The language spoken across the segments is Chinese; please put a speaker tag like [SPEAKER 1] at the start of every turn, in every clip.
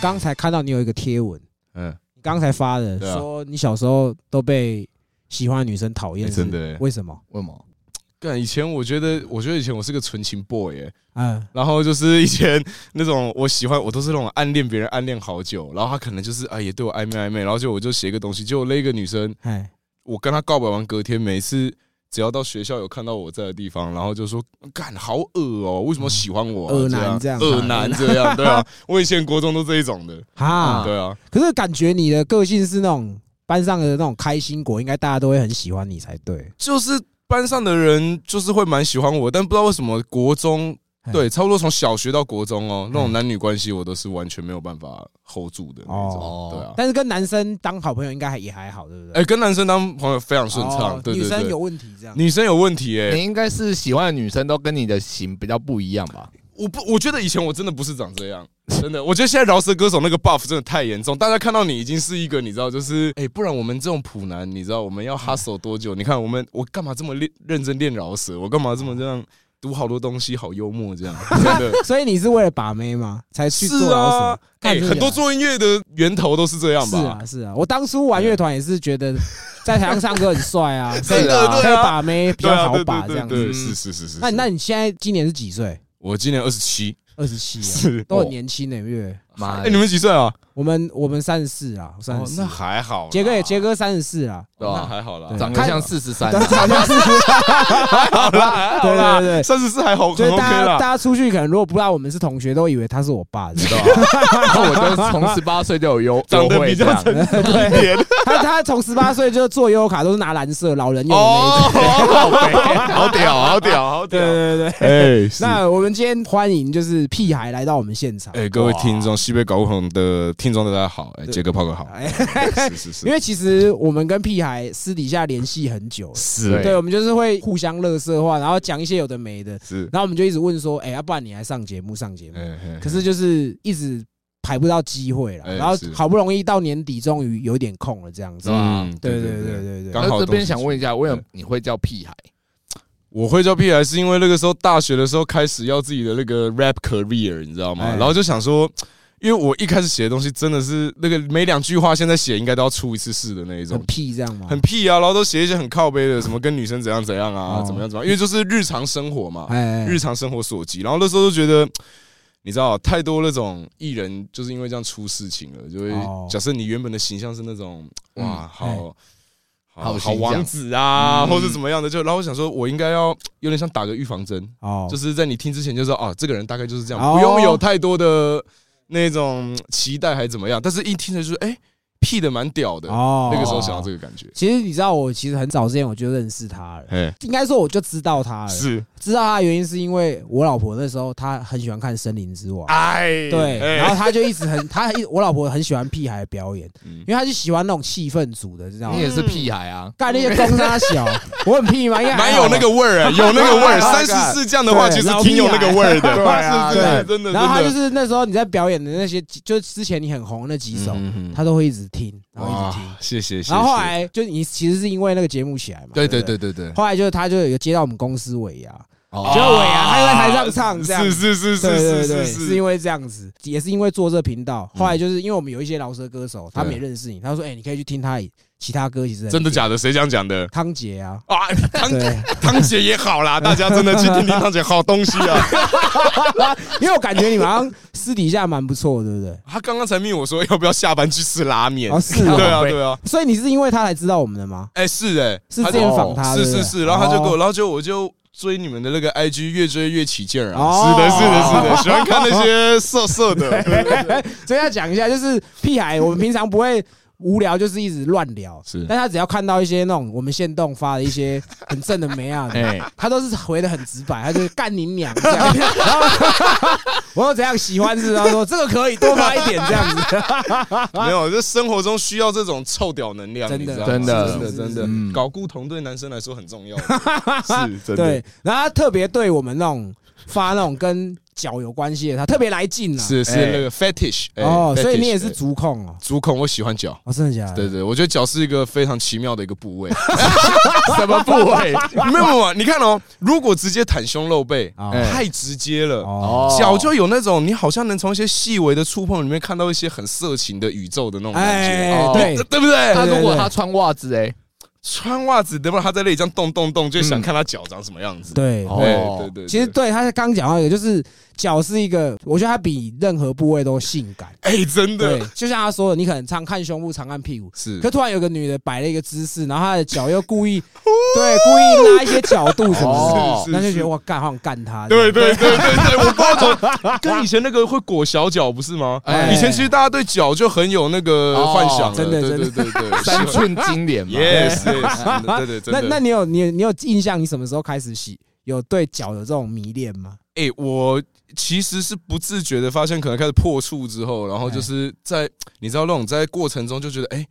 [SPEAKER 1] 刚才看到你有一个贴文，
[SPEAKER 2] 嗯，
[SPEAKER 1] 你刚才发的，
[SPEAKER 2] 对啊
[SPEAKER 1] 说你小时候都被喜欢的女生讨厌，
[SPEAKER 2] 哎
[SPEAKER 1] 是
[SPEAKER 2] 真的欸
[SPEAKER 1] 为什么？
[SPEAKER 3] 为什么？
[SPEAKER 2] 干以前我觉得，我觉得以前我是个纯情 boy 耶、
[SPEAKER 1] 嗯，
[SPEAKER 2] 然后就是以前那种我喜欢，我都是那种暗恋别人暗恋好久，然后他可能就是啊也对我暧昧暧昧，然后就我就写一个东西，就那个女生，
[SPEAKER 1] 哎，
[SPEAKER 2] 我跟她告白完隔天，每次只要到学校有看到我在的地方，然后就说干好恶哦、为什么喜欢我、啊？
[SPEAKER 1] 恶男
[SPEAKER 2] 这样，
[SPEAKER 1] 这样
[SPEAKER 2] 恶男这样，对啊，我以前国中都这一种的，
[SPEAKER 1] 哈，
[SPEAKER 2] 对啊，
[SPEAKER 1] 可是感觉你的个性是那种班上的那种开心果，应该大家都会很喜欢你才对。
[SPEAKER 2] 就是班上的人就是会蛮喜欢我，但不知道为什么国中
[SPEAKER 1] 嘿。
[SPEAKER 2] 对，差不多从小学到国中哦，那种男女关系我都是完全没有办法 hold 住的那
[SPEAKER 3] 哦
[SPEAKER 2] 种，对啊。
[SPEAKER 1] 但是跟男生当好朋友应该还也还好，对不对？
[SPEAKER 2] 哎、跟男生当朋友非常顺畅，
[SPEAKER 1] 哦
[SPEAKER 2] 对
[SPEAKER 1] 女
[SPEAKER 2] 对对。
[SPEAKER 1] 生有问题这样。
[SPEAKER 2] 女生有问题哎、
[SPEAKER 3] 你应该是喜欢的女生都跟你的型比较不一样吧？
[SPEAKER 2] 我不，我觉得以前我真的不是长这样，真的，我觉得现在饶舌歌手那个 buff 真的太严重，大家看到你已经是一个，你知道，就是哎、不然我们这种普男，你知道我们要 hustle 多久？你看我们，我干嘛这么练认真练饶舌？我干嘛这么这样读好多东西，好幽默这样？ 真的
[SPEAKER 1] 所以你是为了把妹吗？才去
[SPEAKER 2] 是
[SPEAKER 1] 做老
[SPEAKER 2] 啊
[SPEAKER 1] 手？，
[SPEAKER 2] 哎、
[SPEAKER 1] 看这个
[SPEAKER 2] 很多做音乐的源头都是这样
[SPEAKER 1] 是
[SPEAKER 2] 吧？
[SPEAKER 1] 啊，是啊。我当初玩乐团也是觉得在台上唱歌很帅啊，所以
[SPEAKER 3] 真的
[SPEAKER 1] 可
[SPEAKER 2] 对
[SPEAKER 1] 以
[SPEAKER 2] 啊
[SPEAKER 1] 把妹比
[SPEAKER 2] 对
[SPEAKER 1] 较
[SPEAKER 2] 啊，
[SPEAKER 1] 好
[SPEAKER 2] 对
[SPEAKER 1] 把
[SPEAKER 2] 对
[SPEAKER 1] 这
[SPEAKER 2] 对
[SPEAKER 1] 样子。嗯
[SPEAKER 2] 对，是是是是。
[SPEAKER 1] 那
[SPEAKER 2] 是
[SPEAKER 1] 那你现在今年是几岁？
[SPEAKER 2] 我今年二十七，
[SPEAKER 1] 二十七啊，
[SPEAKER 2] 是
[SPEAKER 1] 都很年轻的，月。
[SPEAKER 3] 妈
[SPEAKER 2] 哎、
[SPEAKER 3] 的，
[SPEAKER 2] 你们几岁啊？
[SPEAKER 1] 我们我们三十四啊，三
[SPEAKER 2] 哦
[SPEAKER 1] 十，四。
[SPEAKER 2] 那还好啦。
[SPEAKER 1] 杰哥也杰哥三十四啊，
[SPEAKER 3] 对吧嗯
[SPEAKER 2] 那还好啦
[SPEAKER 1] 对。
[SPEAKER 3] 长得像四十三，
[SPEAKER 1] 好像是
[SPEAKER 2] 好啦，
[SPEAKER 1] 对对对对
[SPEAKER 2] 三十四还好，
[SPEAKER 1] 所
[SPEAKER 2] 很
[SPEAKER 1] 以
[SPEAKER 2] OK
[SPEAKER 1] 大家大
[SPEAKER 2] 啦。
[SPEAKER 1] 家出去可能如果不知道我们是同学，都以为他是我爸，知 道
[SPEAKER 3] 然 后我就从十八岁就有优
[SPEAKER 2] 长得
[SPEAKER 3] 优惠
[SPEAKER 2] 比
[SPEAKER 3] 这
[SPEAKER 2] 较
[SPEAKER 3] 样
[SPEAKER 2] 成熟一点
[SPEAKER 1] 他他从十八岁就做悠游卡都是拿蓝色老人用的那一种。
[SPEAKER 2] 哦，好屌，好屌，好屌，好
[SPEAKER 1] 对
[SPEAKER 2] 屌！
[SPEAKER 1] 对对对。
[SPEAKER 2] 哎，那
[SPEAKER 1] 那我们今天欢迎就是屁孩来到我们现场，
[SPEAKER 2] 哎，各位听众，西北搞不懂的听众大家好，哎，
[SPEAKER 1] 对
[SPEAKER 2] 杰哥炮哥好，
[SPEAKER 1] 哎
[SPEAKER 2] 是是
[SPEAKER 1] 因
[SPEAKER 2] 是，
[SPEAKER 1] 为其实我们跟屁孩私底下联系很久了，
[SPEAKER 2] 是
[SPEAKER 1] 对，我们就是会互相乐色话，然后讲一些有的没的，
[SPEAKER 2] 是，
[SPEAKER 1] 然后我们就一直问说，哎，要不然你来上节目上节目？
[SPEAKER 2] 哎哎
[SPEAKER 1] 可是就是一直排不到机会了，
[SPEAKER 2] 哎
[SPEAKER 1] 然后
[SPEAKER 2] 是
[SPEAKER 1] 好不容易到年底，终于有点空了，这样子。啊
[SPEAKER 3] 吧
[SPEAKER 2] 嗯
[SPEAKER 1] 对对对对对，
[SPEAKER 2] 刚
[SPEAKER 3] 那
[SPEAKER 2] 好东
[SPEAKER 3] 这
[SPEAKER 2] 西
[SPEAKER 3] 边想问一下，为什么
[SPEAKER 2] 对
[SPEAKER 3] 你会叫屁孩？
[SPEAKER 2] 我会叫屁孩是因为那个时候大学的时候开始要自己的那个 rap career，你知道吗？
[SPEAKER 1] 哎
[SPEAKER 2] 然后就想说，因为我一开始写的东西真的是那个每两句话现在写应该都要出一次事的那一种
[SPEAKER 1] 很，屁这样吗？
[SPEAKER 2] 很屁啊，然后都写一些很靠背的，什么跟女生怎样怎样啊
[SPEAKER 1] 哦，
[SPEAKER 2] 怎么样怎么样，因为就是日常生活嘛，
[SPEAKER 1] 哎，
[SPEAKER 2] 日常生活所及。然后那时候就觉得，你知道，太多那种艺人就是因为这样出事情了，就
[SPEAKER 1] 哦哎
[SPEAKER 2] 会假设你原本的形象是那种
[SPEAKER 3] 嗯
[SPEAKER 2] 哇，好
[SPEAKER 3] 好
[SPEAKER 2] 好好
[SPEAKER 3] 形象
[SPEAKER 2] 王子啊，
[SPEAKER 3] 嗯
[SPEAKER 2] 或是怎么样的，就然后我想说，我应该要有点像打个预防针，
[SPEAKER 1] 哦，
[SPEAKER 2] 就是在你听之前就知道啊，这个人大概就是这
[SPEAKER 1] 哦
[SPEAKER 2] 样，不用有太多的那种期待还怎么样，但是一听着就是哎。屁的蛮屌的，
[SPEAKER 1] 哦，
[SPEAKER 2] 那个时候想到这个感觉，
[SPEAKER 1] 其实你知道，我其实很早之前我就认识他了，
[SPEAKER 2] 哎，
[SPEAKER 1] 应该说我就知道他了。
[SPEAKER 2] 是，
[SPEAKER 1] 知道他的原因是因为我老婆那时候她很喜欢看《森林之王》。
[SPEAKER 2] 哎，
[SPEAKER 1] 对，
[SPEAKER 2] 哎
[SPEAKER 1] 然后她就一直很，她一我老婆很喜欢屁孩的表演，
[SPEAKER 2] 嗯
[SPEAKER 1] 因为她就喜欢那种气氛组的，知
[SPEAKER 2] 哦
[SPEAKER 1] 道吗
[SPEAKER 3] 你？也是屁孩啊！
[SPEAKER 1] 干那些公差 小，我很屁吗？应该还
[SPEAKER 2] 蛮
[SPEAKER 1] 好
[SPEAKER 2] 有
[SPEAKER 1] 吧
[SPEAKER 2] 那个味儿、欸，有那个味
[SPEAKER 3] Oh
[SPEAKER 2] 儿。
[SPEAKER 3] my
[SPEAKER 2] 三
[SPEAKER 3] God
[SPEAKER 2] 十四这样的话，
[SPEAKER 1] 对
[SPEAKER 2] 其实
[SPEAKER 1] 老
[SPEAKER 2] 挺
[SPEAKER 1] 屁
[SPEAKER 2] 有那个
[SPEAKER 1] 孩
[SPEAKER 2] 味儿的。
[SPEAKER 3] 对啊
[SPEAKER 2] 是是是
[SPEAKER 1] 对
[SPEAKER 2] 真的。
[SPEAKER 1] 然后他
[SPEAKER 2] 真
[SPEAKER 1] 就
[SPEAKER 2] 的
[SPEAKER 1] 是那时候你在表演的那些，就是之前你很红的那几首，
[SPEAKER 2] 嗯
[SPEAKER 1] 他都会一直听，然后一
[SPEAKER 2] 哇
[SPEAKER 1] 直听。，
[SPEAKER 2] 谢谢谢谢。
[SPEAKER 1] 然后后来就你其实是因为那个节目起来嘛，
[SPEAKER 3] 对
[SPEAKER 1] 对
[SPEAKER 3] 对
[SPEAKER 1] 不对。
[SPEAKER 3] 对对对，
[SPEAKER 1] 后来就是他就有接到我们公司尾牙，
[SPEAKER 3] 哦
[SPEAKER 2] 啊
[SPEAKER 1] 就尾牙他就在台上唱这样
[SPEAKER 2] 是是是
[SPEAKER 1] 对
[SPEAKER 2] 是
[SPEAKER 1] 对
[SPEAKER 2] 是
[SPEAKER 1] 对，
[SPEAKER 2] 是嗯
[SPEAKER 1] 是因为这样子，也是因为做这频道。后来就是因为我们有一些饶舌歌手，他们也认识你，他说：“哎，你可以去听他其他歌，其实很
[SPEAKER 2] 真的
[SPEAKER 1] 屌
[SPEAKER 2] 假的？谁讲讲的？
[SPEAKER 1] 汤姐啊，
[SPEAKER 2] 啊，汤
[SPEAKER 1] 对，
[SPEAKER 2] 汤姐也 好啦，大家真的去听听汤姐好东西啊。
[SPEAKER 1] 因为我感觉你们好像私底下蛮不错的，对不对？
[SPEAKER 2] 他刚刚才命我说要不要下班去吃拉面
[SPEAKER 1] 哦，。是
[SPEAKER 2] 对
[SPEAKER 1] 哦，
[SPEAKER 2] 啊对啊，
[SPEAKER 1] 所以你是因为他才知道我们的吗？
[SPEAKER 2] 哎是哎，
[SPEAKER 1] 是
[SPEAKER 2] 他
[SPEAKER 1] 之
[SPEAKER 2] 就
[SPEAKER 1] 前访他，
[SPEAKER 2] 是
[SPEAKER 1] 对不
[SPEAKER 2] 是
[SPEAKER 1] 对
[SPEAKER 2] 是，然后他就给我，
[SPEAKER 1] 哦
[SPEAKER 2] 然后就我就。追你们的那个 IG 越追越起劲儿
[SPEAKER 1] 哦
[SPEAKER 2] 啊！是的，是的，是的，喜欢看那些色色的，
[SPEAKER 1] 所以要讲一下，就是屁孩，我们平常不会无聊，就是一直乱聊。
[SPEAKER 2] 是
[SPEAKER 1] 但他只要看到一些那种我们现动发的一些很正的美 啊，
[SPEAKER 3] 哎，
[SPEAKER 1] 他都是回的很直白，他就是干你娘这 样。然后我说怎样喜欢是，他说这个可以多发一点这样子。
[SPEAKER 2] 没有，就生活中需要这种臭屌能量，
[SPEAKER 1] 啊真的
[SPEAKER 2] 你知道吗
[SPEAKER 3] 真的
[SPEAKER 2] 真的，
[SPEAKER 1] 是是是
[SPEAKER 2] 真
[SPEAKER 3] 嗯
[SPEAKER 2] 的， 搞固酮对男生来说很重要，是真的。
[SPEAKER 1] 对，然后他特别对我们那种发那种跟脚有关系的，他特别来劲啊。
[SPEAKER 2] 是是
[SPEAKER 3] 哎
[SPEAKER 2] 那个 fetish 哎。
[SPEAKER 1] 哦，所以你也
[SPEAKER 2] fetish，
[SPEAKER 1] 是
[SPEAKER 2] 哎
[SPEAKER 1] 足控哦。
[SPEAKER 2] 足控，我喜欢脚。
[SPEAKER 1] 哦，真的假的？
[SPEAKER 2] 对对，我觉得脚是一个非常奇妙的一个部位。 什么部位？没有没有，你看哦，如果直接袒胸露背
[SPEAKER 1] 哦，
[SPEAKER 2] 太直接了。
[SPEAKER 1] 哦，
[SPEAKER 2] 脚就有那种，你好像能从一些细微的触碰里面看到一些很色情的宇宙的那种感
[SPEAKER 1] 哎
[SPEAKER 2] 觉，
[SPEAKER 3] 哦，
[SPEAKER 1] 对
[SPEAKER 2] 对，对不对？
[SPEAKER 3] 那如果他穿袜子哎，
[SPEAKER 2] 穿袜子，等会儿他在那里这样动动动，就想看他脚长什么样子。
[SPEAKER 1] 对。
[SPEAKER 3] 哦
[SPEAKER 2] 哎对对对，
[SPEAKER 1] 其实对他刚讲到一个，就是脚是一个，我觉得他比任何部位都性感。
[SPEAKER 2] 哎，真
[SPEAKER 1] 对
[SPEAKER 2] 的，
[SPEAKER 1] 就像他说的，你可能常看胸部，常看屁股，
[SPEAKER 2] 是
[SPEAKER 1] 可突然有个女的摆了一个姿势，然后她的脚又故 意对故意拉一些角度什么
[SPEAKER 3] 哦
[SPEAKER 1] 的，那就觉得我干，好想干她。
[SPEAKER 2] 对对对对对，我不知道 怎么跟以前那个会裹小脚不是吗？
[SPEAKER 3] 哎
[SPEAKER 2] 以前其实大家对脚就很有那个幻想了，
[SPEAKER 3] 哦
[SPEAKER 1] 真的
[SPEAKER 2] 对
[SPEAKER 1] 真的
[SPEAKER 2] 对对对对，
[SPEAKER 3] 三寸金莲嘛，
[SPEAKER 2] yes yes，真的对对真
[SPEAKER 1] 啊那
[SPEAKER 2] 的。
[SPEAKER 1] 那你有你有你有印象，你什么时候开始喜有对脚有这种迷恋吗？
[SPEAKER 2] 哎、我其实是不自觉的发现，可能开始破处之后，然后
[SPEAKER 1] 哎
[SPEAKER 2] 就是在你知道那种在过程中就觉得，哎、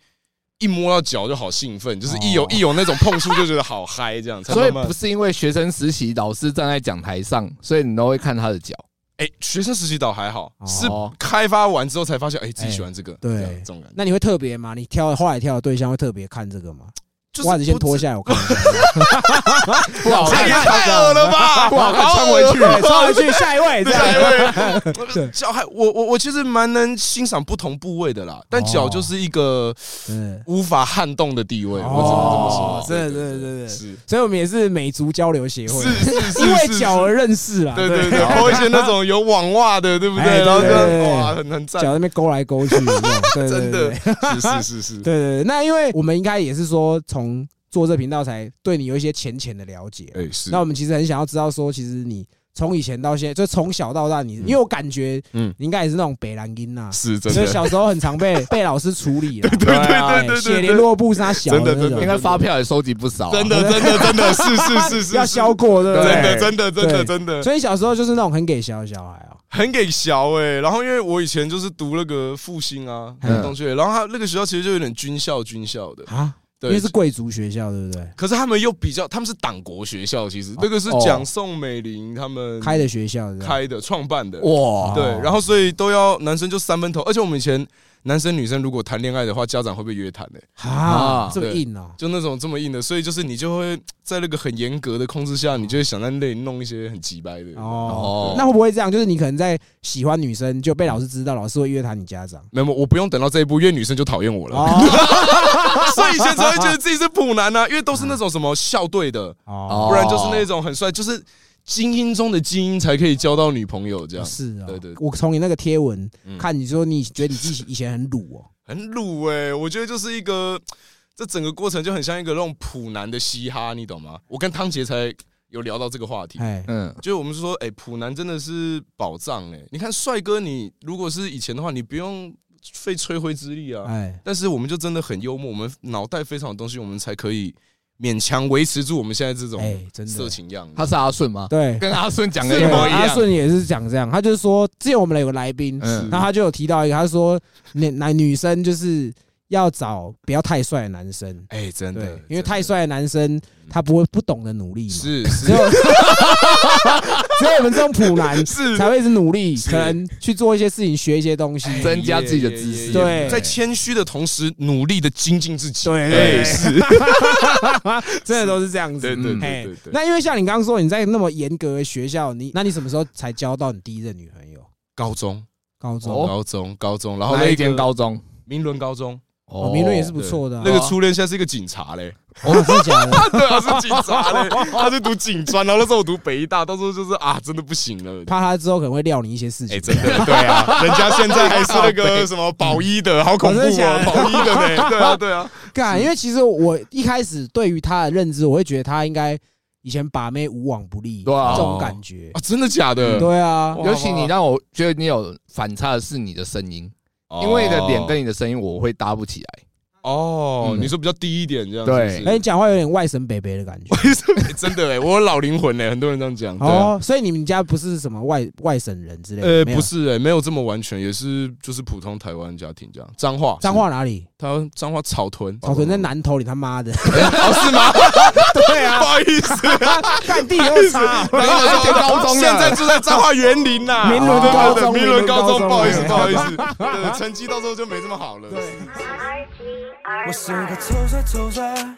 [SPEAKER 2] 一摸到脚就好兴奋，就是一有、
[SPEAKER 1] 哦
[SPEAKER 2] 一有那种碰触就觉得好嗨，这样。才
[SPEAKER 3] 所以
[SPEAKER 2] 慢慢
[SPEAKER 3] 不是因为学生实习老师站在讲台上，所以你都会看他的脚。
[SPEAKER 2] 哎、学生时期倒还好，
[SPEAKER 1] 哦
[SPEAKER 2] 是开发完之后才发现，哎、自己喜欢这个，
[SPEAKER 1] 对
[SPEAKER 2] 这样这种感觉。
[SPEAKER 1] 那你会特别吗？你挑后来挑的对象会特别看这个吗？
[SPEAKER 2] 就是
[SPEAKER 1] 袜子先脱
[SPEAKER 2] 不止，
[SPEAKER 1] 下来，我看一 下。
[SPEAKER 3] 不好
[SPEAKER 2] 这
[SPEAKER 3] 看
[SPEAKER 2] 也，太恶了吧！
[SPEAKER 3] 不好看，穿回去。
[SPEAKER 1] 对，穿回去下一位，这 样。
[SPEAKER 2] 下一
[SPEAKER 1] 对
[SPEAKER 2] 位，脚还啊我我我其实蛮能欣赏不同部位的啦，但
[SPEAKER 1] 哦
[SPEAKER 2] 脚就是一个
[SPEAKER 1] 对
[SPEAKER 2] 无法撼动的地位，我只能这么
[SPEAKER 1] 哦
[SPEAKER 2] 说。，
[SPEAKER 1] 对对对对，
[SPEAKER 2] 是。
[SPEAKER 1] 所以我们也是美足交流协会，
[SPEAKER 2] 是 是是，
[SPEAKER 1] 因
[SPEAKER 2] 是
[SPEAKER 1] 为
[SPEAKER 2] 是
[SPEAKER 1] 脚而认识啊。
[SPEAKER 2] 对对对，抛一些那种有网袜的，对不对？然
[SPEAKER 1] 哎
[SPEAKER 2] 后
[SPEAKER 1] 对
[SPEAKER 2] 这
[SPEAKER 1] 对对
[SPEAKER 2] 样哇，很很
[SPEAKER 1] 脚
[SPEAKER 2] 赞，
[SPEAKER 1] 在那边勾来勾去，有没 有对对对
[SPEAKER 2] 真
[SPEAKER 1] 对
[SPEAKER 2] 的，是是是是，
[SPEAKER 1] 对对对，那因为我们应该也是说从做这频道才对你有一些浅浅的了解。
[SPEAKER 2] 哎是
[SPEAKER 1] 那我们其实很想要知道说，其实你从以前到现在，就从小到大你，因为我感觉，嗯
[SPEAKER 2] 嗯，
[SPEAKER 1] 你应该也是那种北兰音呐，
[SPEAKER 2] 是真
[SPEAKER 1] 所以
[SPEAKER 2] 的，
[SPEAKER 1] 小时候很常 被被老师处理啦，
[SPEAKER 2] 对对
[SPEAKER 3] 哎
[SPEAKER 2] 对对对
[SPEAKER 1] 写
[SPEAKER 2] 对，
[SPEAKER 1] 联络簿是他小的
[SPEAKER 2] 真的
[SPEAKER 1] 那
[SPEAKER 2] 真
[SPEAKER 1] 种
[SPEAKER 2] 的
[SPEAKER 3] 应，该发票也收集不少啊。
[SPEAKER 2] 真的真的真的是是是
[SPEAKER 1] 哦
[SPEAKER 2] 是，
[SPEAKER 1] 啊要
[SPEAKER 2] 是
[SPEAKER 1] 消过对不对？
[SPEAKER 2] 真的真的真
[SPEAKER 1] 对
[SPEAKER 2] 的真的
[SPEAKER 1] 所以小时候就是那种很给小的小孩啊，
[SPEAKER 2] 很给小哎。然后因为我以前就是读那个复兴啊
[SPEAKER 1] 嗯
[SPEAKER 2] 运动学，然后他那个学校其实就有点军校军校的，
[SPEAKER 1] 啊，因
[SPEAKER 2] 对嗯
[SPEAKER 1] 为是。贵族学校，对不对？
[SPEAKER 2] 可是他们又比较，他们是党国学校，其实那个是
[SPEAKER 3] 哦
[SPEAKER 2] 蒋宋美龄他们
[SPEAKER 1] 开的学校，对不对
[SPEAKER 2] 开的创办的，
[SPEAKER 3] 哇，
[SPEAKER 2] 对
[SPEAKER 1] 哦，
[SPEAKER 2] 然后所以都要男生就三分头，而且我们以前男生女生如果谈恋爱的话，家长会被约谈的、
[SPEAKER 1] 啊
[SPEAKER 3] 啊，
[SPEAKER 1] 这么硬哦。
[SPEAKER 2] 就那种这么硬的，所以就是你就会在那个很严格的控制下，你就会想在那里弄一些很鸡掰的。
[SPEAKER 1] 哦
[SPEAKER 3] 哦，
[SPEAKER 1] 那会不会这样？就是你可能在喜欢女生，就被老师知道，老师会约谈你家 长。
[SPEAKER 2] 没有，我不用等到这一步，因为女生就讨厌我了，
[SPEAKER 1] 哦
[SPEAKER 2] 所以以前才会觉得自己是普男啊，因为都是那种什么校队的，
[SPEAKER 1] 哦，
[SPEAKER 2] 不然就是那种很帅，就是精英中的精英才可以交到女朋友这样，
[SPEAKER 1] 是哦。
[SPEAKER 2] 对对对
[SPEAKER 1] 我从你那个贴文
[SPEAKER 2] 嗯
[SPEAKER 1] 看，你说你觉得你自己以前很鲁 哦。
[SPEAKER 2] 很鲁哎、我觉得就是一个，这整个过程就很像一个那种普男的嘻哈，你懂吗？我跟汤杰才有聊到这个话题，
[SPEAKER 1] 哎，
[SPEAKER 3] 嗯，
[SPEAKER 2] 就我们是说，哎、普男真的是宝藏哎、你看帅哥，你如果是以前的话，你不用费吹灰之力啊。
[SPEAKER 1] 哎，
[SPEAKER 2] 但是我们就真的很幽默，我们脑袋非常有东西，我们才可以勉强维持住我们现在这种
[SPEAKER 1] 哎真的
[SPEAKER 2] 色情样子。
[SPEAKER 3] 他是阿顺吗？
[SPEAKER 1] 对，
[SPEAKER 3] 跟阿顺讲的
[SPEAKER 1] 对
[SPEAKER 3] 一模一
[SPEAKER 1] 阿
[SPEAKER 3] 样。
[SPEAKER 1] 顺也是讲这样，他就是说，之前我们有个来宾，
[SPEAKER 3] 嗯
[SPEAKER 1] 然后他就有提到一个，他说，那男女生就是要找不要太帅的男生，
[SPEAKER 2] 哎、真的
[SPEAKER 1] 对，，因
[SPEAKER 2] 真的
[SPEAKER 1] 为太帅的男生他不会不懂得努力嘛，
[SPEAKER 2] 是
[SPEAKER 1] 只
[SPEAKER 2] 是
[SPEAKER 1] 有只有我们这种普男
[SPEAKER 2] 是
[SPEAKER 1] 才会一直努力，
[SPEAKER 2] 是
[SPEAKER 1] 可能去做一些事情，学一些东西。
[SPEAKER 3] 增加自己的知识
[SPEAKER 1] 对
[SPEAKER 2] 在谦虚的同时，努力的精进自己。
[SPEAKER 1] 对
[SPEAKER 2] 哎
[SPEAKER 1] 对
[SPEAKER 2] 是，
[SPEAKER 1] 真的都是这样
[SPEAKER 2] 对
[SPEAKER 1] 子。
[SPEAKER 2] 对对
[SPEAKER 1] 嘿
[SPEAKER 2] 对对。
[SPEAKER 1] 那因为像你刚刚说你在那么严格的学校，你那你什么时候才交到你第一任女朋友？
[SPEAKER 2] 高中，
[SPEAKER 1] 高中
[SPEAKER 3] 哦
[SPEAKER 2] 高中，高中，然后
[SPEAKER 3] 哪
[SPEAKER 2] 那
[SPEAKER 3] 一
[SPEAKER 2] 一
[SPEAKER 3] 间
[SPEAKER 2] 间
[SPEAKER 3] 高中？
[SPEAKER 2] 明伦高中，
[SPEAKER 1] 哦，明伦也是不错的啊。
[SPEAKER 2] 那个初恋现在是一个警察嘞，
[SPEAKER 1] 哦，真的假的？
[SPEAKER 2] 对啊，是警察嘞， 他是读警专，然后那时候我读北医大，到时候就是啊，真的不行了。
[SPEAKER 1] 怕他之后可能会撂你一些事
[SPEAKER 2] 哎、
[SPEAKER 1] 情。
[SPEAKER 2] 真的，对 啊，人家现在还是那个什么保一的，好恐怖
[SPEAKER 1] 我真的
[SPEAKER 2] 哦
[SPEAKER 1] 假，的
[SPEAKER 2] 保一的 呢，对啊，对啊，
[SPEAKER 1] 干，因为其实我一开始对于他的认知，我会觉得他应该以前把妹无往不利，
[SPEAKER 3] 对啊
[SPEAKER 1] 这种感觉。
[SPEAKER 2] 啊，真的假的？
[SPEAKER 1] 对啊，
[SPEAKER 2] 哇
[SPEAKER 3] 尤其你让我觉得你有反差的是你的声音，
[SPEAKER 2] 哦
[SPEAKER 3] 因为你的脸跟你的声音我会搭不起来。
[SPEAKER 2] 哦，
[SPEAKER 3] 嗯
[SPEAKER 2] 你说比较低一点这样，
[SPEAKER 3] 对
[SPEAKER 2] 是不
[SPEAKER 1] 哎，
[SPEAKER 2] 是
[SPEAKER 1] 你讲话有点外省北北的感 觉。
[SPEAKER 2] 为什么真的哎，我有老灵魂哎，很多人这样讲。对啊
[SPEAKER 1] 哦，所以你们家不是什么外外省人之类的？
[SPEAKER 2] 呃，
[SPEAKER 1] 没有
[SPEAKER 2] 不，是哎，没有这么完全，也是就是普通台湾家庭这样。脏话，
[SPEAKER 1] 彰，化哪里？
[SPEAKER 2] 他脏话草屯，
[SPEAKER 1] 草屯在南头，你他妈 的！
[SPEAKER 2] 哦是吗？
[SPEAKER 1] 对啊
[SPEAKER 2] 不，好意 思，
[SPEAKER 1] 干地又差。
[SPEAKER 2] 然后我
[SPEAKER 3] 就
[SPEAKER 2] 说
[SPEAKER 3] 高中了
[SPEAKER 2] 现在住在彰化园林呐，
[SPEAKER 1] 啊明伦高中
[SPEAKER 2] 哦对明
[SPEAKER 1] 明伦
[SPEAKER 2] 伦高
[SPEAKER 1] 高中
[SPEAKER 2] 中，不好意思，
[SPEAKER 1] 对嗯
[SPEAKER 2] 不好意思，对成绩到时候就没这么好了。
[SPEAKER 4] 我是个臭仔臭仔，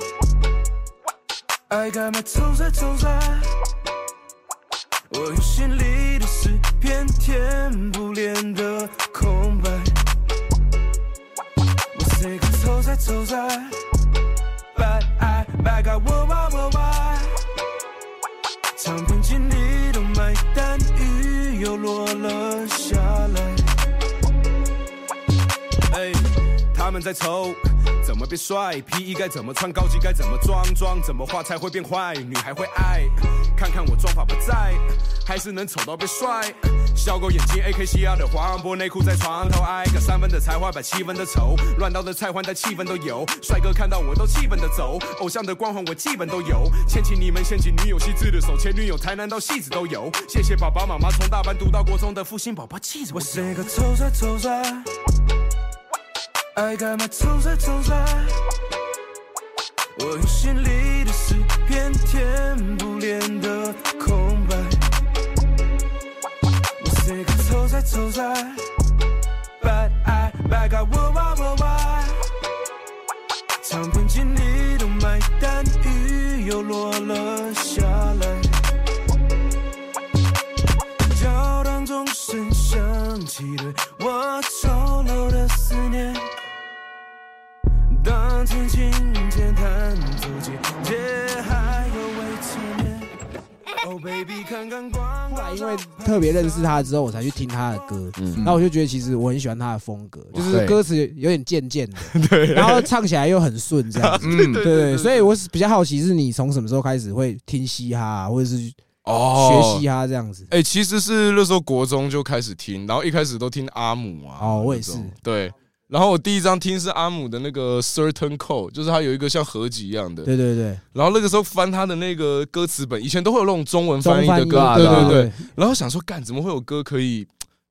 [SPEAKER 4] 爱干嘛臭仔臭仔。我用心里的诗篇填补脸的空白。我是个臭仔臭仔，白爱白搞我哇我哇。唱片经理都买单，雨又落了下来。
[SPEAKER 5] 哎，他们在愁怎么变帅，皮衣该怎么穿，高级该怎么装，装怎么画才会变坏，女孩会爱。看看我妆法不在，还是能丑到变帅。小狗眼睛 A K C R 的黄波内裤在床头，挨个三分的才华把七分的丑，乱刀的菜换带气氛都有。帅哥看到我都气愤的走，偶像的光环我基本都有。牵起你们牵起女友细致的手，前女友台南到戏子都有。谢谢爸爸妈妈从大班读到国中的复兴宝宝气质
[SPEAKER 4] 我
[SPEAKER 5] 我是
[SPEAKER 4] 是个臭仔臭仔，爱干嘛臭仔臭仔。我用心里的诗篇填补脸的空白。我是个臭仔臭仔，白爱白搞我哇我哇。唱片经理都买单，雨又落了下来。教堂钟声响起了我丑陋的思念。当轻轻键弹奏间，街还有未成年。Oh baby，看看光
[SPEAKER 1] 后来
[SPEAKER 4] 光
[SPEAKER 1] 因为特别认识他之后，我才去听他的歌，
[SPEAKER 2] 嗯
[SPEAKER 1] 然后我就觉得其实我很喜欢他的风格，就是
[SPEAKER 3] 对
[SPEAKER 1] 歌词有点贱贱的， 然后唱起来又很顺这样子。
[SPEAKER 3] 嗯，
[SPEAKER 1] 对对，所以我是比较好奇，是你从什么时候开始会听嘻哈啊，或者是学啊
[SPEAKER 2] 哦，
[SPEAKER 1] 嘻哈这样子？
[SPEAKER 2] 哎、其实是那时候国中就开始听，然后一开始都听阿姆啊。
[SPEAKER 1] 哦我也是
[SPEAKER 2] 那种对，然后我第一张听是阿姆的那个 Certain Code，就是他有一个像合集一样的。
[SPEAKER 1] 对对对，
[SPEAKER 2] 然后那个时候翻他的那个歌词本，以前都会有那种中文
[SPEAKER 1] 中
[SPEAKER 2] 翻译
[SPEAKER 1] 翻
[SPEAKER 2] 的
[SPEAKER 1] 英
[SPEAKER 2] 歌，
[SPEAKER 3] 啊
[SPEAKER 2] 对
[SPEAKER 3] 对啊
[SPEAKER 2] 对对。然后想说，干怎么会有歌可以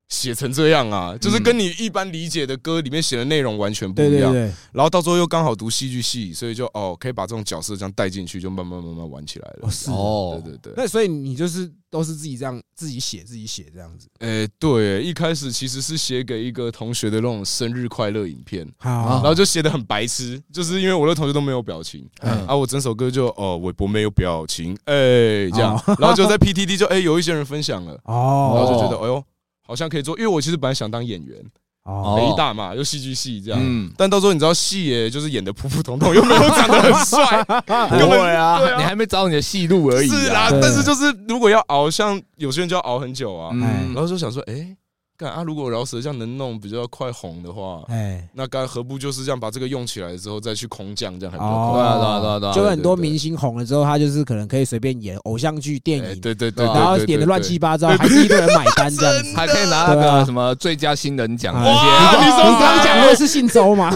[SPEAKER 2] 写成这样啊？
[SPEAKER 1] 嗯
[SPEAKER 2] 就是跟你一般理解的歌里面写的内容完全不
[SPEAKER 1] 对
[SPEAKER 2] 一
[SPEAKER 1] 对对
[SPEAKER 2] 样。
[SPEAKER 1] 对，
[SPEAKER 2] 然后到最后又刚好读戏剧系，所以就哦，可以把这种角色这样带进去，就慢慢慢慢玩起来了
[SPEAKER 1] 哦。是哦。
[SPEAKER 3] 哦，
[SPEAKER 2] 对对对。
[SPEAKER 1] 那所以你就是都是自己这样自己写自己写这样子，
[SPEAKER 2] 诶、呃对，一开始其实是写给一个同学的那种生日快乐影片，然
[SPEAKER 1] 好
[SPEAKER 2] 后就写的很白痴，就是因为我的同学都没有表情，
[SPEAKER 1] 嗯
[SPEAKER 2] 啊，我整首歌就哦，韦伯没有表情，哎、这样， 然后就在 PTT 就哎、有一些人分享了，然后
[SPEAKER 1] 哦
[SPEAKER 2] 就觉得哎呦，好像可以做，因为我其实本来想当演员，
[SPEAKER 1] 哦
[SPEAKER 3] 哦
[SPEAKER 2] 北大嘛，又戏剧系这样。
[SPEAKER 3] 嗯，
[SPEAKER 2] 但到时候你知道戏耶，就是演的普普通通，又没有长得很 帅，
[SPEAKER 3] 不
[SPEAKER 2] 根本
[SPEAKER 3] 会
[SPEAKER 2] 对啊
[SPEAKER 3] 啊，你还没找你的戏路而已。
[SPEAKER 2] 是啊。
[SPEAKER 1] 对
[SPEAKER 2] 但是就是如果要熬，像有些人就要熬很久啊。
[SPEAKER 1] 哎
[SPEAKER 3] 嗯
[SPEAKER 2] 然，后就想说，哎、干啊，如果饶舌这样能弄比较快红的话，
[SPEAKER 1] 哎
[SPEAKER 2] 那干何不就是这样把这个用起来之后再去空降，这样还比较快。
[SPEAKER 3] 对啊对啊对
[SPEAKER 1] 哦
[SPEAKER 3] 啊对啊
[SPEAKER 1] 就很多
[SPEAKER 2] 对对对
[SPEAKER 1] 明星红了之后，他就是可能可以随便演偶像剧、电
[SPEAKER 2] 哎
[SPEAKER 1] 影，
[SPEAKER 2] 对对对，
[SPEAKER 1] 哦然后
[SPEAKER 2] 对
[SPEAKER 1] 演的乱。
[SPEAKER 2] 对
[SPEAKER 1] 七
[SPEAKER 2] 对
[SPEAKER 1] 八糟，还是一堆人买单这 样子。
[SPEAKER 3] 还可以拿那
[SPEAKER 1] 对啊
[SPEAKER 3] 个什么最佳新人奖
[SPEAKER 1] 哎
[SPEAKER 3] 这
[SPEAKER 2] 哇
[SPEAKER 3] 些，
[SPEAKER 2] 你说
[SPEAKER 1] 你刚刚讲过 是姓周吗？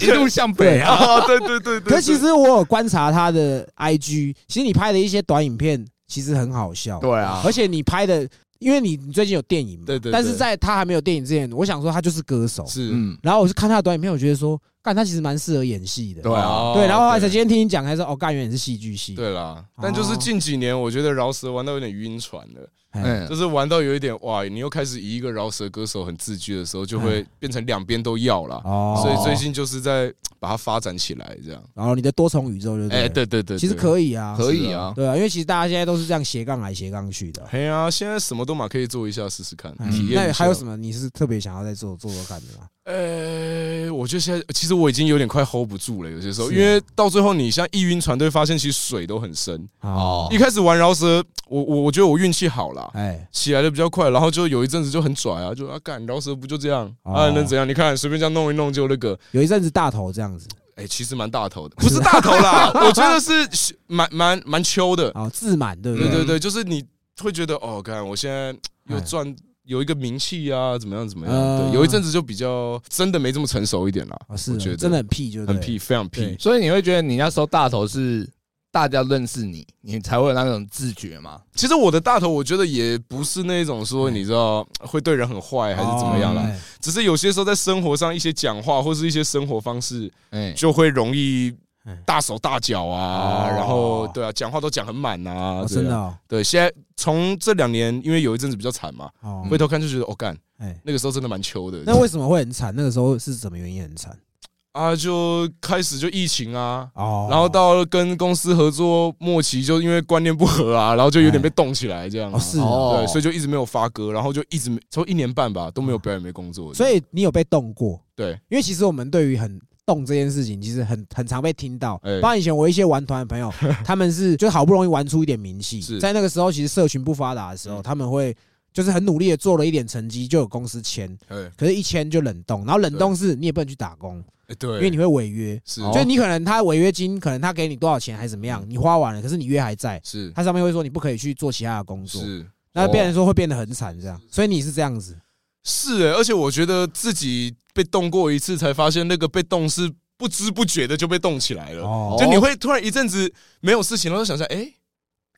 [SPEAKER 3] 一路向北啊。
[SPEAKER 2] 啊，对对对对。
[SPEAKER 1] 可其实我有观察他的 IG，其实你拍的一些短影片其实很好笑，
[SPEAKER 3] 对啊
[SPEAKER 1] 而且你拍的，因为你你最近有电影嘛，
[SPEAKER 2] 对对对
[SPEAKER 1] 但是在他还没有电影之前，我想说他就是歌手，
[SPEAKER 2] 是
[SPEAKER 3] 嗯，
[SPEAKER 1] 然后我是看他的短影片，我觉得说，干他其实蛮适合演戏的，
[SPEAKER 3] 对啊
[SPEAKER 2] 哦
[SPEAKER 1] 对，然后还才今哦天听你讲，还说哦，干原也是戏剧系，
[SPEAKER 2] 对啦，但就是近几年，我觉得饶舌玩到有点晕船了，
[SPEAKER 1] 哎，
[SPEAKER 3] 嗯，
[SPEAKER 2] 就是玩到有一点哇，你又开始以一个饶舌歌手很自居的时候，就会变成两边都要啦。
[SPEAKER 1] 嗯哦，
[SPEAKER 2] 所以最近就是在把它发展起来，这样。
[SPEAKER 1] 然后你的多重宇宙就对了，
[SPEAKER 2] 哎，对对对，
[SPEAKER 1] 其实可以啊，
[SPEAKER 3] 可以啊，
[SPEAKER 1] 对啊，因为其实大家现在都是这样斜杠来斜杠去的，
[SPEAKER 2] 嘿啊，现在什么都嘛可以做一下试试看，
[SPEAKER 1] 哎
[SPEAKER 2] 体验一下。
[SPEAKER 1] 那还有什么你是特别想要再做做做看的吗？
[SPEAKER 2] 呃，我觉得现在其实我已经有点快 hold 不住了，有些时候，
[SPEAKER 1] 是
[SPEAKER 2] 因为到最后你像一晕船队，发现其实水都很深。
[SPEAKER 1] 哦
[SPEAKER 3] 哦，
[SPEAKER 2] 一开始玩饶舌，我我我觉得我运气好啦。
[SPEAKER 1] 哎，
[SPEAKER 2] 起来的比较快，然后就有一阵子就很拽啊，就啊干饶舌不就这样啊
[SPEAKER 1] 哦
[SPEAKER 2] 能怎样？你看随便这样弄一弄就那个，
[SPEAKER 1] 有一阵子大头这样子，
[SPEAKER 2] 哎其实蛮大头的，不是大头啦， 我觉 得是蛮蛮蛮秋的，
[SPEAKER 1] 哦，自满对不
[SPEAKER 2] 对
[SPEAKER 1] 对？
[SPEAKER 2] 对对，就是你会觉得哦，看我现在又
[SPEAKER 1] 哎
[SPEAKER 2] 赚有一个名气啊，怎么样怎么样。
[SPEAKER 1] 嗯
[SPEAKER 2] 对，有一阵子就比较真的没这么成熟一点啦。
[SPEAKER 1] 啊，是
[SPEAKER 2] 我觉
[SPEAKER 1] 哦
[SPEAKER 2] 得
[SPEAKER 1] 真的很屁，就是
[SPEAKER 2] 很屁，非常
[SPEAKER 1] 对
[SPEAKER 2] 屁。
[SPEAKER 3] 所以你会觉得你那时候大头是大家认识你，你才会有那种自觉嘛？
[SPEAKER 2] 其实我的大头，我觉得也不是那种说你知道会对人很坏还是怎么样啦，
[SPEAKER 1] 哎哦
[SPEAKER 2] 只是有些时候在生活上一些讲话或是一些生活方式，
[SPEAKER 3] 哎、
[SPEAKER 2] 就会容易
[SPEAKER 1] 嗯
[SPEAKER 2] 大手大脚
[SPEAKER 1] 哦
[SPEAKER 2] 啊，然后对啊，讲话都讲很满啊，
[SPEAKER 1] 哦
[SPEAKER 2] 这样
[SPEAKER 1] 真的哦，
[SPEAKER 2] 对，现在从这两年，因为有一阵子比较惨嘛，
[SPEAKER 1] 哦
[SPEAKER 2] 回头看就觉得，哦干，
[SPEAKER 1] 哎，
[SPEAKER 2] 那个时候真的蛮秋的。
[SPEAKER 1] 那为什么会很惨？那个时候是什么原因很惨？
[SPEAKER 2] 啊，就开始就疫情啊，
[SPEAKER 1] 哦，
[SPEAKER 2] 然后到跟公司合作末期，就因为观念不合啊，然后就有点被冻起来这样啊。
[SPEAKER 1] 哦是哦，
[SPEAKER 3] 哦
[SPEAKER 2] 对，所以就一直没有发歌，然后就一直没，差不多一年半吧都没有表演没工作。
[SPEAKER 1] 所以你有被动过？
[SPEAKER 2] 对，
[SPEAKER 1] 因为其实我们对于很动这件事情，其实很很常被听到。
[SPEAKER 2] 哎
[SPEAKER 1] 包括以前我一些玩团的朋 友，他们是就好不容易玩出一点名气，
[SPEAKER 2] 是
[SPEAKER 1] 在那个时候其实社群不发达的时候，
[SPEAKER 2] 嗯
[SPEAKER 1] 他们会就是很努力的做了一点成绩，就有公司签，
[SPEAKER 2] 哎
[SPEAKER 1] 可是一签就冷冻，然后冷冻是你也不能去打工，
[SPEAKER 2] 哎对，
[SPEAKER 1] 因为你会违约，
[SPEAKER 2] 是
[SPEAKER 3] 哦
[SPEAKER 1] 就你可能他违约金可能他给你多少钱还是怎么
[SPEAKER 2] 嗯
[SPEAKER 1] 样，你花完了，可是你约还在，
[SPEAKER 2] 是
[SPEAKER 1] 他上面会说你不可以去做其他的工作，
[SPEAKER 2] 嗯是哦
[SPEAKER 1] 那变成说会变得很惨这样，所以你是这样子，
[SPEAKER 2] 是哎，而且我觉得自己被冻过一次，才发现那个被冻是不知不觉的就被冻起来了。
[SPEAKER 1] 哦
[SPEAKER 2] 就你会突然一阵子没有事情，然后就想一下，哎、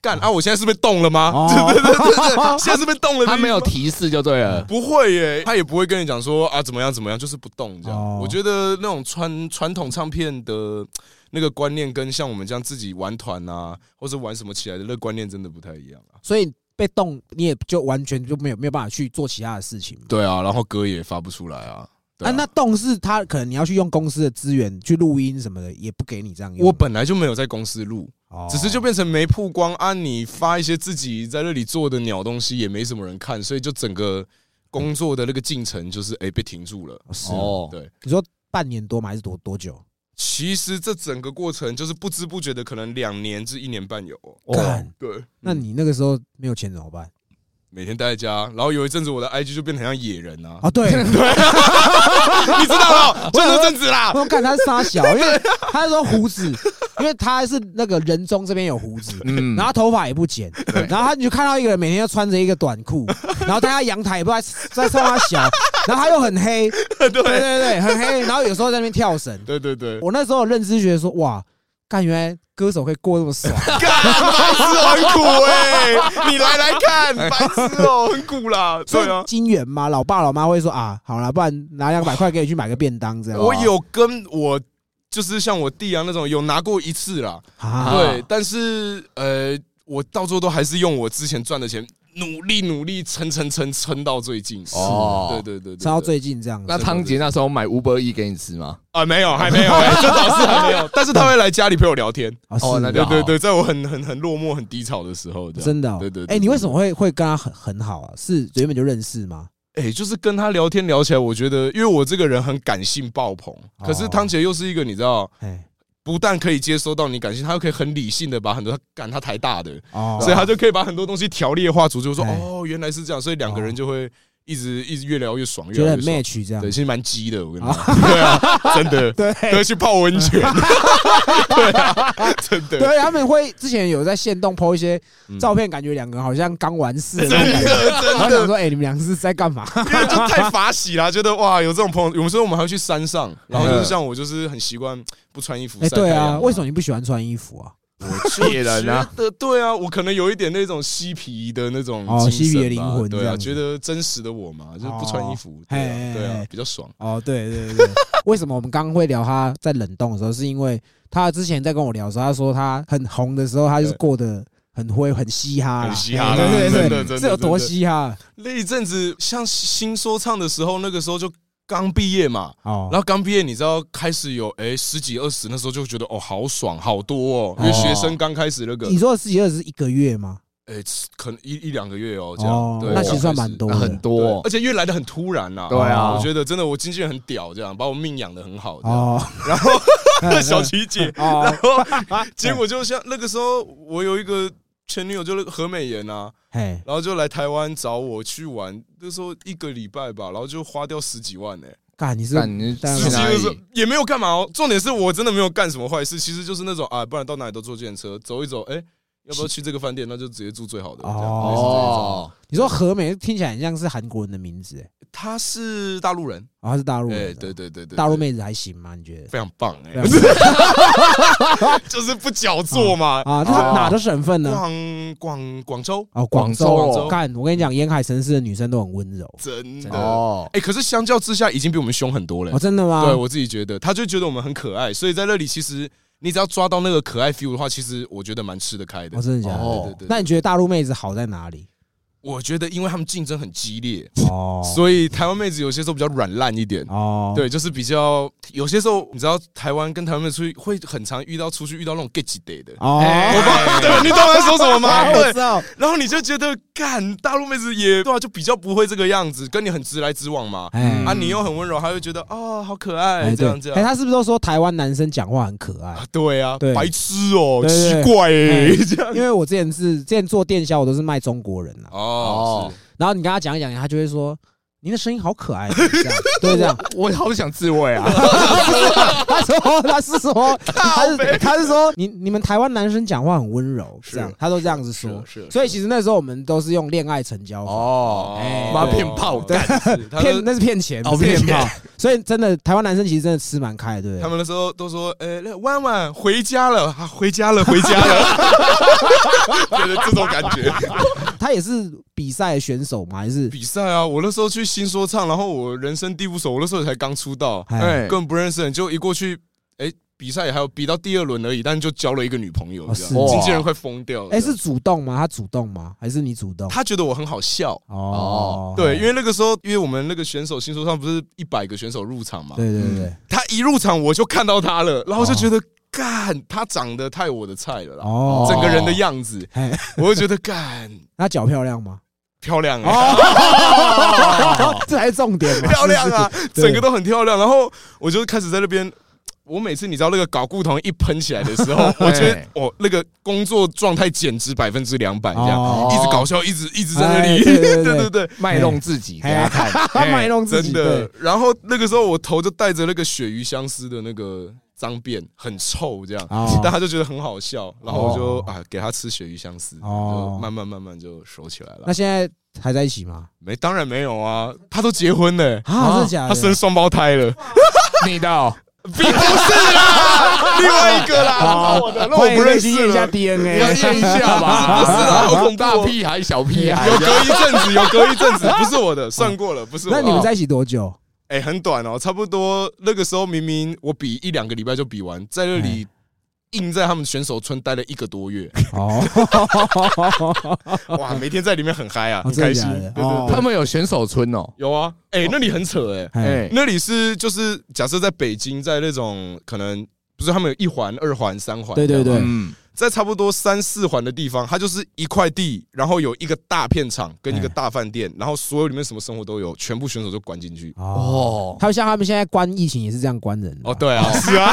[SPEAKER 2] 干啊，我现在是被冻了吗？
[SPEAKER 1] 哦
[SPEAKER 2] 对对对对对，现在是被冻了。
[SPEAKER 3] 他没有，提示就对了。
[SPEAKER 2] 不会耶，他也不会跟你讲说啊怎么样怎么样，就是不动这样。
[SPEAKER 1] 哦
[SPEAKER 2] 我觉得那种传传统唱片的那个观念，跟像我们这样自己玩团啊，或者玩什么起来的那个观念，真的不太一样啊。
[SPEAKER 1] 所以被动你也就完全就没有没有办法去做其他的事情嘛。
[SPEAKER 2] 对啊，然后歌也发不出来啊。对
[SPEAKER 1] 啊，那动是他可能你要去用公司的资源去录音什么的，也不给你这样用。
[SPEAKER 2] 我本来就没有在公司录，
[SPEAKER 1] 哦
[SPEAKER 2] 只是就变成没曝光啊！你发一些自己在那里做的鸟东西，也没什么人看，所以就整个工作的那个进程就是哎、被停住了。
[SPEAKER 1] 哦是哦，
[SPEAKER 3] 哦，
[SPEAKER 2] 对，
[SPEAKER 1] 你说半年多吗？还是多多久？
[SPEAKER 2] 其实这整个过程就是不知不觉的，可能两年至一年半有哦。
[SPEAKER 1] 干，
[SPEAKER 2] 对，
[SPEAKER 1] 那
[SPEAKER 2] 嗯
[SPEAKER 1] 你那个时候没有钱怎么 办？
[SPEAKER 2] 每天待在家，然后有一阵子我的 IG 就变得很像野人啊，
[SPEAKER 1] 啊，对，啊
[SPEAKER 2] 你知 道吗？就那阵子啦。
[SPEAKER 1] 我看他是傻 小，因为他是说胡子，因为他是那个人中这边有胡子。
[SPEAKER 3] 嗯
[SPEAKER 1] 然后头发也不剪，然后他你就看到一个人每天都穿着一个短 裤，然后在他阳台也不知道在在上他小，然后他又很黑，
[SPEAKER 2] 对
[SPEAKER 1] 对对对，很黑，然后有时候在那边跳绳，
[SPEAKER 2] 对对对，
[SPEAKER 1] 我那时候认知觉得说，哇，干原来歌手可以过那么爽，
[SPEAKER 2] 干，白痴哦很苦哎，你来来看，白痴哦，很苦啦。
[SPEAKER 1] 所
[SPEAKER 2] 对
[SPEAKER 1] 以
[SPEAKER 2] 啊，
[SPEAKER 1] 金元嘛，老爸老妈会说啊，好啦，不然拿两百块给你去买个便当这样。
[SPEAKER 2] 我有跟我就是像我弟啊那种有拿过一次啦，
[SPEAKER 1] 啊，
[SPEAKER 2] 对，但是呃，我到最后都还是用我之前赚的钱努力努力撑撑撑撑到最近。
[SPEAKER 3] 哦
[SPEAKER 2] 对对对对，
[SPEAKER 1] 撑到
[SPEAKER 2] 对
[SPEAKER 1] 最近这样子。
[SPEAKER 3] 那汤杰那时候买五百亿给你吃吗？
[SPEAKER 2] 啊没有还没有，哎 这倒是还没有，但是他会来家里陪我聊天。
[SPEAKER 1] 啊，
[SPEAKER 3] 哦那
[SPEAKER 1] 是
[SPEAKER 2] 对
[SPEAKER 3] 就好
[SPEAKER 2] 对对，在我很很很落寞很低潮的时候，这样
[SPEAKER 1] 真的哦。
[SPEAKER 2] 对对。
[SPEAKER 1] 哎，你为什
[SPEAKER 2] 么？
[SPEAKER 1] 么会会跟他很很好啊？是原本就认识吗？
[SPEAKER 2] 哎、就是跟他聊天聊起来，我觉得，因为我这个人很感性爆棚，可是
[SPEAKER 1] 哦
[SPEAKER 2] 汤姐又是一个你知道，
[SPEAKER 1] 哎，
[SPEAKER 2] 不但可以接收到你感性，他又可以很理性的把很多干他台大的，
[SPEAKER 1] 哦，
[SPEAKER 2] 所以他就可以把很多东西条列化出，就说
[SPEAKER 1] 哎
[SPEAKER 2] 哦，原来是这样，所以两个人就会一直一直越聊越爽，
[SPEAKER 1] 哦觉
[SPEAKER 2] 越
[SPEAKER 1] 得
[SPEAKER 2] 来
[SPEAKER 1] 很啊
[SPEAKER 2] 越爽。
[SPEAKER 1] match 这样
[SPEAKER 2] 对，。其实蛮鸡的，我跟你讲， 对啊，真 的，
[SPEAKER 1] 对
[SPEAKER 2] 都会去泡温 泉，对啊，真的，
[SPEAKER 1] 对，他们会之前有在线动 po 一些
[SPEAKER 2] 嗯
[SPEAKER 1] 照片，感觉两个人好像刚完事的
[SPEAKER 2] 真
[SPEAKER 1] 那种感觉，
[SPEAKER 2] 的真
[SPEAKER 1] 然后想
[SPEAKER 2] 的，
[SPEAKER 1] 说，哎，你们俩是在干嘛？
[SPEAKER 2] 因为就太法喜啦，觉得哇，有这种朋友，有时候我们还会去山上，然后就是像我，就是很习惯 不穿衣服
[SPEAKER 1] 嗯哎，
[SPEAKER 2] 晒太
[SPEAKER 1] 对
[SPEAKER 2] 阳
[SPEAKER 1] 啊，
[SPEAKER 2] 啊。
[SPEAKER 1] 为什么你不喜欢穿衣服啊？
[SPEAKER 2] 我
[SPEAKER 3] 野人 啊
[SPEAKER 2] 觉得？对啊，我可能有一点那种嬉皮的那种
[SPEAKER 1] 哦
[SPEAKER 2] 精神
[SPEAKER 1] 嬉皮的
[SPEAKER 2] 吧
[SPEAKER 1] 灵魂这
[SPEAKER 2] 对啊，
[SPEAKER 1] 样子
[SPEAKER 2] 觉得真实的我嘛，就是不穿衣服，对
[SPEAKER 1] 哦嘿嘿
[SPEAKER 2] 啊，
[SPEAKER 1] 嘿
[SPEAKER 2] 对啊，比较爽。
[SPEAKER 1] 哦，对对对， 为什么我们刚刚会聊他在冷冻的时候，是因为他之前在跟我聊的时候，他说他很红的时候，他就是
[SPEAKER 2] 对
[SPEAKER 1] 过得很灰，很嘻哈啦，哎
[SPEAKER 2] 很嘻哈啦
[SPEAKER 1] 对对
[SPEAKER 2] 真的
[SPEAKER 1] 对
[SPEAKER 2] 真
[SPEAKER 1] 对，
[SPEAKER 2] 的
[SPEAKER 1] 是有多
[SPEAKER 2] 真的
[SPEAKER 1] 嘻哈
[SPEAKER 2] 那一阵子，像新说唱的时候，那个时候就刚毕业嘛，
[SPEAKER 1] 哦
[SPEAKER 2] 然。后刚毕业，你知道开始有哎、十几二十，那时候就觉得哦好爽好多哦，因为学生刚开始那个
[SPEAKER 1] 你说的十几二是一个月吗？
[SPEAKER 2] 哎、可能一一两个月哦这样，
[SPEAKER 1] 哦
[SPEAKER 2] 对，，
[SPEAKER 1] 那其实算
[SPEAKER 2] 刚开始
[SPEAKER 1] 蛮多
[SPEAKER 3] 那很
[SPEAKER 1] 的。
[SPEAKER 2] 对
[SPEAKER 3] 多
[SPEAKER 2] 而且越来的很突然呐、
[SPEAKER 3] 对啊
[SPEAKER 2] 我觉得真的我经纪人很屌，这样把我命养的很好这样。
[SPEAKER 1] 哦，
[SPEAKER 2] 然后
[SPEAKER 1] 嗯
[SPEAKER 2] 小琪姐，
[SPEAKER 1] 哦
[SPEAKER 2] 然后 结果就像那个时候，我有一个前女友就是何美妍啊，
[SPEAKER 1] 嘿，
[SPEAKER 2] 然后就来台湾找我去玩，那时候一个礼拜吧，然后就花掉十几万呢、
[SPEAKER 1] 干你是
[SPEAKER 3] 但你
[SPEAKER 1] 但
[SPEAKER 2] 司
[SPEAKER 3] 去
[SPEAKER 2] 机
[SPEAKER 3] 哪
[SPEAKER 2] 就
[SPEAKER 3] 里
[SPEAKER 2] 是？也没有干嘛哦，重点是我真的没有干什么坏事，其实就是那种啊，不然到哪里都坐电车，走一走，哎、要不要去这个饭店？那就直接住最好的。
[SPEAKER 1] 哦
[SPEAKER 2] 哦，
[SPEAKER 3] 哦，
[SPEAKER 1] 你说和美听起来很像是韩国人的名字，哎，
[SPEAKER 2] 他是大陆人，
[SPEAKER 1] 哦，他是大陆
[SPEAKER 2] 哎，
[SPEAKER 1] 人，
[SPEAKER 2] 对，对对对，对
[SPEAKER 1] 大陆妹子还行吗？你觉得？
[SPEAKER 2] 非常棒哎、
[SPEAKER 1] 非
[SPEAKER 2] 就是不矫作嘛。
[SPEAKER 1] 啊，这是
[SPEAKER 3] 哦
[SPEAKER 1] 哪个省份呢？
[SPEAKER 2] 广广广州
[SPEAKER 1] 哦，广州
[SPEAKER 3] 广
[SPEAKER 2] 州
[SPEAKER 1] 哦，干！我跟你讲，沿海城市的女生都很温柔。
[SPEAKER 2] 真的
[SPEAKER 1] 真
[SPEAKER 2] 哎、
[SPEAKER 1] 的
[SPEAKER 3] 哦，
[SPEAKER 2] 可是相较之下已经比我们凶很多了、
[SPEAKER 1] 哦，真的吗？
[SPEAKER 2] 对我自己觉得，他就觉得我们很可爱，所以在那里其实你只要抓到那个可爱 feel 的话，其实我觉得蛮吃得开的
[SPEAKER 1] 哦，。真的假的？
[SPEAKER 3] 哦
[SPEAKER 2] 对对对，
[SPEAKER 1] 那你觉得大陆妹子好在哪 里？
[SPEAKER 2] 我觉得因为他们竞争很激烈，
[SPEAKER 1] 哦，
[SPEAKER 2] 所以台湾妹子有些时候比较软烂一点。
[SPEAKER 1] 哦，
[SPEAKER 2] 对，就是比较有些时候，你知道台湾跟台湾妹子出去会很常遇到出去遇到那种 get day 的，
[SPEAKER 1] 哦，
[SPEAKER 2] 哎我不对，你懂我在说什么吗？
[SPEAKER 1] 哎我
[SPEAKER 2] 对
[SPEAKER 1] 知，道，
[SPEAKER 2] 然后你就觉得，干大陆妹子也对啊，就比较不会这个样子，跟你很直来直往嘛。
[SPEAKER 1] 哎
[SPEAKER 2] 啊，你又很温柔，她会觉得啊，好可爱，
[SPEAKER 1] 哎，
[SPEAKER 2] 这样
[SPEAKER 1] 对
[SPEAKER 2] 这，
[SPEAKER 1] 哎，
[SPEAKER 2] 样。
[SPEAKER 1] 他是不是都说台湾男生讲话很可爱
[SPEAKER 2] 啊？，对啊，
[SPEAKER 1] 对
[SPEAKER 2] 白痴哦，
[SPEAKER 1] 对
[SPEAKER 2] 奇
[SPEAKER 1] 对对
[SPEAKER 2] 怪哎，
[SPEAKER 1] 哎
[SPEAKER 2] 这样。
[SPEAKER 1] 因为我之前是之前做电销，我都是卖中国人啊。
[SPEAKER 2] 哦，是
[SPEAKER 1] 然后你跟他讲一讲，他就会说：“您的声音好可 爱。”这样，对，这样。
[SPEAKER 3] 我好想自慰啊！
[SPEAKER 1] 他说他是说他是他是说你你们台湾男生讲话很温柔，这样他都这样子说。
[SPEAKER 2] 是是
[SPEAKER 1] 所以其实那时候我们都是用恋爱成交法，
[SPEAKER 3] 哦，
[SPEAKER 1] 哎
[SPEAKER 3] 妈
[SPEAKER 1] 对
[SPEAKER 3] 骗炮
[SPEAKER 2] 对
[SPEAKER 3] 干，
[SPEAKER 2] 他
[SPEAKER 1] 骗
[SPEAKER 2] 们
[SPEAKER 1] 那是骗钱，
[SPEAKER 3] 哦
[SPEAKER 1] 不是
[SPEAKER 3] 骗
[SPEAKER 1] 骗炮
[SPEAKER 3] 钱。
[SPEAKER 1] 所以真的台湾男生其实真的吃蛮开的，对不对？
[SPEAKER 2] 他们那时候都说，呃，那弯弯回家了，啊回 家了，回家了，就是这种感 觉。
[SPEAKER 1] 他也是比赛的选手嘛，还是
[SPEAKER 2] 比赛啊，我那时候去新说唱，然后我人生地不熟，我那时候才刚出道，
[SPEAKER 1] 哎
[SPEAKER 2] 根本不认识人，就一过去，哎、比赛也还有比到第二轮而已，但就交了一个女朋友，
[SPEAKER 1] 哦
[SPEAKER 2] 这样
[SPEAKER 1] 是
[SPEAKER 3] 哇
[SPEAKER 2] 经纪人快疯掉了。
[SPEAKER 1] 哎是主动吗？他主动吗？还是你主动？
[SPEAKER 2] 他觉得我很好笑，
[SPEAKER 1] 哦，
[SPEAKER 2] 对，因为那个时候，因为我们那个选手新说唱不是一百个选手入场嘛，
[SPEAKER 1] 对哦对对对，
[SPEAKER 2] 他一入场我就看到他了，然后就觉得干，他长得太我的菜了啦，
[SPEAKER 1] 哦，
[SPEAKER 2] 整个人的样子
[SPEAKER 1] 嘿，
[SPEAKER 2] 我就觉得干
[SPEAKER 1] 他脚漂亮吗？
[SPEAKER 2] 漂亮哎、
[SPEAKER 1] 哦， 这才是重点嘛，
[SPEAKER 2] 漂亮啊
[SPEAKER 1] 是，对
[SPEAKER 2] 整个都很漂亮。然后我就开始在那边，我每次你知道那个搞固酮一喷起来的 时候，我觉得我那个工作状态简直百分之两百
[SPEAKER 1] 不
[SPEAKER 2] 这
[SPEAKER 1] 是。
[SPEAKER 2] 样。
[SPEAKER 1] 哦
[SPEAKER 2] 一直搞笑，一直一直在那里，
[SPEAKER 1] 哎对
[SPEAKER 2] 对
[SPEAKER 1] 对对
[SPEAKER 2] 对对，
[SPEAKER 3] 卖弄自己
[SPEAKER 2] 哎
[SPEAKER 3] 给他看，
[SPEAKER 1] 他卖弄自己
[SPEAKER 2] 真的
[SPEAKER 1] 对。
[SPEAKER 2] 然后那个时候我头就带着那个鳕鱼相思的那个脏辫，很臭这样，
[SPEAKER 1] 哦
[SPEAKER 2] 但他就觉得很好笑，然后我就
[SPEAKER 1] 哦
[SPEAKER 2] 啊给他吃鳕鱼相思，
[SPEAKER 1] 哦
[SPEAKER 2] 就慢慢慢慢就熟起来了
[SPEAKER 1] 那。现在还在一起吗？
[SPEAKER 2] 没，当然没有啊，他都结婚了，
[SPEAKER 1] 啊，真的假的？
[SPEAKER 2] 他生双胞 胎了。
[SPEAKER 3] 你的哦
[SPEAKER 2] 并不是啦，另外一个
[SPEAKER 1] 哦
[SPEAKER 2] 啦，我的，那我
[SPEAKER 1] 欢迎
[SPEAKER 2] 不认
[SPEAKER 1] 可以
[SPEAKER 2] 识
[SPEAKER 1] 去验一下
[SPEAKER 2] 了。
[SPEAKER 3] 你要
[SPEAKER 1] DNA。
[SPEAKER 3] 验一 下吧？
[SPEAKER 2] 哎 不是啊好恐怖哦
[SPEAKER 3] 大屁孩、小屁
[SPEAKER 1] 啊
[SPEAKER 3] 孩，
[SPEAKER 2] 有隔一阵子，有隔一阵子，不是我的，算过了，不是我哦
[SPEAKER 1] 那你
[SPEAKER 2] 的。
[SPEAKER 1] 们在一起多久？
[SPEAKER 2] 哎，很短哦，差不多那个时候明明我比一两个礼拜就比完，在那
[SPEAKER 1] 哎
[SPEAKER 2] 里硬在他们选手村待了一个 多月，
[SPEAKER 1] 哦，
[SPEAKER 2] 哇，每天在里面很嗨啊，
[SPEAKER 1] 哦
[SPEAKER 2] 很开
[SPEAKER 1] 真的
[SPEAKER 2] 心
[SPEAKER 1] 假的。
[SPEAKER 2] 对对
[SPEAKER 3] 他
[SPEAKER 2] 对，
[SPEAKER 3] 们有选手村哦。
[SPEAKER 2] 有啊，哎，那里很扯哎，
[SPEAKER 1] 哎，
[SPEAKER 3] 哎，
[SPEAKER 2] 那里是就是假设在北京，在那种可能不是他们有一环、二环、三环，
[SPEAKER 1] 对对对
[SPEAKER 3] 嗯，
[SPEAKER 2] 在差不多三四环的地方，它就是一块地，然后有一个大片场跟
[SPEAKER 1] 哎
[SPEAKER 2] 一个大饭店，然后所有里面什么生活都有，全部选手就关进去。
[SPEAKER 1] 哦，
[SPEAKER 3] 哦，
[SPEAKER 1] 他们像他们现在关疫情也是这样关人的
[SPEAKER 2] 嗯哦，，对啊，是啊，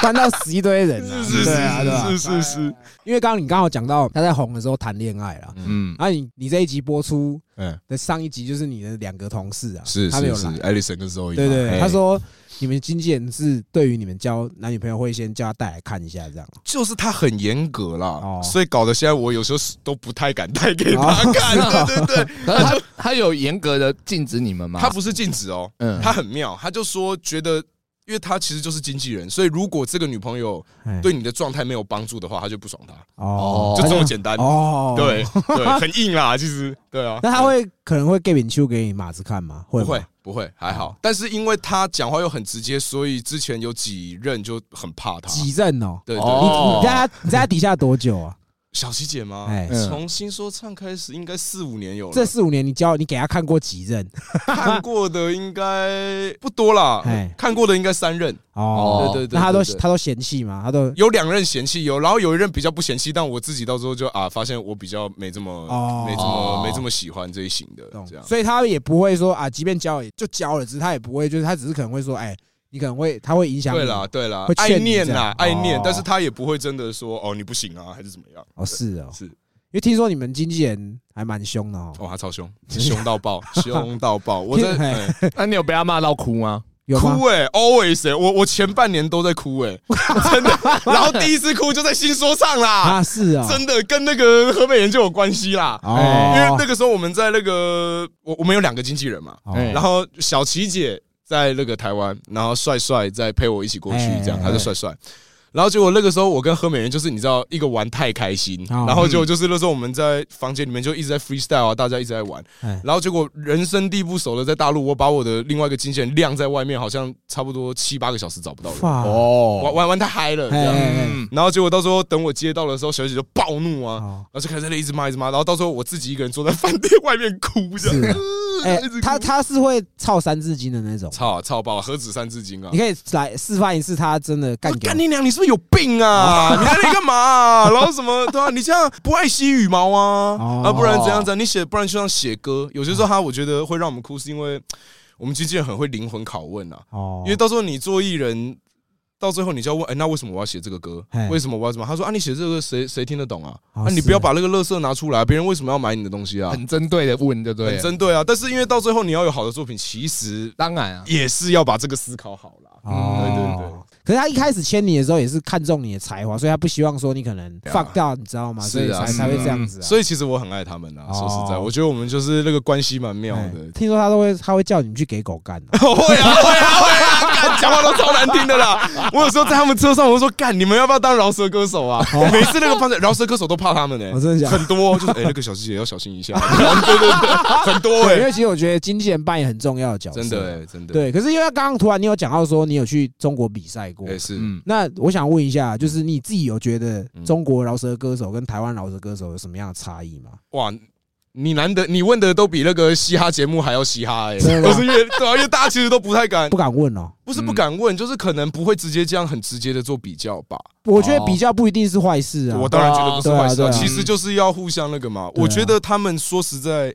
[SPEAKER 1] 关到死一堆人啊，
[SPEAKER 2] 是是
[SPEAKER 1] 对啊，对吧？
[SPEAKER 2] 是是是是，
[SPEAKER 1] 因为刚刚你刚好讲到他在红的时候谈恋爱啦，
[SPEAKER 3] 嗯，
[SPEAKER 1] 啊，你你这一集播出
[SPEAKER 2] 嗯，
[SPEAKER 1] 的上一集就是你的两个同事啊，
[SPEAKER 2] 是
[SPEAKER 1] 他们
[SPEAKER 2] 是
[SPEAKER 1] 有
[SPEAKER 2] 是
[SPEAKER 1] 来，
[SPEAKER 2] ，Alison 跟 Zoe，
[SPEAKER 1] 对对，
[SPEAKER 2] 哎
[SPEAKER 1] 对他说你们经纪人是对于你们交男女朋友会先叫他带来看一下这样，
[SPEAKER 2] 就是他很严格啦
[SPEAKER 1] 哦，
[SPEAKER 2] 所以搞得现在我有时候是都不太敢带给他看，啊 对对对，
[SPEAKER 3] 可是他他有严格的禁止你们吗？
[SPEAKER 2] 他不是禁止哦，
[SPEAKER 3] 嗯
[SPEAKER 2] 他很妙，他就说觉得。因为他其实就是经纪人，所以如果这个女朋友
[SPEAKER 1] 哎
[SPEAKER 2] 对你的状态没有帮助的话，他就不爽他，
[SPEAKER 1] 哦，
[SPEAKER 2] 就这么简单。
[SPEAKER 1] 哦，
[SPEAKER 2] 对对，很硬啦，其实对啊。
[SPEAKER 1] 那他会可能会 g 饼秋给你马子看吗？会哦
[SPEAKER 2] 不
[SPEAKER 1] 吗
[SPEAKER 2] 会？不会还好？但是因为他讲话又很直接，所以之前有几任就很怕他。
[SPEAKER 1] 几任哦？
[SPEAKER 2] 对
[SPEAKER 1] 你
[SPEAKER 2] 对，
[SPEAKER 3] 哦
[SPEAKER 1] 你在他你在他底下多久 啊？
[SPEAKER 2] 小琪姐吗？
[SPEAKER 1] 哎
[SPEAKER 3] 嗯
[SPEAKER 2] 从新说唱开始应该四五年有
[SPEAKER 1] 这
[SPEAKER 2] 了，
[SPEAKER 1] 四五年你教你给他看过几任？
[SPEAKER 2] 看过的应该不多啦
[SPEAKER 1] 哎，
[SPEAKER 2] 看过的应该三任，
[SPEAKER 1] 哦，
[SPEAKER 2] 对对对，
[SPEAKER 1] 那他都
[SPEAKER 2] 对对
[SPEAKER 1] 他都嫌弃吗？他都
[SPEAKER 2] 有两任嫌弃有，然后有一任比较不嫌弃，但我自己到时候就啊发现我比较没这么
[SPEAKER 1] 哦
[SPEAKER 2] 没这么
[SPEAKER 3] 哦
[SPEAKER 2] 没这么喜欢这一型的
[SPEAKER 1] 懂
[SPEAKER 2] 这样，
[SPEAKER 1] 所以他也不会说啊，即便交也就交了，只是他也不会，就是他只是可能会说，哎，你可能会他会影响
[SPEAKER 2] 对
[SPEAKER 1] 你
[SPEAKER 2] 啦，对啦
[SPEAKER 1] 会，
[SPEAKER 2] 爱
[SPEAKER 1] 劝你
[SPEAKER 2] 念
[SPEAKER 1] 这
[SPEAKER 2] 啦
[SPEAKER 1] 样
[SPEAKER 2] 爱念
[SPEAKER 1] 哦，
[SPEAKER 2] 但是他也不会真的说哦你不行啊还是怎么样，
[SPEAKER 1] 哦，是哦，
[SPEAKER 2] 是
[SPEAKER 1] 因为听说你们经纪人还蛮凶的哦。
[SPEAKER 2] 哇，他超凶，凶到爆，凶到爆！我在
[SPEAKER 1] 嘿
[SPEAKER 2] 哎
[SPEAKER 3] 那你有被他骂到哭吗？
[SPEAKER 1] 有吗
[SPEAKER 2] 哭？哎、a l w a y s 哎、我我前半年都在哭哎、 真的。然后第一次哭就在新说唱啦，
[SPEAKER 1] 啊，是啊，哦
[SPEAKER 2] 真的跟那个河北人就有关系啦。因为那个时候我们在那个我我们有两个经纪人嘛，
[SPEAKER 1] 哦
[SPEAKER 3] 哎
[SPEAKER 2] 然后小琪姐在那个台湾，然后帅帅在陪我一起过去，这样
[SPEAKER 1] 哎
[SPEAKER 2] 他就帅帅。然后结果那个时候我跟何美人就是你知道一个玩太开心，
[SPEAKER 1] 哦
[SPEAKER 2] 然后结果就是那时候我们在房间里面就一直在 freestyle 啊，大家一直在玩
[SPEAKER 1] 哎。
[SPEAKER 2] 然后结果人生地不熟的在大陆，我把我的另外一个经纪人晾在外面，好像差不多七八个小时找不到人，
[SPEAKER 1] 哇，
[SPEAKER 3] 哦，
[SPEAKER 2] 玩玩玩太嗨了这
[SPEAKER 1] 哎
[SPEAKER 2] 样。
[SPEAKER 1] 哎哎
[SPEAKER 2] 然后结果到时候等我接到的时候，小姐就暴怒啊，
[SPEAKER 1] 哦
[SPEAKER 2] 然后就开始在那一直骂一直骂，然后到时候我自己一个人坐在饭店外面哭这
[SPEAKER 1] 是
[SPEAKER 2] 样
[SPEAKER 1] 啊，
[SPEAKER 2] 呃
[SPEAKER 1] 哎
[SPEAKER 2] 一直，哭
[SPEAKER 1] 他他是会操三字经的那种，
[SPEAKER 2] 操操爆，何止三字经啊
[SPEAKER 1] 你！可以来示范一次，他真的干哦
[SPEAKER 2] 我
[SPEAKER 1] 给
[SPEAKER 2] 干你娘！你是不是有病啊？ 你来那里干嘛 啊、然后什么对啊？你这样不爱惜羽毛
[SPEAKER 1] 哦
[SPEAKER 2] 啊？啊，不然怎样怎样？你写不然就像写歌，有些时候他我觉得会让我们哭，是因为我们经纪人很会灵魂拷问啊。
[SPEAKER 1] 哦，
[SPEAKER 2] 因为到时候你做艺人，到最后你就要问，哎、那为什么我要写这个歌
[SPEAKER 1] 嘿？
[SPEAKER 2] 为什么我要怎么？他说啊，你写这个谁谁听得懂啊？
[SPEAKER 1] 哦
[SPEAKER 2] 啊，你
[SPEAKER 1] 是
[SPEAKER 2] 不要把那个乐色拿出来，别人为什么要买你的东西啊？
[SPEAKER 3] 很针对的问，对不
[SPEAKER 2] 很
[SPEAKER 3] 对？
[SPEAKER 2] 针对啊，但是因为到最后你要有好的作品，其实
[SPEAKER 3] 当然啊，
[SPEAKER 2] 也是要把这个思考好啊啦。
[SPEAKER 1] 哦，
[SPEAKER 2] 嗯对对对。
[SPEAKER 1] 可是他一开始签你的时候也是看中你的才华，所以他不希望说你可能
[SPEAKER 2] 对啊
[SPEAKER 1] 放掉，你知道吗？所以
[SPEAKER 2] 是啊
[SPEAKER 1] 才才会
[SPEAKER 2] 是啊
[SPEAKER 1] 这样子啊。
[SPEAKER 2] 所以其实我很爱他们啊，
[SPEAKER 1] 哦
[SPEAKER 2] 说实在，我觉得我们就是那个关系蛮妙
[SPEAKER 1] 哎
[SPEAKER 2] 的。
[SPEAKER 1] 听说他都会他会叫你去给狗干啊
[SPEAKER 2] 会啊会啊会啊，干讲话都超难听的啦。我有时候在他们车上，我就说干，你们要不要当饶舌歌手啊？
[SPEAKER 1] 哦
[SPEAKER 2] 每次那个放在饶舌歌手都怕他们欸呢、
[SPEAKER 1] 我真的假的
[SPEAKER 2] 很多就是哎、那个小细节要小心 一下，对对对，很多哎、
[SPEAKER 1] 对因为其实我觉得经纪人扮演很重要的角色，
[SPEAKER 2] 真的哎、真的，
[SPEAKER 1] 对。可是因为刚刚突然你有讲到说你有去中国比赛过
[SPEAKER 2] 哎、，是。
[SPEAKER 3] 嗯，
[SPEAKER 1] 那我想问一下，就是你自己有觉得中国饶舌歌手跟台湾饶舌歌手有什么样的差异吗？
[SPEAKER 2] 哇，你难得你问的都比那个嘻哈节目还要嘻哈哎、
[SPEAKER 1] 真的吗
[SPEAKER 2] 欸，都是因为对啊，因为大家其实都不太敢
[SPEAKER 1] 不，敢问哦，
[SPEAKER 2] 不是不敢问，就是可能不会直接这样很直接的做比较吧。
[SPEAKER 1] 我觉得
[SPEAKER 3] 哦
[SPEAKER 1] 比较不一定是坏事啊。
[SPEAKER 2] 我当然觉得不是坏事
[SPEAKER 1] 对啊对啊
[SPEAKER 2] 啊，其实就是要互相那个嘛。
[SPEAKER 1] 对啊
[SPEAKER 2] 我觉得他们说实在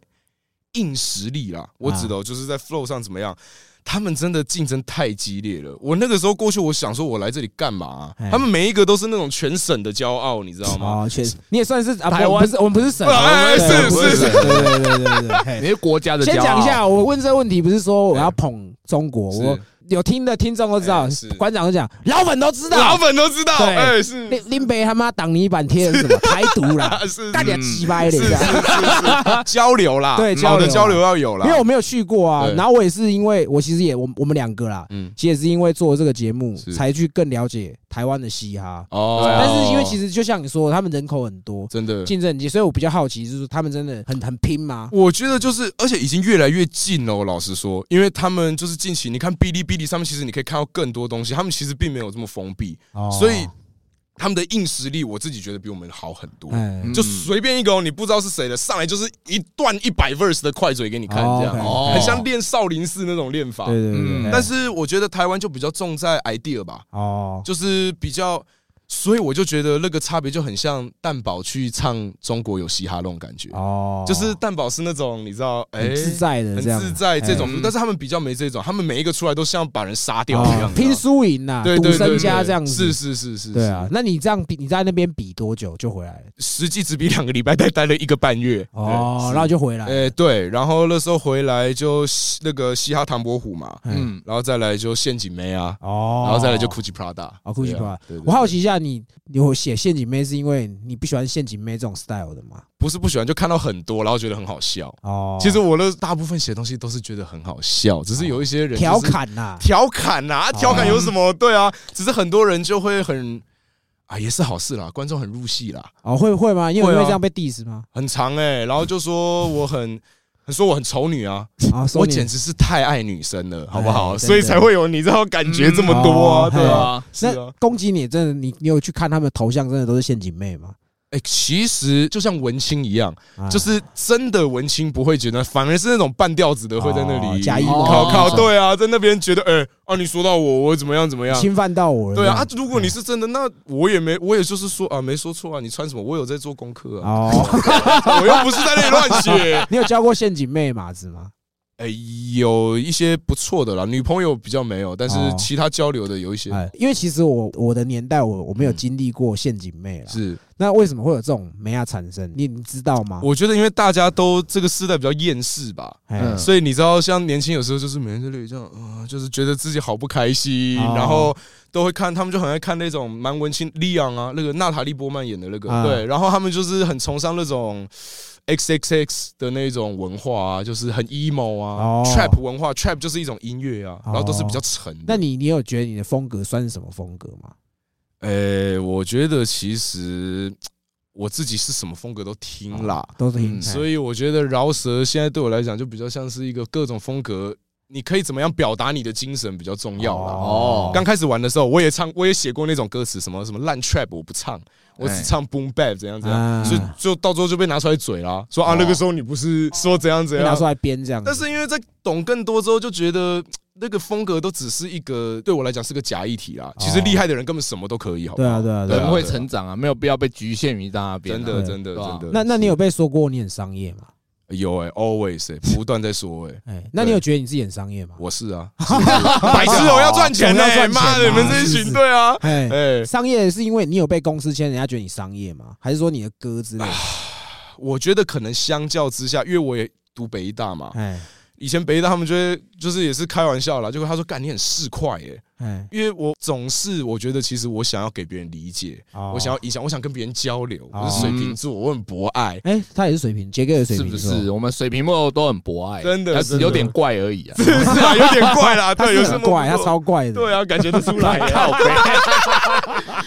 [SPEAKER 2] 硬实力
[SPEAKER 1] 啊
[SPEAKER 2] 啦，我指的就是在 flow 上怎么样。他们真的竞争太激烈了。我那个时候过去，我想说，我来这里干嘛啊、
[SPEAKER 1] 哎
[SPEAKER 2] 他们每一个都是那种全省的骄傲，你知道吗？
[SPEAKER 1] 哦，确实，你也算是啊，
[SPEAKER 3] 台
[SPEAKER 1] 不我
[SPEAKER 3] 湾
[SPEAKER 1] 们不是我们不是省，
[SPEAKER 2] 哎哎
[SPEAKER 1] 对
[SPEAKER 2] 是
[SPEAKER 1] 我们不
[SPEAKER 2] 是
[SPEAKER 1] 省对对对对 对嘿
[SPEAKER 3] 你是国家的骄傲。
[SPEAKER 1] 先讲一下，我问这个问题不是说我要捧中国，
[SPEAKER 2] 是
[SPEAKER 1] 我有听的听众都知道
[SPEAKER 2] 哎是，
[SPEAKER 1] 馆长都讲，老粉都知
[SPEAKER 2] 老
[SPEAKER 1] 道，
[SPEAKER 2] 粉都知道，
[SPEAKER 1] 对
[SPEAKER 2] 哎、是
[SPEAKER 1] 林林北他妈挡泥板贴的是什么台独啦
[SPEAKER 2] 啊，是
[SPEAKER 1] 大家
[SPEAKER 3] 嗯
[SPEAKER 1] 鸡掰的，
[SPEAKER 2] 是是
[SPEAKER 1] 这
[SPEAKER 2] 是
[SPEAKER 1] 样
[SPEAKER 2] 是交流啦，
[SPEAKER 1] 对交
[SPEAKER 2] 好
[SPEAKER 1] 流
[SPEAKER 2] 的交流要有啦。
[SPEAKER 1] 因为我没有去过啊，
[SPEAKER 2] 对
[SPEAKER 1] 然后我也是因为我其实也我我们两个啦，
[SPEAKER 2] 嗯
[SPEAKER 1] 其实也是因为做这个节目
[SPEAKER 2] 是
[SPEAKER 1] 才去更了解台湾的嘻哈，
[SPEAKER 2] 哦
[SPEAKER 3] 对啊
[SPEAKER 1] 但是因为其实就像你说，的，他们人口很多，
[SPEAKER 2] 真的，
[SPEAKER 1] 竞争很激烈，所以我比较好奇，就是他们真的很很拼吗？
[SPEAKER 2] 我觉得就是，而且已经越来越近了。我老实说，因为他们就是近期，你看哔哩哔哩上面，其实你可以看到更多东西，他们其实并没有这么封闭，
[SPEAKER 1] 哦
[SPEAKER 2] 所以他们的硬实力，我自己觉得比我们好很多。
[SPEAKER 1] 哎，
[SPEAKER 3] 嗯
[SPEAKER 2] 就随便一个、哦、你不知道是谁的，上来就是一段一百 verse 的快嘴给你看，
[SPEAKER 1] 哦
[SPEAKER 2] 这样、
[SPEAKER 1] OK
[SPEAKER 3] 哦
[SPEAKER 2] 很像练少林寺那种练法。
[SPEAKER 1] 对对对
[SPEAKER 3] 嗯
[SPEAKER 1] 对，
[SPEAKER 2] 但是我觉得台湾就比较重在 idea 吧，
[SPEAKER 1] 哦，
[SPEAKER 2] 就是比较，所以我就觉得那个差别就很像蛋堡去唱中国有嘻哈那种感觉，
[SPEAKER 1] 哦，
[SPEAKER 2] 就是蛋堡是那种你知道，哎、
[SPEAKER 1] 很自在的
[SPEAKER 2] 很
[SPEAKER 1] 这样，
[SPEAKER 2] 自在这种
[SPEAKER 3] 哎，
[SPEAKER 2] 但是他们比较没这种，他们每一个出来都像把人杀掉一
[SPEAKER 1] 哦
[SPEAKER 2] 样，啊
[SPEAKER 1] 拼输赢呐，
[SPEAKER 2] 对
[SPEAKER 1] 赌
[SPEAKER 2] 对对
[SPEAKER 1] 身
[SPEAKER 2] 对
[SPEAKER 1] 家这样子，
[SPEAKER 2] 是是是是，
[SPEAKER 1] 对啊
[SPEAKER 2] 是，，
[SPEAKER 1] 那你这样比，你在那边比多久就回来了？
[SPEAKER 2] 实际只比两个礼拜，待待了一个半月，
[SPEAKER 1] 哦，然后就回来，
[SPEAKER 2] 哎对，然后那时候回来就嘻那个嘻哈唐伯虎嘛，
[SPEAKER 1] 嗯，
[SPEAKER 3] 嗯，
[SPEAKER 2] 然后再来就陷阱妹啊，
[SPEAKER 1] 哦，
[SPEAKER 2] 然后再来就 Gucci Prada，
[SPEAKER 1] 哦 Gucci
[SPEAKER 2] 对啊
[SPEAKER 1] Prada
[SPEAKER 2] 对对对
[SPEAKER 1] 我好奇一下，你你有写陷阱妹是因为你不喜欢陷阱妹这种 style 的吗？
[SPEAKER 2] 不是不喜欢，就看到很多，然后觉得很好笑。
[SPEAKER 1] 哦，
[SPEAKER 2] 其实我的大部分写的东西都是觉得很好笑，只是有一些人就是
[SPEAKER 1] 调侃呐，
[SPEAKER 2] 调侃
[SPEAKER 1] 哦
[SPEAKER 2] 啊，调侃有什么？对啊，只是很多人就会很啊，也是好事啦，观众很入戏啦，
[SPEAKER 1] 哦，会会吗？因为
[SPEAKER 2] 会
[SPEAKER 1] 因
[SPEAKER 2] 啊
[SPEAKER 1] 为这样被 diss 吗？
[SPEAKER 2] 很长哎、然后就说我很。说我很丑女啊，
[SPEAKER 1] 啊，
[SPEAKER 2] 我
[SPEAKER 1] 说你
[SPEAKER 2] 简直是太爱女生了，好不
[SPEAKER 1] 哎
[SPEAKER 2] 好？
[SPEAKER 1] 真的
[SPEAKER 2] 所以才会有你知道感觉这么多啊，
[SPEAKER 1] 嗯
[SPEAKER 2] 对
[SPEAKER 3] 对
[SPEAKER 2] 啊，
[SPEAKER 3] 啊，
[SPEAKER 2] 是
[SPEAKER 1] 那
[SPEAKER 2] 啊。
[SPEAKER 1] 攻击你真的，你你有去看他们的头像，真的都是陷阱妹吗？
[SPEAKER 2] 哎，其实就像文青一样，
[SPEAKER 1] 啊
[SPEAKER 2] 就是真的文青不会觉得，反而是那种半吊子的会在那
[SPEAKER 1] 哦
[SPEAKER 2] 里
[SPEAKER 1] 加一
[SPEAKER 3] 哦
[SPEAKER 2] 考考，
[SPEAKER 3] 哦
[SPEAKER 2] 对啊，在那边觉得，哎，啊，你说到我，我怎么样怎么样，
[SPEAKER 1] 侵犯到我了，
[SPEAKER 2] 对啊，啊
[SPEAKER 1] 这样
[SPEAKER 2] 如果你是真的，那我也没，我也就是说啊，没说错啊，你穿什么，我有在做功课啊，
[SPEAKER 1] 哦，
[SPEAKER 2] 我又不是在那里乱写。
[SPEAKER 1] 你有教过陷阱妹马子吗？
[SPEAKER 2] 哎，有一些不错的啦，女朋友比较没有，但是
[SPEAKER 1] 哦啊
[SPEAKER 2] 其他交流的有一些
[SPEAKER 1] 哎，因为其实我我的年代我我没有经历过陷阱妹啦，
[SPEAKER 2] 是
[SPEAKER 1] 那为什么会有这种美亚产生？你你知道吗？
[SPEAKER 2] 我觉得因为大家都这个时代比较厌世吧，
[SPEAKER 1] 哎
[SPEAKER 3] 嗯
[SPEAKER 2] 所以你知道，像年轻有时候就是每天在这里这样，啊、就是觉得自己好不开心，
[SPEAKER 1] 哦
[SPEAKER 2] 然后都会看，他们就很爱看那种蛮文青利昂啊，那个娜塔莉波曼演的那个，
[SPEAKER 1] 啊
[SPEAKER 2] 对，然后他们就是很崇尚那种 X X X 的那种文化啊，就是很 emo 啊、
[SPEAKER 1] 哦
[SPEAKER 2] t r a p 文化，trap 就是一种音乐啊，
[SPEAKER 1] 哦
[SPEAKER 2] 然后都是比较沉的。
[SPEAKER 1] 那你你有觉得你的风格算是什么风格吗？
[SPEAKER 2] 呃、我觉得其实我自己是什么风格都听啦，
[SPEAKER 1] 都是听
[SPEAKER 3] 嗯
[SPEAKER 2] 所
[SPEAKER 1] 以
[SPEAKER 2] 以我觉得饶舌现在对我来讲就比较像是一个各种风格，你可以怎么样表达你的精神比较重要啦。
[SPEAKER 3] 哦
[SPEAKER 2] 刚开始玩的时候，我也唱，我也写过那种歌词，什么什么
[SPEAKER 1] 哎
[SPEAKER 2] 烂 trap 我不唱，我只唱 boom bap 怎样怎样，
[SPEAKER 1] 啊
[SPEAKER 2] 所以就到最后就被拿出来嘴啦，说啊
[SPEAKER 3] 哦
[SPEAKER 2] 那个时候你不是说怎样怎
[SPEAKER 1] 拿
[SPEAKER 2] 样
[SPEAKER 1] 出，来编这样子，
[SPEAKER 2] 啊但是因为在懂更多之后，就觉得那个风格都只是一个对我来讲是个假议题啦。其实厉害的人根本什么都可以，好不
[SPEAKER 1] 哦对啊
[SPEAKER 2] 好？
[SPEAKER 1] 对啊对
[SPEAKER 2] 对
[SPEAKER 1] 啊
[SPEAKER 2] 啊。
[SPEAKER 3] 人会成长啊，没有必要被局限于在那边啊。
[SPEAKER 2] 真的
[SPEAKER 1] 对
[SPEAKER 2] 真的
[SPEAKER 3] 对啊
[SPEAKER 2] 真的。
[SPEAKER 1] 那那你有被说过你很商业吗？
[SPEAKER 2] 有哎，always 哎，不断在说哎。
[SPEAKER 1] 哎，那你
[SPEAKER 2] 对
[SPEAKER 1] 有觉得你自己很商业吗？
[SPEAKER 2] 我是 啊，白痴哦，要赚钱呢、
[SPEAKER 1] 总要赚钱嘛
[SPEAKER 2] 妈的，你们这一群对啊，
[SPEAKER 1] 哎，
[SPEAKER 2] 哎，
[SPEAKER 1] 商业是因为你有被公司签，人家觉得你商业吗？还是说你的歌之类的？
[SPEAKER 2] 啊我觉得可能相较之下，因为我也读北医大嘛，
[SPEAKER 1] 哎
[SPEAKER 2] 以前北医大他们就会就是也是开玩笑啦，就会他说干你很市侩耶，
[SPEAKER 1] 哎，
[SPEAKER 2] 因为我总是我觉得其实我想要给别人理解，
[SPEAKER 1] 我
[SPEAKER 2] 我想要影响，我想跟别人交流，
[SPEAKER 1] 哦
[SPEAKER 2] 我是水瓶座，我很博 爱，
[SPEAKER 1] 哎，他也是水平，杰哥也水
[SPEAKER 3] 是
[SPEAKER 1] 平
[SPEAKER 3] 不是？？我们水瓶座都很博爱，
[SPEAKER 2] 真的
[SPEAKER 3] 但
[SPEAKER 2] 真
[SPEAKER 3] 是
[SPEAKER 2] 的
[SPEAKER 3] 有点怪而已啊。
[SPEAKER 2] 是啊，有点怪 啦，
[SPEAKER 1] 他
[SPEAKER 2] 对，有
[SPEAKER 1] 是
[SPEAKER 2] 什
[SPEAKER 1] 很
[SPEAKER 2] 么
[SPEAKER 1] 怪，他超怪的。
[SPEAKER 2] 对啊，感觉得出来。 靠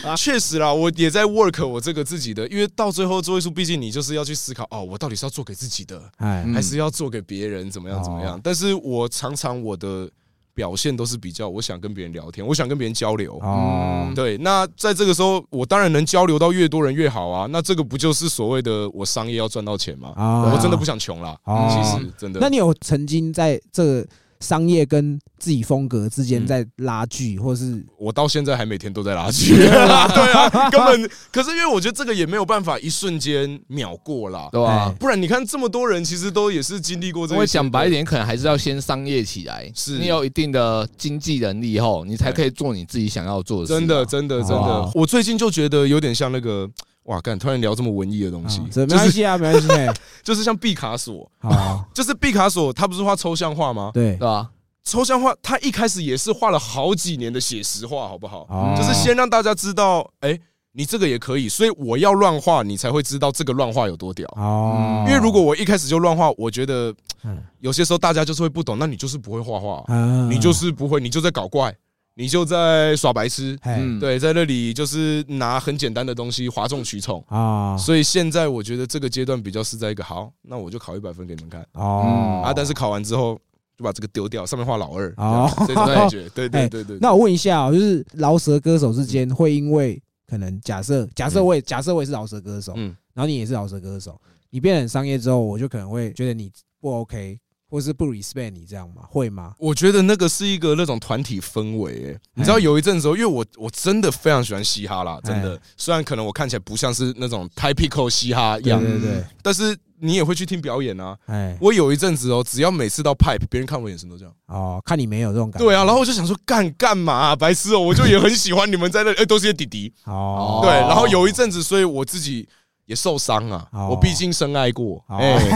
[SPEAKER 2] 背 确实啦，我也在 work 我这个自己的，因为到最后做艺术，毕竟你就是要去思考，哦，我到底是要做给自己的，
[SPEAKER 1] 哎
[SPEAKER 3] 嗯
[SPEAKER 2] 还是要做给别人，怎么样怎么样
[SPEAKER 1] 哦？
[SPEAKER 2] 但是我常常我的表现都是比较，我想跟别人聊天，我想跟别人交流。
[SPEAKER 1] 哦
[SPEAKER 3] 嗯
[SPEAKER 2] 对，那在这个时候，我当然能交流到越多人越好啊。那这个不就是所谓的我商业要赚到钱吗？
[SPEAKER 1] 啊
[SPEAKER 2] 我真的不想穷啦，
[SPEAKER 1] 哦
[SPEAKER 2] 其实真的。
[SPEAKER 1] 那你有曾经在这个商业跟自己风格之间
[SPEAKER 2] 嗯
[SPEAKER 1] 在拉锯，或是
[SPEAKER 2] 我到现在还每天都 在拉锯，对啊，根本。可是因为我觉得这个也没有办法一瞬间秒过啦，
[SPEAKER 3] 对吧
[SPEAKER 1] 哎？
[SPEAKER 2] 不然你看这么多人其实都也是经历过这
[SPEAKER 3] 因为
[SPEAKER 2] 些。
[SPEAKER 3] 讲白一，点，可能还是要先商业起来，
[SPEAKER 2] 是
[SPEAKER 3] 你有一定的经济能力后，你才可以做你自己想要做的事啊。
[SPEAKER 2] 真的，真的，真的
[SPEAKER 1] 哇，
[SPEAKER 2] 我最近就觉得有点像那个。哇，干！突然聊这么文艺的东西
[SPEAKER 1] 啊，这没
[SPEAKER 2] 就
[SPEAKER 1] 关
[SPEAKER 2] 是
[SPEAKER 1] 系啊，没关系。哎
[SPEAKER 2] 就是像毕卡索，
[SPEAKER 1] 好，
[SPEAKER 2] 就是毕卡索，他不是画抽象画吗？
[SPEAKER 1] 对
[SPEAKER 3] 对，吧？
[SPEAKER 2] 抽象画，他一开始也是画了好几年的写实画，好不好？
[SPEAKER 1] 哦
[SPEAKER 2] 就是先让大家知道，哎，你这个也可以，所以我要乱画，你才会知道这个乱画有多屌。
[SPEAKER 1] 哦，
[SPEAKER 2] 因为如果我一开始就乱画，我觉得
[SPEAKER 1] 嗯
[SPEAKER 2] 有些时候大家就是会不懂，那你就是不会画画，
[SPEAKER 1] 啊
[SPEAKER 2] 你就是不会，你就在搞怪，你就在耍白痴，
[SPEAKER 1] 哎
[SPEAKER 3] 嗯，
[SPEAKER 2] 对，在那里就是拿很简单的东西哗众取宠。
[SPEAKER 1] 啊
[SPEAKER 2] 所以现在我觉得这个阶段比较是在一个好，那我就考一百分给你们看
[SPEAKER 1] 哦
[SPEAKER 3] 嗯
[SPEAKER 2] 啊，但是考完之后就把这个丢掉，上面画老二，
[SPEAKER 1] 哦
[SPEAKER 2] 这种感觉，对 对
[SPEAKER 1] 哎
[SPEAKER 2] 对对。
[SPEAKER 1] 那我问一下、哦，就是饶舌歌手之间会因为可能假设假设我也、假设我也是饶舌歌手，
[SPEAKER 2] 嗯
[SPEAKER 1] 然后你也是饶舌歌手，你变得很商业之后，我就可能会觉得你不 OK，或是不 respect 你这样吗？会吗？
[SPEAKER 2] 我觉得那个是一个那种团体氛围、欸，你知道有一阵子哦，因为我我真的非常喜欢嘻哈啦，真的
[SPEAKER 1] 哎，
[SPEAKER 2] 虽然可能我看起来不像是那种 typical 嘻哈一样，
[SPEAKER 1] 对对对，
[SPEAKER 2] 但是你也会去听表演啊。
[SPEAKER 1] 哎，
[SPEAKER 2] 我有一阵子哦，只要每次到 pipe，别人看我眼神都这样。
[SPEAKER 1] 哦，看你没有这种感觉，
[SPEAKER 2] 对啊，然后我就想说干干嘛、啊，白痴哦、我就也很喜欢你们在那里，哎，都是些弟弟。
[SPEAKER 1] 哦，
[SPEAKER 2] 对，然后有一阵子，所以我自己也受伤啊，
[SPEAKER 1] 哦
[SPEAKER 2] 我毕竟深爱过，
[SPEAKER 1] 哦
[SPEAKER 2] 哎，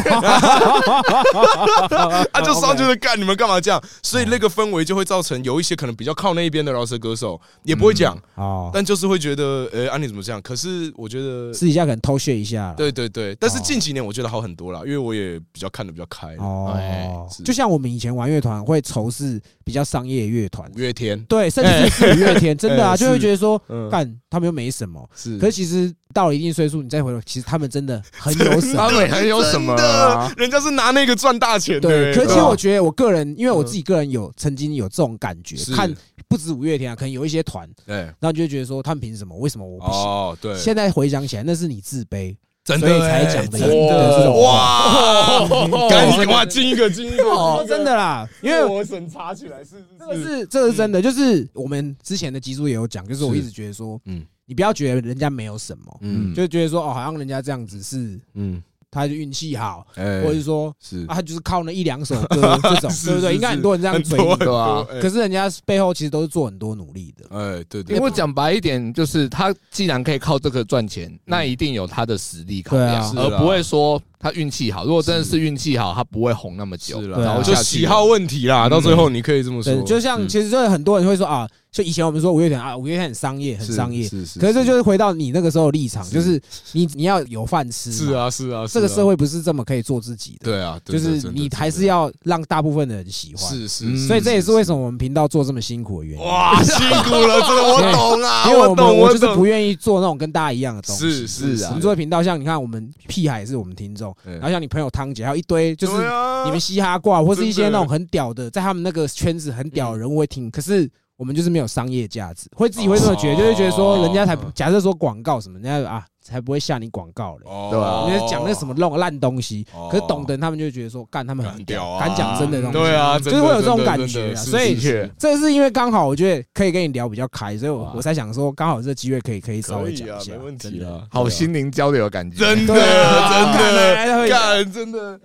[SPEAKER 2] 啊，就伤就是干，你们干嘛这样？所以那个氛围就会造成有一些可能比较靠那一边的饶舌歌手也不会讲，
[SPEAKER 1] 哦，
[SPEAKER 2] 但就是会觉得，哎，啊你怎么这样？可是我觉得。呃
[SPEAKER 1] 私底下可能偷窃一下啦，
[SPEAKER 2] 对对对，但是近几年我觉得好很多啦，因为我也比较看的比较开了。哎
[SPEAKER 1] 哦，
[SPEAKER 2] 是
[SPEAKER 1] 就像我们以前玩乐团会仇视比较商业乐团
[SPEAKER 2] 五，月天，
[SPEAKER 1] 对，甚至是五月天，真的啊，
[SPEAKER 2] 哎
[SPEAKER 1] 就会
[SPEAKER 2] 是
[SPEAKER 1] 觉得说
[SPEAKER 2] 嗯，
[SPEAKER 1] 干他们又没什么，
[SPEAKER 2] 是
[SPEAKER 1] 可是其实到了一定岁数，你再回头，其实他们真的很有 神。
[SPEAKER 3] 他们还哎有什么啊？
[SPEAKER 2] 人家是拿那个赚大钱的、
[SPEAKER 1] 对，可是其
[SPEAKER 2] 对啊
[SPEAKER 1] 实
[SPEAKER 2] 吧
[SPEAKER 1] 我觉得我个人，因为我自己个人有曾经有这种感觉，
[SPEAKER 2] 是
[SPEAKER 1] 看不止五月天啊，可能有一些团，
[SPEAKER 2] 对
[SPEAKER 1] 然后你就会觉得说他们凭什么？为什么我不行？
[SPEAKER 2] 哎哦，对，
[SPEAKER 1] 现在回想起来，那是你自卑，
[SPEAKER 2] 真
[SPEAKER 1] 所以才
[SPEAKER 2] 欸
[SPEAKER 1] 讲的的
[SPEAKER 2] 真
[SPEAKER 1] 这
[SPEAKER 2] 的
[SPEAKER 1] 种
[SPEAKER 2] 哇，赶紧哇，进一个进一个，
[SPEAKER 1] 哦，真的啦，因为
[SPEAKER 2] 我审查起来是
[SPEAKER 1] 这个是这个是真的，就是我们之前的集数也有讲，就是我
[SPEAKER 2] 嗯是
[SPEAKER 1] 一直觉得说，嗯
[SPEAKER 2] 嗯，
[SPEAKER 1] 你不要觉得人家没有什么，
[SPEAKER 2] 嗯
[SPEAKER 1] 就觉得说哦，好像人家这样子是
[SPEAKER 2] 嗯
[SPEAKER 1] 他就运气好，
[SPEAKER 2] 哎
[SPEAKER 1] 或者是说
[SPEAKER 2] 是
[SPEAKER 1] 啊，他就是靠那一两首 歌这种，
[SPEAKER 2] 是
[SPEAKER 1] 对不对？
[SPEAKER 2] 是
[SPEAKER 1] 应该
[SPEAKER 2] 是
[SPEAKER 1] 很多人这样
[SPEAKER 2] 很
[SPEAKER 1] 嘴
[SPEAKER 2] 多
[SPEAKER 1] 你，
[SPEAKER 2] 很
[SPEAKER 3] 对吧
[SPEAKER 2] 多哎
[SPEAKER 1] 可是人家背后其实都是做很多努力的，
[SPEAKER 2] 哎，对对
[SPEAKER 3] 因为讲白一点，就是他既然可以靠这个赚钱，那一定有他的实力考量，
[SPEAKER 2] 嗯对啊
[SPEAKER 3] 而
[SPEAKER 2] 是啊
[SPEAKER 3] 不会说他运气好。如果真的是运气好，他不会红那么久。
[SPEAKER 2] 是
[SPEAKER 1] 对啊
[SPEAKER 2] 啦，
[SPEAKER 3] 然后
[SPEAKER 2] 就
[SPEAKER 3] 下去
[SPEAKER 2] 喜好问题啦，
[SPEAKER 3] 嗯
[SPEAKER 2] 到最后你可以这么
[SPEAKER 1] 对
[SPEAKER 2] 说，，
[SPEAKER 1] 就像其实就是很多人会说啊，就以前我们说五月天啊，五月天很商业，很
[SPEAKER 2] 是
[SPEAKER 1] 商业，
[SPEAKER 2] 是是，
[SPEAKER 1] 可是这就是回到你那个时候的立场，
[SPEAKER 2] 是
[SPEAKER 1] 就是你你要有饭吃，
[SPEAKER 2] 是，啊是啊，
[SPEAKER 1] 这个
[SPEAKER 2] 是啊
[SPEAKER 1] 社会不是这么可以做自己的，
[SPEAKER 2] 对啊，
[SPEAKER 1] 就
[SPEAKER 2] 真的
[SPEAKER 1] 是
[SPEAKER 2] 真的
[SPEAKER 1] 你
[SPEAKER 2] 真
[SPEAKER 1] 还
[SPEAKER 2] 的
[SPEAKER 1] 是要让大部分的人喜欢，
[SPEAKER 2] 是
[SPEAKER 3] 嗯
[SPEAKER 2] 是，是
[SPEAKER 1] 所以这也是为
[SPEAKER 2] 么
[SPEAKER 1] 什么我们频道做这么辛苦的原因。
[SPEAKER 2] 哇辛苦了，真 的我懂啊，
[SPEAKER 1] 因为我们
[SPEAKER 2] 懂
[SPEAKER 1] 我
[SPEAKER 2] 我
[SPEAKER 1] 就是
[SPEAKER 2] 懂，
[SPEAKER 1] 不愿意做那种跟大家一样的东西。
[SPEAKER 2] 是是
[SPEAKER 3] 是啊
[SPEAKER 1] 我们做的频道像你看，我们屁孩也是我们听众，
[SPEAKER 2] 对
[SPEAKER 1] 然后像你朋友汤姐，还有一堆就是
[SPEAKER 2] 对啊
[SPEAKER 1] 你们嘻哈挂或是一些
[SPEAKER 2] 真的嗯
[SPEAKER 1] 那种很屌的，在他们那个圈子很屌的人物会听，可是。我们就是没有商业价值，会自己会这么觉得，
[SPEAKER 2] 哦
[SPEAKER 1] 就会觉得说，人家才
[SPEAKER 2] 嗯
[SPEAKER 1] 假设说广告什么，人家啊才不会下你广告嘞，
[SPEAKER 2] 哦
[SPEAKER 3] 对吧
[SPEAKER 1] 人家讲那什么烂烂东西，
[SPEAKER 2] 哦
[SPEAKER 1] 可是懂的人他们就会觉得说，干他们很
[SPEAKER 2] 敢屌啊，
[SPEAKER 1] 敢讲真的东西，嗯
[SPEAKER 2] 对啊，
[SPEAKER 1] 就是
[SPEAKER 2] 真的
[SPEAKER 1] 会有这种
[SPEAKER 2] 真的
[SPEAKER 1] 感
[SPEAKER 2] 真的
[SPEAKER 1] 觉啊
[SPEAKER 2] 是
[SPEAKER 1] 所以
[SPEAKER 2] 的确
[SPEAKER 1] 这是因为刚好我觉得可以跟你聊比较开，所以我
[SPEAKER 3] 哇
[SPEAKER 1] 我才想说刚好这机会可以可以稍
[SPEAKER 2] 可
[SPEAKER 1] 微
[SPEAKER 2] 以
[SPEAKER 1] 讲
[SPEAKER 2] 啊
[SPEAKER 1] 一，下，
[SPEAKER 2] 没问
[SPEAKER 1] 真
[SPEAKER 2] 题
[SPEAKER 1] 的。
[SPEAKER 2] 啦，
[SPEAKER 3] 好心灵交流的感觉，
[SPEAKER 2] 真的
[SPEAKER 1] 对啊干来
[SPEAKER 2] 真
[SPEAKER 1] 来
[SPEAKER 2] 的
[SPEAKER 1] 来
[SPEAKER 2] 干真的，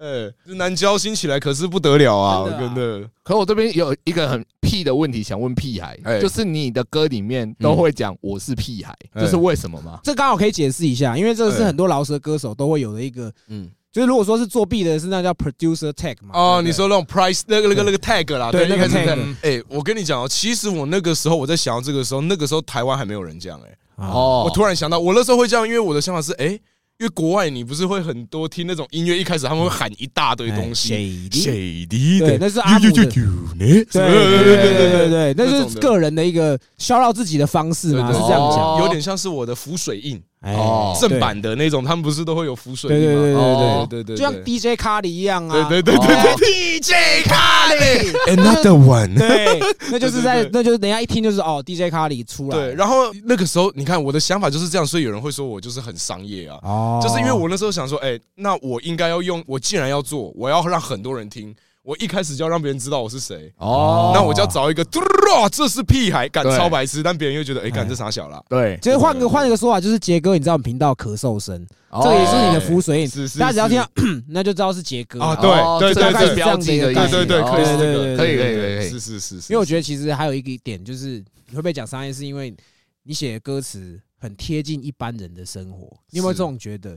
[SPEAKER 2] 哎，这南郊兴起来可是不得了啊，
[SPEAKER 1] 真
[SPEAKER 2] 真的，
[SPEAKER 3] 可我这边有一个很屁的问题想问屁孩，
[SPEAKER 2] 哎嗯
[SPEAKER 3] 就是你的歌里面都会讲我是屁孩，
[SPEAKER 2] 哎
[SPEAKER 3] 这是为什么吗？
[SPEAKER 1] 这刚好可以解释一下，因为这个是
[SPEAKER 2] 对
[SPEAKER 1] 很多饶舌歌手都会有的一个，
[SPEAKER 2] 嗯，
[SPEAKER 1] 就是如果说是作弊的，是那叫 producer tag 嘛。对不
[SPEAKER 2] 哦，
[SPEAKER 1] 对
[SPEAKER 2] 你说那种 price 那个那个那个 tag 啦，
[SPEAKER 1] 对
[SPEAKER 2] 应该是
[SPEAKER 1] 那个嗯
[SPEAKER 2] tag。哎，我跟你讲哦，其实我那个时候我在想到这个时候，那个时候台湾还没有人这样哎。
[SPEAKER 1] 哦，
[SPEAKER 3] 哦，
[SPEAKER 2] 我突然想到，我那时候会这样，因为我的想法是，哎、因为国外你不是会很多听那种音乐，一开始他们会喊一大堆东西，
[SPEAKER 1] 谁谁？
[SPEAKER 2] 谁的
[SPEAKER 1] 对，那是阿姆的。对
[SPEAKER 2] 对
[SPEAKER 1] 对对对对
[SPEAKER 2] 对
[SPEAKER 1] 对对，那
[SPEAKER 2] 那
[SPEAKER 1] 就
[SPEAKER 2] 种
[SPEAKER 1] 是
[SPEAKER 2] 的
[SPEAKER 1] 个人的一个消耗自己的方式嘛，
[SPEAKER 2] 对
[SPEAKER 1] 是
[SPEAKER 2] 对
[SPEAKER 1] 这样讲。
[SPEAKER 3] 哦
[SPEAKER 2] 有点像是我的浮水印，
[SPEAKER 1] 哎
[SPEAKER 3] 哦
[SPEAKER 2] 正版的那种，他们不是都会有浮水
[SPEAKER 1] 对对
[SPEAKER 2] 印
[SPEAKER 1] 对
[SPEAKER 2] 吗？
[SPEAKER 1] 对
[SPEAKER 2] 对
[SPEAKER 1] 对，
[SPEAKER 2] 对对，
[SPEAKER 1] 就像 DJ 卡里一样啊。
[SPEAKER 2] 对对
[SPEAKER 1] 对
[SPEAKER 2] 对对
[SPEAKER 1] 啊
[SPEAKER 2] 对，DJ 卡
[SPEAKER 1] 对
[SPEAKER 2] another one。
[SPEAKER 1] 对，那就是
[SPEAKER 2] 对
[SPEAKER 1] 在
[SPEAKER 2] 对，
[SPEAKER 1] 那就是人家一听就是哦，DJ 卡里出来。
[SPEAKER 2] 对，然后那个时候，你看我的想法就是这样，所以有人会说我就是很商业啊，
[SPEAKER 1] 哦，
[SPEAKER 2] 就是因为我那时候想说，哎、那我应该要用，我既然要做，我要让很多人听，我一开始就要让别人知道我是谁，
[SPEAKER 3] 哦，
[SPEAKER 2] 那我就要找一个，嘟噜这是屁孩，敢
[SPEAKER 3] 对
[SPEAKER 2] 超白痴，但别人又觉得，哎、干这傻小啦。
[SPEAKER 3] 对，
[SPEAKER 1] 就是换个换一个说法，就是杰哥，你知道我们频道咳嗽声，
[SPEAKER 3] 哦
[SPEAKER 1] 这个也是你的浮水印，
[SPEAKER 2] 是是，
[SPEAKER 1] 大家只要
[SPEAKER 2] 是
[SPEAKER 1] 听到那就知道是杰哥
[SPEAKER 2] 啊，
[SPEAKER 1] 啊。
[SPEAKER 3] 哦
[SPEAKER 2] 对对
[SPEAKER 3] 这
[SPEAKER 1] 大
[SPEAKER 2] 对
[SPEAKER 1] 概
[SPEAKER 3] 个哦
[SPEAKER 1] 是这样
[SPEAKER 2] 对对
[SPEAKER 1] 的一个概
[SPEAKER 2] 对
[SPEAKER 1] 念
[SPEAKER 2] 对对，可以是这
[SPEAKER 1] 对
[SPEAKER 2] 个，
[SPEAKER 1] 对对
[SPEAKER 3] 对对对
[SPEAKER 2] 是是是是，
[SPEAKER 1] 因为我觉得其实还有一个一点就是，你会不会讲商业，是因为你写的歌词很贴近一般人的生活，你有没有这种觉得？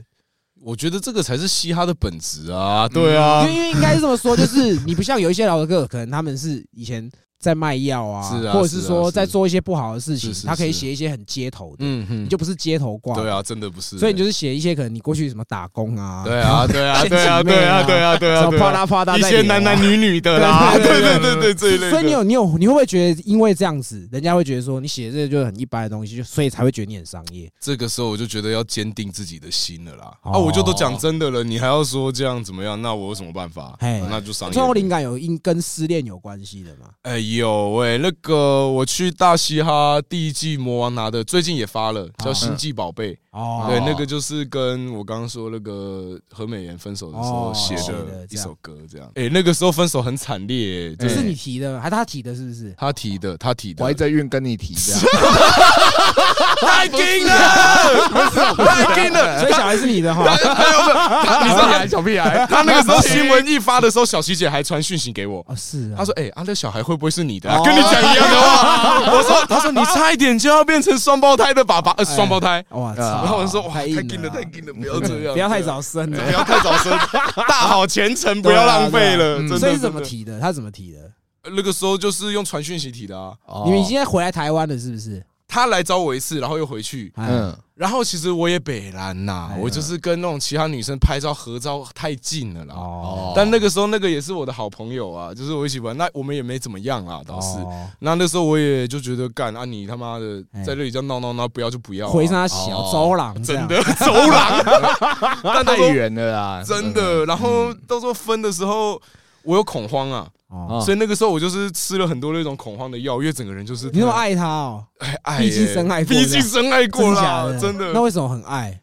[SPEAKER 2] 我觉得这个才是嘻哈的本质啊，对啊
[SPEAKER 1] 因，为因为应该是这么说，就是你不像有一些老的歌，可能他们是以前在卖药啊，
[SPEAKER 2] 是啊
[SPEAKER 1] 或者是
[SPEAKER 2] 是啊
[SPEAKER 1] 说
[SPEAKER 2] 是
[SPEAKER 1] 在做一些不好的事情
[SPEAKER 2] 是，是
[SPEAKER 1] 他可以
[SPEAKER 2] 是
[SPEAKER 1] 写一些很街头的，
[SPEAKER 2] 嗯嗯
[SPEAKER 1] 你就不是街头挂，
[SPEAKER 2] 对啊，真的不是，
[SPEAKER 1] 所以你就是写一些可能你过去什么打工 啊，
[SPEAKER 2] 对啊对啊
[SPEAKER 1] 前几
[SPEAKER 2] 对啊
[SPEAKER 1] 妹
[SPEAKER 2] 对
[SPEAKER 1] 啊
[SPEAKER 2] 啊对啊对
[SPEAKER 1] 然
[SPEAKER 2] 啊
[SPEAKER 1] 后
[SPEAKER 2] 对
[SPEAKER 1] 啪
[SPEAKER 2] 啊，
[SPEAKER 1] 嗒啪嗒
[SPEAKER 2] 一
[SPEAKER 1] 在
[SPEAKER 2] 些
[SPEAKER 1] 流啊
[SPEAKER 2] 男男女女的啦，
[SPEAKER 1] 对
[SPEAKER 2] 对
[SPEAKER 1] 对对
[SPEAKER 2] 对对对这一类的，
[SPEAKER 1] 所以你有你有你会不会觉得，因为这样子，人家会觉得说你写的这个就是很一般的东西，就所以才会觉得你很商业？
[SPEAKER 2] 这个时候我就觉得要坚定自己的心了啦。
[SPEAKER 1] 哦
[SPEAKER 2] 啊，我就都讲真的了，你还要说这样怎么样？那我有什么办法？啊
[SPEAKER 1] 嘿
[SPEAKER 2] 那就商业。
[SPEAKER 1] 创作灵感有因跟失恋有关系的嘛？
[SPEAKER 2] 哎有哎，那个我去大嘻哈第一季魔王拿的，最近也发了，叫《星际宝贝》。
[SPEAKER 1] 哦，
[SPEAKER 2] 对，那个就是跟我刚刚说那个何美妍分手的时候
[SPEAKER 1] 哦
[SPEAKER 2] 写
[SPEAKER 1] 写
[SPEAKER 2] 的
[SPEAKER 1] 的这
[SPEAKER 2] 一
[SPEAKER 1] 样
[SPEAKER 2] 首歌，这样。哎，那个时候分手很惨烈，哎就
[SPEAKER 1] 就是
[SPEAKER 2] 是
[SPEAKER 1] 你提的吗，还是他提的？是不是？
[SPEAKER 2] 他提的，他提的。
[SPEAKER 3] 怀着孕跟你提这样，
[SPEAKER 2] 太硬了，太硬了。
[SPEAKER 1] 啊所以小孩是你的哈。
[SPEAKER 3] 你知 道 小屁孩，
[SPEAKER 2] 他那个时 候新闻一发的时候，小琪姐还传讯息 给我，
[SPEAKER 1] 哦，是啊。
[SPEAKER 2] 他说：“哎、啊，那小孩会不会是你的、啊？”
[SPEAKER 3] 哦
[SPEAKER 2] 跟你讲一样 的话。我说：“他说你差一点就要变成双胞胎的爸爸，呃，双胞胎。
[SPEAKER 1] 哇，
[SPEAKER 3] 然
[SPEAKER 2] 啊然后我就说：“哇，
[SPEAKER 1] 哎啊太
[SPEAKER 2] 太
[SPEAKER 1] 硬
[SPEAKER 2] 硬了，太硬了，不要这 样，
[SPEAKER 1] 不要太，早生
[SPEAKER 2] 对
[SPEAKER 1] 啊。
[SPEAKER 2] 不要太早生，大好前程不
[SPEAKER 1] 对啊
[SPEAKER 2] 要浪
[SPEAKER 1] 对
[SPEAKER 2] 费了。”真的
[SPEAKER 1] 所以是怎么？
[SPEAKER 2] 真
[SPEAKER 1] 提的？他怎么提的？
[SPEAKER 2] 的那个时候就是用传讯息提的啊。
[SPEAKER 1] 你们已经在回来台湾了，是不是？
[SPEAKER 2] 他来找我一次，然后又回去。
[SPEAKER 1] 哎，
[SPEAKER 3] 嗯
[SPEAKER 2] 然后其实我也北兰呐
[SPEAKER 1] 哎，呀
[SPEAKER 2] 我就是跟那种其他女生拍照合照太近了啦。
[SPEAKER 1] 哦，
[SPEAKER 2] 但那个时候那个也是我的好朋友啊，就是我一起玩，那我们也没怎么样啊，倒是。那那时候我也就觉得干啊，你他妈的
[SPEAKER 1] 哦哎
[SPEAKER 2] 在这里这样闹闹闹，不要就不要、啊，
[SPEAKER 1] 回 他小周郎这
[SPEAKER 2] 真
[SPEAKER 1] 样，
[SPEAKER 2] 的走廊，但到
[SPEAKER 3] 太
[SPEAKER 2] 时候
[SPEAKER 3] 远了啦，
[SPEAKER 2] 真
[SPEAKER 1] 嗯
[SPEAKER 2] 的，然后到时候分的时候。我有恐慌啊，
[SPEAKER 1] 哦，
[SPEAKER 2] 所以那个时候我就是吃了很多那种恐慌的药，因为整个人就是
[SPEAKER 1] 你那么爱他哦，
[SPEAKER 2] 哎爱
[SPEAKER 1] 毕
[SPEAKER 2] 耶，
[SPEAKER 1] 竟深爱过
[SPEAKER 2] 毕竟深爱过
[SPEAKER 1] 真假
[SPEAKER 2] 啦
[SPEAKER 1] 的，
[SPEAKER 2] 真
[SPEAKER 1] 那
[SPEAKER 2] 的。
[SPEAKER 1] 为什么很爱？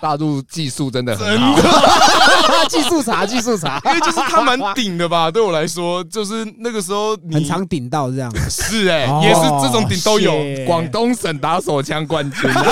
[SPEAKER 3] 大陆技术真的很 好，
[SPEAKER 1] 技术茶，技术茶，
[SPEAKER 2] 因为就是他蛮顶的吧，对我来说，就是那个时候 你
[SPEAKER 1] 很常顶到 这样，
[SPEAKER 2] 是哎、也是这种顶都有。
[SPEAKER 1] 哦
[SPEAKER 3] 广东省打手枪冠军，啊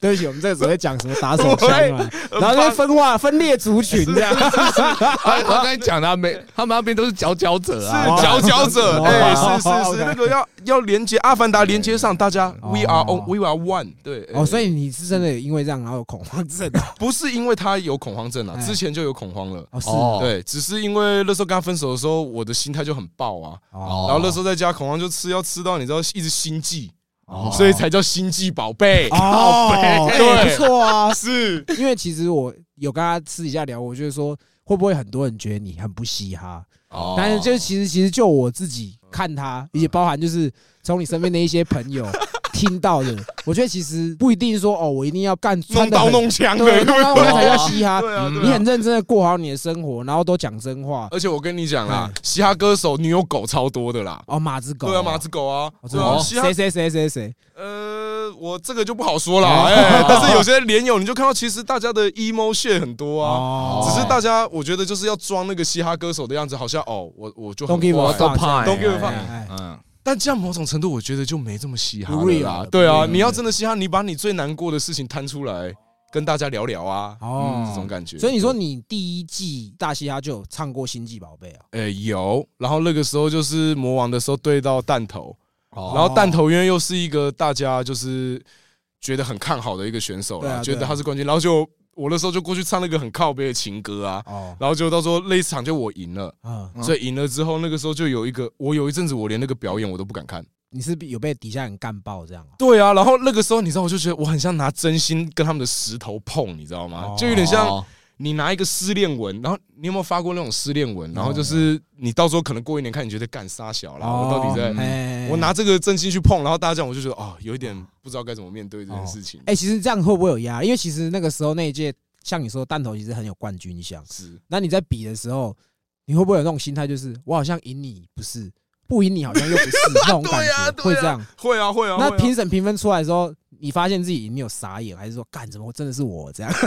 [SPEAKER 1] 对不起，我们这个只会讲什么打手枪嘛，
[SPEAKER 2] 对
[SPEAKER 1] 然后就分化分裂族群这样。
[SPEAKER 3] 他他刚才讲的啊没，他们那边都是佼佼者啊，
[SPEAKER 2] 是佼佼者，
[SPEAKER 1] 哦
[SPEAKER 2] 哎，
[SPEAKER 1] 哦
[SPEAKER 2] 是是是，
[SPEAKER 1] OK
[SPEAKER 2] 那个要要连接《阿凡达》连接上，大家
[SPEAKER 1] 哦
[SPEAKER 2] We are on, We are one，对，哎
[SPEAKER 1] 哦，所以你是真的因为这样然后有恐慌症啊
[SPEAKER 2] 不是因为他有恐慌症啊，
[SPEAKER 1] 哎
[SPEAKER 2] 之前就有恐慌了，
[SPEAKER 1] 哦，是
[SPEAKER 3] 哦
[SPEAKER 2] 对，只是因为那时候跟他分手的时候，我的心态就很爆啊，
[SPEAKER 1] 哦，
[SPEAKER 2] 然后那时候在家恐慌就吃药吃到你知道一直心悸，
[SPEAKER 3] 哦
[SPEAKER 2] 所以才叫心悸宝贝，
[SPEAKER 1] 哦，哎
[SPEAKER 2] 对
[SPEAKER 1] 不错啊，
[SPEAKER 2] 是
[SPEAKER 1] 因为其实我有跟他私底下聊，我就是说会不会很多人觉得你很不嘻哈？
[SPEAKER 3] 哦
[SPEAKER 1] 但是就其实其实就我自己看他，也包含就是从你身边的一些朋友 听到的，我觉得其实不一定说哦，我一定要干
[SPEAKER 2] 弄
[SPEAKER 1] 穿的
[SPEAKER 2] 刀弄枪的，
[SPEAKER 1] 对，
[SPEAKER 2] 对
[SPEAKER 1] 弄刀弄枪才叫嘻哈。
[SPEAKER 2] 啊，
[SPEAKER 3] 嗯
[SPEAKER 2] 对
[SPEAKER 1] 你
[SPEAKER 2] 啊
[SPEAKER 1] 很认真的过好你的生活，然后都讲真话。
[SPEAKER 2] 而且我跟你讲啦，嘻哈歌手女友狗超多的啦，
[SPEAKER 1] 哦，马子狗，
[SPEAKER 2] 对啊，马子狗啊
[SPEAKER 1] 哦，，真
[SPEAKER 2] 对
[SPEAKER 1] 的
[SPEAKER 2] 啊，
[SPEAKER 1] 哦
[SPEAKER 2] 嘻哈
[SPEAKER 1] 谁谁谁谁谁，
[SPEAKER 2] 呃，我这个就不好说了，哎，但是有些连友你就看到，其实大家的 emo 线很多啊。
[SPEAKER 1] 哦
[SPEAKER 2] 只是大家，我觉得就是要装那个嘻哈歌手的样子，好像哦，我我就很
[SPEAKER 1] Don't give a
[SPEAKER 2] 坏
[SPEAKER 1] fuck，
[SPEAKER 3] 都怕欸
[SPEAKER 2] ，Don't give a
[SPEAKER 1] 哎
[SPEAKER 2] fuck
[SPEAKER 1] 哎
[SPEAKER 3] 嗯，
[SPEAKER 2] 但这样某种程度，我觉得就没这么嘻哈
[SPEAKER 1] 不
[SPEAKER 2] 了
[SPEAKER 1] real
[SPEAKER 2] 啦
[SPEAKER 1] 了。
[SPEAKER 2] 对
[SPEAKER 1] 不
[SPEAKER 2] 啊，
[SPEAKER 1] real
[SPEAKER 2] 你要真的嘻哈，你把你最难过的事情摊出来，跟大家聊聊啊，
[SPEAKER 1] 哦
[SPEAKER 2] 嗯，这种感觉。
[SPEAKER 1] 所以你说你第一季大嘻哈就有唱过《星际宝贝》啊？
[SPEAKER 2] 呃，有，然后那个时候就是魔王的时候对到弹头，
[SPEAKER 3] 哦
[SPEAKER 2] 然后弹头因为又是一个大家就是觉得很看好的一个选手
[SPEAKER 1] 对啊对
[SPEAKER 2] 啦，
[SPEAKER 1] 啊
[SPEAKER 2] 觉得他是冠军，然后就我那时候就过去唱那个很靠背的情歌啊，
[SPEAKER 1] 哦，
[SPEAKER 2] 然后就到时候那一场就我赢了，
[SPEAKER 1] 嗯，
[SPEAKER 3] 嗯
[SPEAKER 2] 所以赢了之后那个时候就有一个，我有一阵子我连那个表演我都不敢看。
[SPEAKER 1] 你是有被底下人干爆这样啊？
[SPEAKER 2] 对啊，然后那个时候你知道我就觉得我很像拿真心跟他们的石头碰，你知道吗
[SPEAKER 1] 哦？
[SPEAKER 2] 就有点像你拿一个失恋文，然后你有没有发过那种失恋文？然后就是你到时候可能过一年看，你觉得干杀小啦，啊我到底在
[SPEAKER 1] 哦
[SPEAKER 2] 嗯
[SPEAKER 1] 哦哎
[SPEAKER 2] 我拿这个真心去碰，然后大家讲，我就觉得哦，有一点不知道该怎么面对这件事情。
[SPEAKER 1] 哎，其实这样会不会有压力？因为其实那个时候那一届，像你说弹头其实很有冠军相，
[SPEAKER 2] 是
[SPEAKER 1] 那你在比的时候，你会不会有那种心态，就是我好像赢你不是，不赢你好像又不 是那种感
[SPEAKER 2] 对啊
[SPEAKER 1] 觉，
[SPEAKER 2] 对啊
[SPEAKER 1] 会这样？
[SPEAKER 2] 会啊会啊，
[SPEAKER 1] 那
[SPEAKER 2] 会啊
[SPEAKER 1] 评审评分出来的时候，你发现自己赢，你有傻眼，还是说干怎么真的是我这样？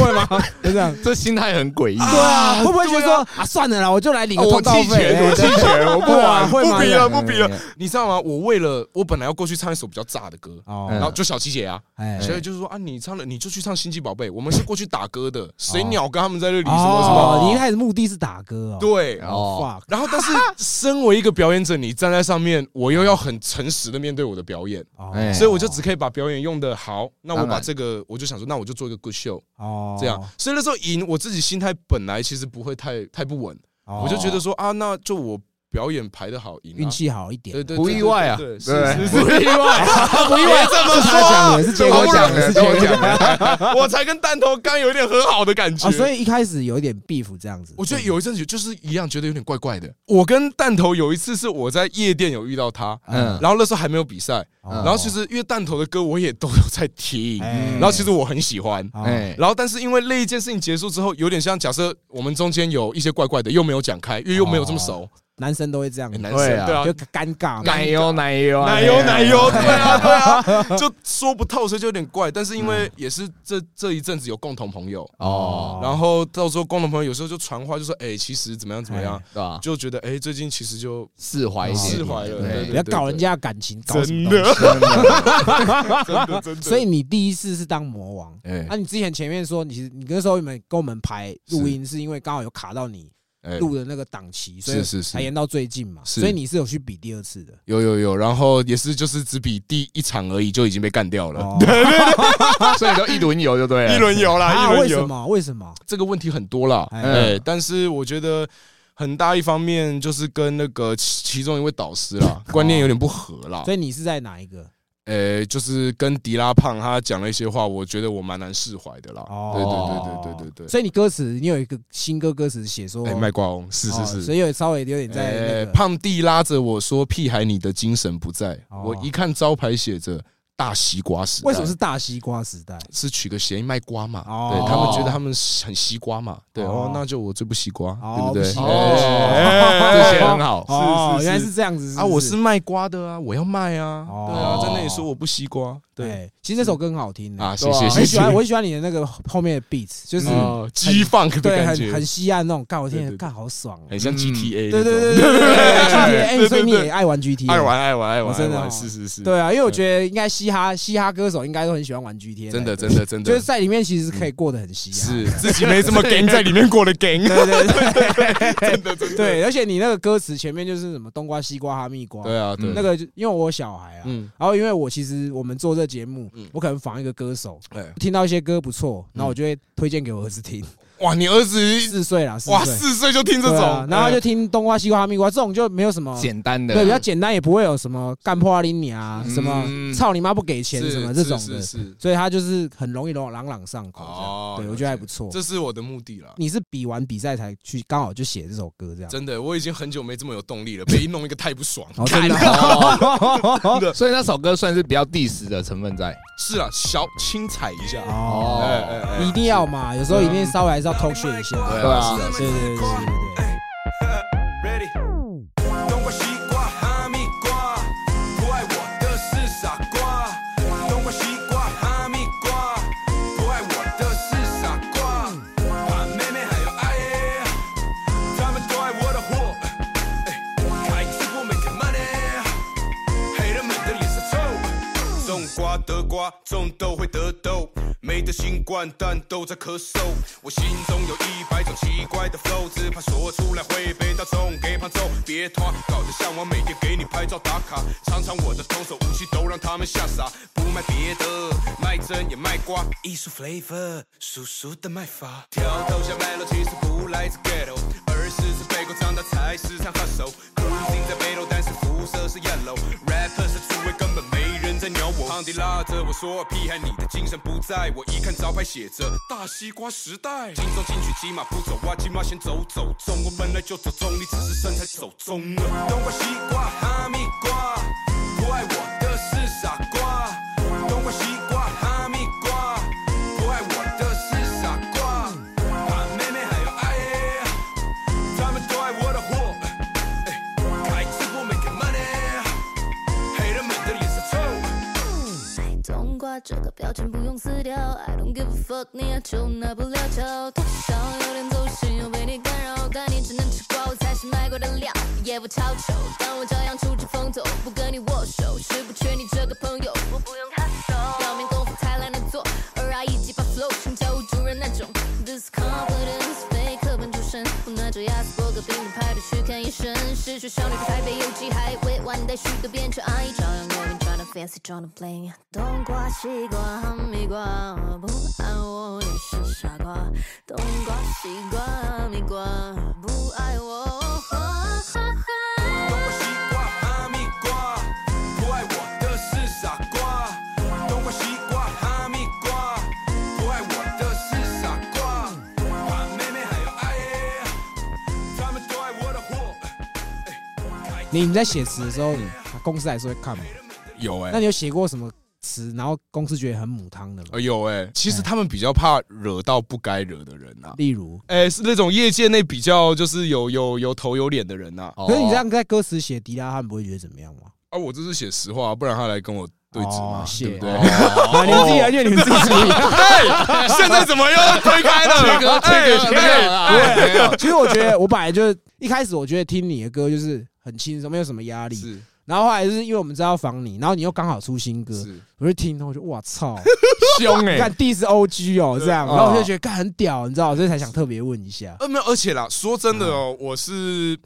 [SPEAKER 1] 会吗？就这样。
[SPEAKER 3] 这心态很诡异，哦
[SPEAKER 1] 对啊，会不会觉得
[SPEAKER 2] 对
[SPEAKER 1] 说
[SPEAKER 2] 啊
[SPEAKER 1] 啊，算了啦，我就来领
[SPEAKER 2] 啊
[SPEAKER 1] 个
[SPEAKER 2] 我
[SPEAKER 1] 通告
[SPEAKER 2] 弃
[SPEAKER 1] 费，
[SPEAKER 2] 权，
[SPEAKER 1] 哎
[SPEAKER 2] 我弃
[SPEAKER 1] 对
[SPEAKER 2] 权，我不玩，
[SPEAKER 1] 会吗
[SPEAKER 2] 不比了，
[SPEAKER 1] 会
[SPEAKER 2] 不
[SPEAKER 1] 吗
[SPEAKER 2] 比了。你知道吗？我为了我本来要过去唱一首比较炸的歌，
[SPEAKER 1] 哦，
[SPEAKER 2] 然后就小七姐啊，
[SPEAKER 1] 哎
[SPEAKER 2] 所以就是说啊，你唱了你就去唱《星际宝贝》，我们是过去打歌的，谁鸟跟他们在这里什么什么？
[SPEAKER 1] 哦，你一开始目的是打歌哦，
[SPEAKER 2] 对，啊
[SPEAKER 3] 哦，
[SPEAKER 1] ，fuck，
[SPEAKER 2] 然后但是身为一个表演者，你站在上面，我又要很诚实的面对我的表演，
[SPEAKER 1] 哦
[SPEAKER 3] 哎
[SPEAKER 2] 所以我就只可以把表演用的好。那我
[SPEAKER 3] 当
[SPEAKER 2] 把
[SPEAKER 3] 然
[SPEAKER 2] 这个，我就想说，那我就做一个 good show
[SPEAKER 1] 哦，
[SPEAKER 2] 这样。所以那时候赢，我自己心态本来其实不会太太不稳，
[SPEAKER 1] 哦，
[SPEAKER 2] 我就觉得说啊，那就我表演排的好赢啊，
[SPEAKER 1] 运气好一点，
[SPEAKER 2] 对对
[SPEAKER 3] 不意外啊
[SPEAKER 2] 对，对
[SPEAKER 3] 对
[SPEAKER 2] 是是是，不意外，
[SPEAKER 1] 不意外，
[SPEAKER 2] 这 么
[SPEAKER 1] 哦是他讲的，是结
[SPEAKER 3] 跟
[SPEAKER 1] 果
[SPEAKER 3] 我讲
[SPEAKER 1] 讲的，哦
[SPEAKER 3] 的，
[SPEAKER 1] 是
[SPEAKER 3] 跟
[SPEAKER 1] 结
[SPEAKER 3] 我
[SPEAKER 1] 果讲
[SPEAKER 3] 讲
[SPEAKER 1] 的。
[SPEAKER 3] 的，
[SPEAKER 2] 我才跟弹头刚有一点和好的感觉，
[SPEAKER 1] 啊，所以一开始有一点 beef 这样子，
[SPEAKER 2] 我觉得有一阵子就是一样，觉得有点怪怪的。我跟弹头有一次是我在夜店有遇到他，
[SPEAKER 3] 嗯，
[SPEAKER 2] 然后那时候还没有比赛，
[SPEAKER 1] 哦，
[SPEAKER 2] 然后其实因为弹头的歌我也都有在听，
[SPEAKER 1] 哎
[SPEAKER 2] 然后其实我很喜欢。
[SPEAKER 1] 哦
[SPEAKER 3] 哎，
[SPEAKER 2] 然后，但是因为那一件事情结束之后，有点像假设我们中间有一些怪怪的，又没有讲开，因为又没有这么熟，
[SPEAKER 1] 男生都会这样
[SPEAKER 2] 哎，男生哎
[SPEAKER 3] 对
[SPEAKER 2] 哦对
[SPEAKER 3] 啊
[SPEAKER 2] 啊
[SPEAKER 1] 就，尴尬嘛，
[SPEAKER 3] 奶油奶油啊
[SPEAKER 2] 奶油奶油，对啊嗯对啊，就说不透，所以就有点怪。但是因为也是这这一阵子有共同朋友，
[SPEAKER 3] 哦，
[SPEAKER 2] 然后到时候共同朋友有时候就传话，就说哎，其实怎么样怎么样，
[SPEAKER 3] 对吧？
[SPEAKER 2] 就觉得哎，最近其实就
[SPEAKER 3] 释怀一点，
[SPEAKER 2] 释怀了哎对
[SPEAKER 1] 不
[SPEAKER 3] 对
[SPEAKER 1] 要搞人家的感情，搞什么东西
[SPEAKER 2] 的， 真的真的。
[SPEAKER 1] 所以你第一次是当魔王，
[SPEAKER 2] 哎
[SPEAKER 1] 那、啊你之前前面说你其实你那时候你们跟我们排录音，是因为刚好有卡到你
[SPEAKER 2] 哎，
[SPEAKER 1] 录的那个档期，所以
[SPEAKER 2] 是是是
[SPEAKER 1] 才延到最近嘛，
[SPEAKER 2] 是
[SPEAKER 1] 所以你是有去比第二次 的。
[SPEAKER 2] 有有有，然后也是就是只比第一场而已就已经被干掉了，
[SPEAKER 1] 哦，
[SPEAKER 3] 所以都一轮游 就对了，
[SPEAKER 2] 一轮游啦，一
[SPEAKER 1] 啊，为
[SPEAKER 2] 轮
[SPEAKER 1] 什
[SPEAKER 2] 游。
[SPEAKER 1] 么？为什么？
[SPEAKER 2] 这个问题很多啦，
[SPEAKER 1] 哎
[SPEAKER 2] 哎，但是我觉得很大一方面就是跟那个其其中一位导 师啦观念有点不合啦
[SPEAKER 1] 所，以你是在哪一个？
[SPEAKER 2] 呃，就是跟迪拉胖他讲了一些话，我觉得我蛮难释怀的啦。对
[SPEAKER 1] 哦
[SPEAKER 2] 对对对对对
[SPEAKER 1] 所以你歌词，你有一个新歌歌词写说
[SPEAKER 2] 对，，哎，卖瓜翁是
[SPEAKER 1] 哦
[SPEAKER 2] 是
[SPEAKER 1] 所
[SPEAKER 2] 是。
[SPEAKER 1] 以有稍微有点在
[SPEAKER 2] 哎
[SPEAKER 1] 那个
[SPEAKER 2] 胖弟拉着我说：“屁孩，你的精神不在。”
[SPEAKER 1] 哦
[SPEAKER 2] 我一看招牌写着大西瓜时代。
[SPEAKER 1] 为什么是大西瓜时代？
[SPEAKER 2] 是取个谐音卖瓜嘛？
[SPEAKER 1] 哦
[SPEAKER 2] 对他们觉得他们很西瓜嘛？对
[SPEAKER 1] 哦
[SPEAKER 2] 哦，那就我最不西瓜，对
[SPEAKER 1] 哦
[SPEAKER 2] 不对？
[SPEAKER 1] 不西瓜
[SPEAKER 2] 哎
[SPEAKER 3] 这些很好，
[SPEAKER 1] 哦，
[SPEAKER 2] 是是
[SPEAKER 1] 原来是这样子
[SPEAKER 2] 啊，我是卖瓜的啊，我要卖啊，
[SPEAKER 1] 哦
[SPEAKER 2] 对啊，在那里说我不西瓜，对
[SPEAKER 1] 对，其实那首歌很好听的，
[SPEAKER 2] 啊，
[SPEAKER 3] 对
[SPEAKER 2] 谢谢
[SPEAKER 3] 啊
[SPEAKER 1] 我
[SPEAKER 2] 谢
[SPEAKER 1] 嗯很喜
[SPEAKER 2] 谢，
[SPEAKER 1] 欢，我很喜欢你的那个后面的 beats，就是
[SPEAKER 2] 嗯， 激放的
[SPEAKER 1] 对，
[SPEAKER 2] 感
[SPEAKER 1] 很
[SPEAKER 2] 觉，
[SPEAKER 1] 很西岸那种，干我
[SPEAKER 2] 对
[SPEAKER 1] 听
[SPEAKER 2] 对
[SPEAKER 1] 着
[SPEAKER 2] 对
[SPEAKER 1] 干好爽哦。
[SPEAKER 2] 很像
[SPEAKER 3] 嗯
[SPEAKER 2] GTA，
[SPEAKER 1] 对对对对
[SPEAKER 2] 那种
[SPEAKER 1] 对对，GTA，
[SPEAKER 2] 对对对
[SPEAKER 1] 所以你也
[SPEAKER 2] 对
[SPEAKER 1] 爱玩 GTA，
[SPEAKER 2] 爱玩爱玩爱玩，
[SPEAKER 1] 哦真的
[SPEAKER 2] 爱玩
[SPEAKER 1] 哦
[SPEAKER 2] 是是是，
[SPEAKER 1] 对啊，因为我觉得应该嘻哈嘻哈歌手应该都很喜欢玩 GTA，
[SPEAKER 2] 真的
[SPEAKER 1] 那一
[SPEAKER 2] 真的真
[SPEAKER 1] 个，就是
[SPEAKER 2] 的。
[SPEAKER 1] 在里面其实可以过得很嘻哈，
[SPEAKER 2] 是自己没什么 gang 在里面过的 gang，
[SPEAKER 1] 对啊对对
[SPEAKER 2] 真的真的。
[SPEAKER 1] 对，而且你那个歌词前面就是什么冬瓜、西瓜、哈密瓜，
[SPEAKER 2] 对啊，对
[SPEAKER 3] 嗯
[SPEAKER 1] 那个就因为我有小孩啊，
[SPEAKER 2] 嗯，
[SPEAKER 1] 然后因为我其实我们做这节目
[SPEAKER 2] 嗯，
[SPEAKER 1] 我可能仿一个歌手，
[SPEAKER 2] 哎，嗯
[SPEAKER 1] 听到一些歌不错，然后我就会推荐给我儿子听，
[SPEAKER 2] 哇，你儿子
[SPEAKER 1] 四岁啦，四
[SPEAKER 2] 哇
[SPEAKER 1] 岁。
[SPEAKER 2] 四岁就听这
[SPEAKER 1] 对啊
[SPEAKER 2] 种，哎
[SPEAKER 1] 然后就听冬瓜、西瓜、哈密瓜这种就没有什么，
[SPEAKER 3] 简单
[SPEAKER 2] 啊
[SPEAKER 3] 的，
[SPEAKER 1] 对，比较简单，也不会有什么干破林你啊，
[SPEAKER 3] 嗯
[SPEAKER 1] 什么操你妈不给钱
[SPEAKER 2] 是
[SPEAKER 1] 什么这种
[SPEAKER 2] 是
[SPEAKER 1] 的，
[SPEAKER 2] 是是
[SPEAKER 1] 所以他就是很容易朗朗朗上口这样。
[SPEAKER 2] 哦
[SPEAKER 1] 对，
[SPEAKER 2] 了
[SPEAKER 1] 我觉得还
[SPEAKER 2] 解
[SPEAKER 1] 不错。
[SPEAKER 2] 这是我的目的啦。
[SPEAKER 1] 你是比完比赛才去，刚好就写这首歌这样。
[SPEAKER 2] 真的，我已经很久没这么有动力了，被一弄一个太不爽。
[SPEAKER 1] 哦， 真的
[SPEAKER 3] 哦，所以那首歌算是比较 diss 的成分在。
[SPEAKER 2] 是啊，小轻踩一下。
[SPEAKER 1] 哦，
[SPEAKER 2] 哎哎哎
[SPEAKER 1] 一定要嘛，有时候一定稍微还是要偷学一下。
[SPEAKER 2] 对
[SPEAKER 3] 对啊
[SPEAKER 2] 是啊，
[SPEAKER 1] 对对对对对对。
[SPEAKER 5] Ready，冬瓜、西瓜、哈密瓜，不爱我的是傻瓜。冬瓜、西瓜、哈密瓜，不爱我的是傻瓜。
[SPEAKER 1] 嗯
[SPEAKER 5] 把妹妹还有阿爷，他们都爱我的货。哎开直播 make money，黑人们的脸色臭。种瓜得瓜，种豆会得豆，没得新冠但都在咳嗽。我心中有一百种奇怪的 flow，只怕说出来会被大众给胖揍。别拖，搞得像我每天给你拍照打卡，尝尝我的童叟无欺，都让他们吓傻。不卖别的，卖真也卖瓜，艺术 flavor，叔叔的卖法。挑头像 m e l 其实不来自 ghetto，而是自背后长大才时常 hustle。Cruising 在北楼，但是肤色是 yellow，rapper 是出位根本没。没人在鸟我，胖迪拉着我说屁孩，你的精神不在。我一看招牌写着大西瓜时代，轻松进取，骑马不走哇，骑马先走走中，我本来就走中，你只是身材走中了。冬瓜、西瓜、哈密瓜，不爱我的是傻瓜。冬瓜、西瓜、哈密瓜，不爱我的是傻瓜。把妹妹还有阿爷，他们都爱我的货。哎开直播 make money。黑人们的脸色臭。
[SPEAKER 6] 冬瓜这个标签不用撕掉，I don't give a fuck，你要求拿不了球，多少有点走心，又被你干扰，但你只能吃瓜，我才是卖瓜的料，也不超丑，但我照样出去风头，不跟你握手，是不缺你这个朋友，我不用他手，表面功夫才懒得做，而阿一级把 flow 成教务主任那种，this confidence 被课本出身，我拿着雅思伯格病人派的去看医生，是学校里的台北游记，还未完待续的变成阿姨，照样有人 tryna fancy tryna bling，冬瓜、西瓜、哈密瓜，不爱我也是傻瓜，冬瓜、西瓜、哈密瓜，不爱我。哈哈哈
[SPEAKER 5] 冬瓜、西瓜、哈密瓜，不爱我的是傻瓜。冬瓜、西瓜、哈密瓜，不爱我的是傻瓜。把妹妹还有阿爷，他们都爱我的货。
[SPEAKER 1] 你你在写词的时候，公司还是会看嘛？
[SPEAKER 2] 有哎
[SPEAKER 1] 那，你有写过什么词，然后公司觉得很母汤的吗？
[SPEAKER 2] 呃有哎，其实他们比较怕惹到不该惹的人啊。
[SPEAKER 1] 例如，
[SPEAKER 2] 哎，是那种业界内比较就是有有有头有脸的人啊呐。
[SPEAKER 1] 可是你这样在歌词写迪拉，他们不会觉得怎么样吗？
[SPEAKER 2] 啊，我这是写实话，不然他来跟我对质
[SPEAKER 1] 哦
[SPEAKER 2] 嘛，
[SPEAKER 1] 谢
[SPEAKER 2] 对不对？ 哦
[SPEAKER 1] 啊， 你们自己来，因为你们自己处理。
[SPEAKER 2] 哎，现在怎么又推开了？
[SPEAKER 3] 推歌推歌推歌
[SPEAKER 2] 哎哎
[SPEAKER 3] 啊，没有
[SPEAKER 1] 其实我觉得，我本来就一开始我觉得听你的歌就是很轻松，没有什么压力。
[SPEAKER 2] 是
[SPEAKER 1] 然后后来就是因为我们知道防你，然后你又刚好出新歌，
[SPEAKER 2] 是，
[SPEAKER 1] 我就听，然后我就哇操，
[SPEAKER 3] 凶哎
[SPEAKER 1] 看 diss OG 哦这
[SPEAKER 2] 啊
[SPEAKER 1] 样，
[SPEAKER 3] 对
[SPEAKER 1] 然后我就觉得干很屌，你知道，所以才想特别问一下。
[SPEAKER 2] 呃，没有，而且啦，说真的哦，
[SPEAKER 1] 嗯
[SPEAKER 2] 我是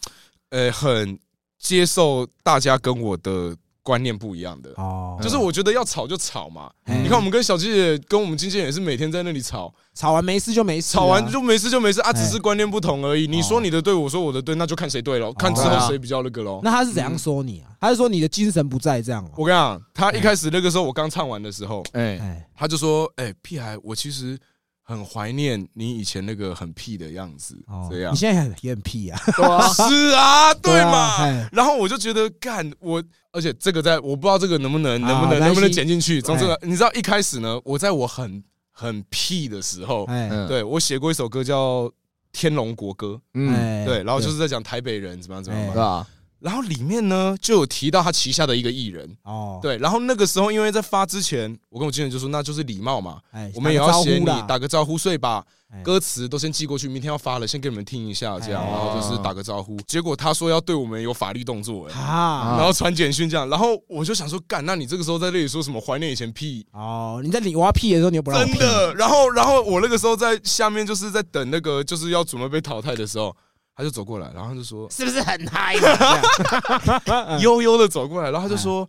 [SPEAKER 2] 呃很接受大家跟我的观念不一样的，
[SPEAKER 1] 哦，
[SPEAKER 2] 就是我觉得要吵就吵嘛。
[SPEAKER 1] 嗯
[SPEAKER 2] 你看，我们跟小鸡姐跟我们经纪人也是每天在那里吵，
[SPEAKER 1] 吵完没事就没事啊，哦
[SPEAKER 2] 吵完就没事就没事啊，
[SPEAKER 1] 哎
[SPEAKER 2] 只是观念不同而已。你说你的对，我说我的对，那就看谁对
[SPEAKER 1] 哦
[SPEAKER 2] 了，看之
[SPEAKER 3] 对
[SPEAKER 2] 后
[SPEAKER 3] 啊
[SPEAKER 2] 谁比较那个喽。
[SPEAKER 1] 那他是怎样说你啊？他是说你的精神不在这样哦。
[SPEAKER 2] 嗯我跟你讲，他一开始那个时候我刚唱完的时候，
[SPEAKER 3] 哎，
[SPEAKER 1] 哎，
[SPEAKER 2] 他就说：“哎，屁孩，我其实。”很怀念你以前那个很屁的样子，这样
[SPEAKER 1] 哦你。现在也很也很屁啊，
[SPEAKER 3] 对啊，
[SPEAKER 2] 是啊， 对
[SPEAKER 1] 啊
[SPEAKER 2] 嘛
[SPEAKER 1] 哎？
[SPEAKER 2] 然后我就觉得干我，而且这个在我不知道这个能不能能不
[SPEAKER 1] 没关
[SPEAKER 2] 能
[SPEAKER 1] 系
[SPEAKER 2] 能不能剪进去。总之呢，你知道一开始呢，我在我很很屁的时候，
[SPEAKER 1] 哎
[SPEAKER 3] 嗯
[SPEAKER 2] 对我写过一首歌叫《天龙国歌
[SPEAKER 3] 嗯，
[SPEAKER 1] 哎，》，
[SPEAKER 2] 对，然后就是在讲台北人怎么样怎么
[SPEAKER 1] 哎
[SPEAKER 2] 样
[SPEAKER 3] 对
[SPEAKER 2] 嘛。
[SPEAKER 3] 啊，
[SPEAKER 2] 然后里面呢就有提到他旗下的一个艺人，
[SPEAKER 1] 哦，，
[SPEAKER 2] 对，然后那个时候因为在发之前，我跟我经纪人就说那就是礼貌嘛，
[SPEAKER 1] 哎，
[SPEAKER 2] 我们也要写你
[SPEAKER 1] 打个招呼啦
[SPEAKER 2] 打个招呼，所以把
[SPEAKER 1] 哎
[SPEAKER 2] 歌词都先寄过去，明天要发了，先给你们听一下，这样，
[SPEAKER 1] 哎
[SPEAKER 2] 然后就是打个招呼。结果他说要对我们有法律动作，哎，
[SPEAKER 1] 啊，
[SPEAKER 2] 然后传简讯这样，然后我就想说，干，那你这个时候在这里说什么怀念以前屁？
[SPEAKER 1] 哦，你在你我要屁的时候，你又不让我
[SPEAKER 2] 真
[SPEAKER 1] 屁，
[SPEAKER 2] 的，然后然后我那个时候在下面就是在等那个就是要准备被淘汰的时候，他就走过来，然后他就说
[SPEAKER 1] 是不是很嗨嘛？这样嗯
[SPEAKER 2] 悠悠的走过来，然后他就说：“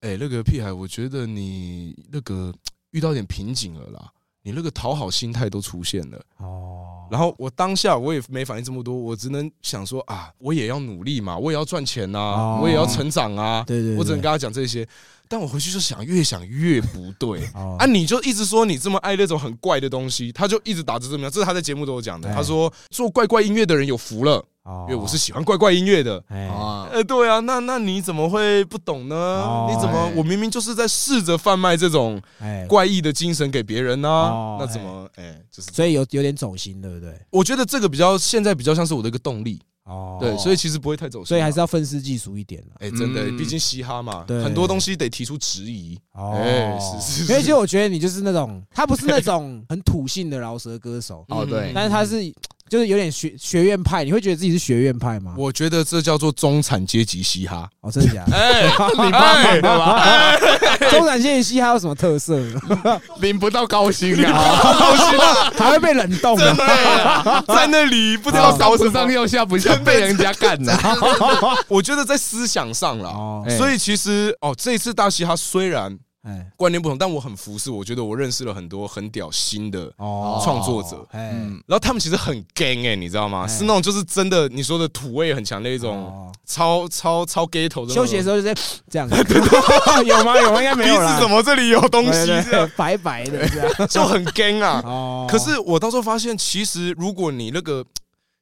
[SPEAKER 2] 哎、那个屁孩，我觉得你那个呃遇到点瓶颈了啦，你那个讨好心态都出现了。”
[SPEAKER 1] 哦，
[SPEAKER 2] 然后我当下我也没反应这么多，我只能想说啊，我也要努力嘛，我也要赚钱呐、啊
[SPEAKER 1] 哦
[SPEAKER 2] 我也要成长啊。
[SPEAKER 1] 对对对
[SPEAKER 2] 我只能跟他讲这些。但我回去就想，越想越不对
[SPEAKER 1] 哦
[SPEAKER 2] 啊！你就一直说你这么爱那种很怪的东西，他就一直打着这么样。这是他在节目都有讲的，
[SPEAKER 1] 哎
[SPEAKER 2] 他说做怪怪音乐的人有福了，
[SPEAKER 1] 哦
[SPEAKER 2] 因为我是喜欢怪怪音乐的。
[SPEAKER 1] 哎
[SPEAKER 3] 啊，
[SPEAKER 2] 呃，对啊，那那你怎么会不懂呢？
[SPEAKER 1] 哦
[SPEAKER 2] 你怎么
[SPEAKER 3] 哎？
[SPEAKER 2] 我明明就是在试着贩卖这种
[SPEAKER 1] 哎，
[SPEAKER 2] 怪异的精神给别人呢、
[SPEAKER 1] 哦
[SPEAKER 2] 那怎么？哎，就是
[SPEAKER 1] 所以有有点走心，对不对？
[SPEAKER 2] 我觉得这个比较现在比较像是我的一个动力，
[SPEAKER 1] 哦，
[SPEAKER 2] 对，所以其实不会太走心啊，
[SPEAKER 1] 所以还是要愤世嫉俗一点啦。
[SPEAKER 2] 哎，真的，
[SPEAKER 3] 嗯
[SPEAKER 2] 毕竟嘻哈嘛，
[SPEAKER 1] 对
[SPEAKER 2] 很多东西得提出质疑。
[SPEAKER 1] 哦，
[SPEAKER 2] 哎是是是
[SPEAKER 1] 因为其实我觉得你就是那种，他不是那种很土性的饶舌歌 手，
[SPEAKER 3] 哦
[SPEAKER 2] 嗯
[SPEAKER 3] 对，
[SPEAKER 1] 但是他是就是有点学学院派，你会觉得自己是学院派吗？
[SPEAKER 2] 我觉得这叫做中产阶级嘻哈。
[SPEAKER 1] 哦，真的 假的？
[SPEAKER 2] 哎，
[SPEAKER 3] 领八万的吧，
[SPEAKER 1] 中产阶级嘻哈有什么特 色呢？
[SPEAKER 3] 领不到高薪啊，
[SPEAKER 1] 还会被冷冻啊的。
[SPEAKER 2] 哎
[SPEAKER 1] 哦
[SPEAKER 2] 在那里不
[SPEAKER 3] 不
[SPEAKER 2] 知
[SPEAKER 3] 知
[SPEAKER 2] 道
[SPEAKER 3] 道
[SPEAKER 2] 搞
[SPEAKER 3] 搞
[SPEAKER 2] 什
[SPEAKER 3] 不
[SPEAKER 2] 么
[SPEAKER 3] 上。又下，不像被人家干的，
[SPEAKER 2] 我觉得在思想上啦，
[SPEAKER 1] 哦，
[SPEAKER 3] 哎
[SPEAKER 2] 所以其实哦，这一次大嘻哈虽然
[SPEAKER 1] 哎，
[SPEAKER 2] 观念不同，但我很服是，我觉得我认识了很多很屌新的
[SPEAKER 1] 哦，
[SPEAKER 2] 创作者，
[SPEAKER 1] 哎，
[SPEAKER 3] 嗯，
[SPEAKER 2] 然后他们其实很 gang 哎、你知道吗？
[SPEAKER 1] 哎
[SPEAKER 2] 是那种就是真的你说的土味很强的一种，
[SPEAKER 1] 哦
[SPEAKER 2] 超超超 ghetto 的。
[SPEAKER 1] 休息的时候就在 这 样子， 有吗？有吗？应该
[SPEAKER 2] 鼻
[SPEAKER 1] 没有啦
[SPEAKER 2] 子。怎么这里有东西
[SPEAKER 1] 对
[SPEAKER 2] 这
[SPEAKER 1] 对对
[SPEAKER 2] 样，
[SPEAKER 1] 白白的这 样。
[SPEAKER 2] 就很 gang 啊。
[SPEAKER 1] 哦，
[SPEAKER 2] 可是我到时候发现，其实如果你那个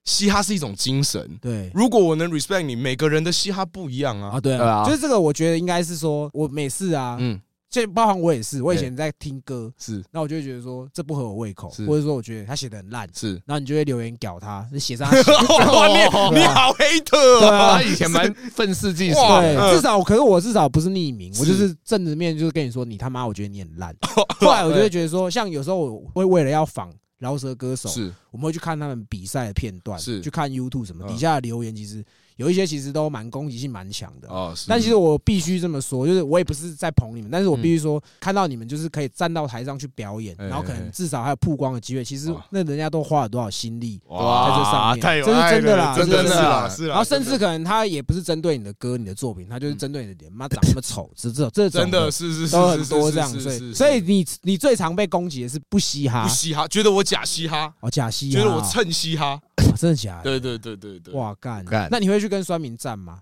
[SPEAKER 2] 嘻哈是一种精神，
[SPEAKER 1] 对
[SPEAKER 2] 如果我能 respect 你，每个人的嘻哈不一样啊
[SPEAKER 1] 啊，。对
[SPEAKER 3] 对
[SPEAKER 1] 啊，
[SPEAKER 3] 啊
[SPEAKER 1] 就是这个，我觉得应该是说，我每次啊，
[SPEAKER 2] 嗯，
[SPEAKER 1] 就包含我也是，我以前在听歌，
[SPEAKER 2] 是
[SPEAKER 1] 那我就会觉得说这不合我胃口，
[SPEAKER 2] 是
[SPEAKER 1] 或者说我觉得他写的很烂，
[SPEAKER 2] 是。
[SPEAKER 1] 然后你就会留言屌他，就写 上他写
[SPEAKER 2] 哇， 你你好 hater
[SPEAKER 1] 对
[SPEAKER 2] 哦
[SPEAKER 1] 啊
[SPEAKER 3] 他，以前蛮愤世嫉俗
[SPEAKER 2] 哇
[SPEAKER 3] 的，
[SPEAKER 1] 对，
[SPEAKER 2] 嗯
[SPEAKER 1] 至少可是我至少不是匿名，
[SPEAKER 2] 是
[SPEAKER 1] 我就是正着面就是跟你说你他妈，我觉得你很 烂。后来我就会觉得说，像有时候我会为了要仿饶舌歌手，
[SPEAKER 2] 是
[SPEAKER 1] 我们会去看他们比赛的片段，
[SPEAKER 2] 是
[SPEAKER 1] 去看 YouTube 什么，
[SPEAKER 2] 嗯
[SPEAKER 1] 底下的留言其实有一些其实都蛮攻击性蛮强的。
[SPEAKER 2] 哦，是
[SPEAKER 1] 啊但其实我必须这么说，就是我也不是在捧你们，但是我必须说，看到你们就是可以站到台上去表演，
[SPEAKER 2] 哎
[SPEAKER 1] 然后可
[SPEAKER 2] 哎哎
[SPEAKER 1] 能至少还有曝光的机会。其实
[SPEAKER 2] 哇
[SPEAKER 1] 那人家都花了多少心力，
[SPEAKER 2] 哇
[SPEAKER 1] 在这上面
[SPEAKER 2] 太有
[SPEAKER 1] 这是
[SPEAKER 2] 爱
[SPEAKER 1] 真的啦
[SPEAKER 2] 了真
[SPEAKER 1] 这是
[SPEAKER 2] 的是
[SPEAKER 1] 真的
[SPEAKER 2] 啦，
[SPEAKER 3] 啦
[SPEAKER 2] 是啦，
[SPEAKER 1] 然后甚至可能他也不是针对你的歌、你的作品，他就是针对你的脸，妈长那么丑，只这种这种
[SPEAKER 2] 嗯真的是是是
[SPEAKER 1] 都
[SPEAKER 2] 是
[SPEAKER 1] 很
[SPEAKER 2] 是
[SPEAKER 1] 多
[SPEAKER 2] 是
[SPEAKER 1] 这样，
[SPEAKER 2] 是
[SPEAKER 1] 所
[SPEAKER 2] 是
[SPEAKER 1] 以
[SPEAKER 2] 是
[SPEAKER 1] 所以你你最常被攻击的是不嘻哈
[SPEAKER 2] 不，嘻哈，觉得我假嘻哈，
[SPEAKER 1] 哦假嘻哈
[SPEAKER 2] 觉
[SPEAKER 1] 哦，
[SPEAKER 2] 得我蹭嘻哈，
[SPEAKER 1] 哇真的假的？
[SPEAKER 2] 对对对对对。
[SPEAKER 1] 哇干
[SPEAKER 3] 干
[SPEAKER 1] 那你会去跟酸民战吗？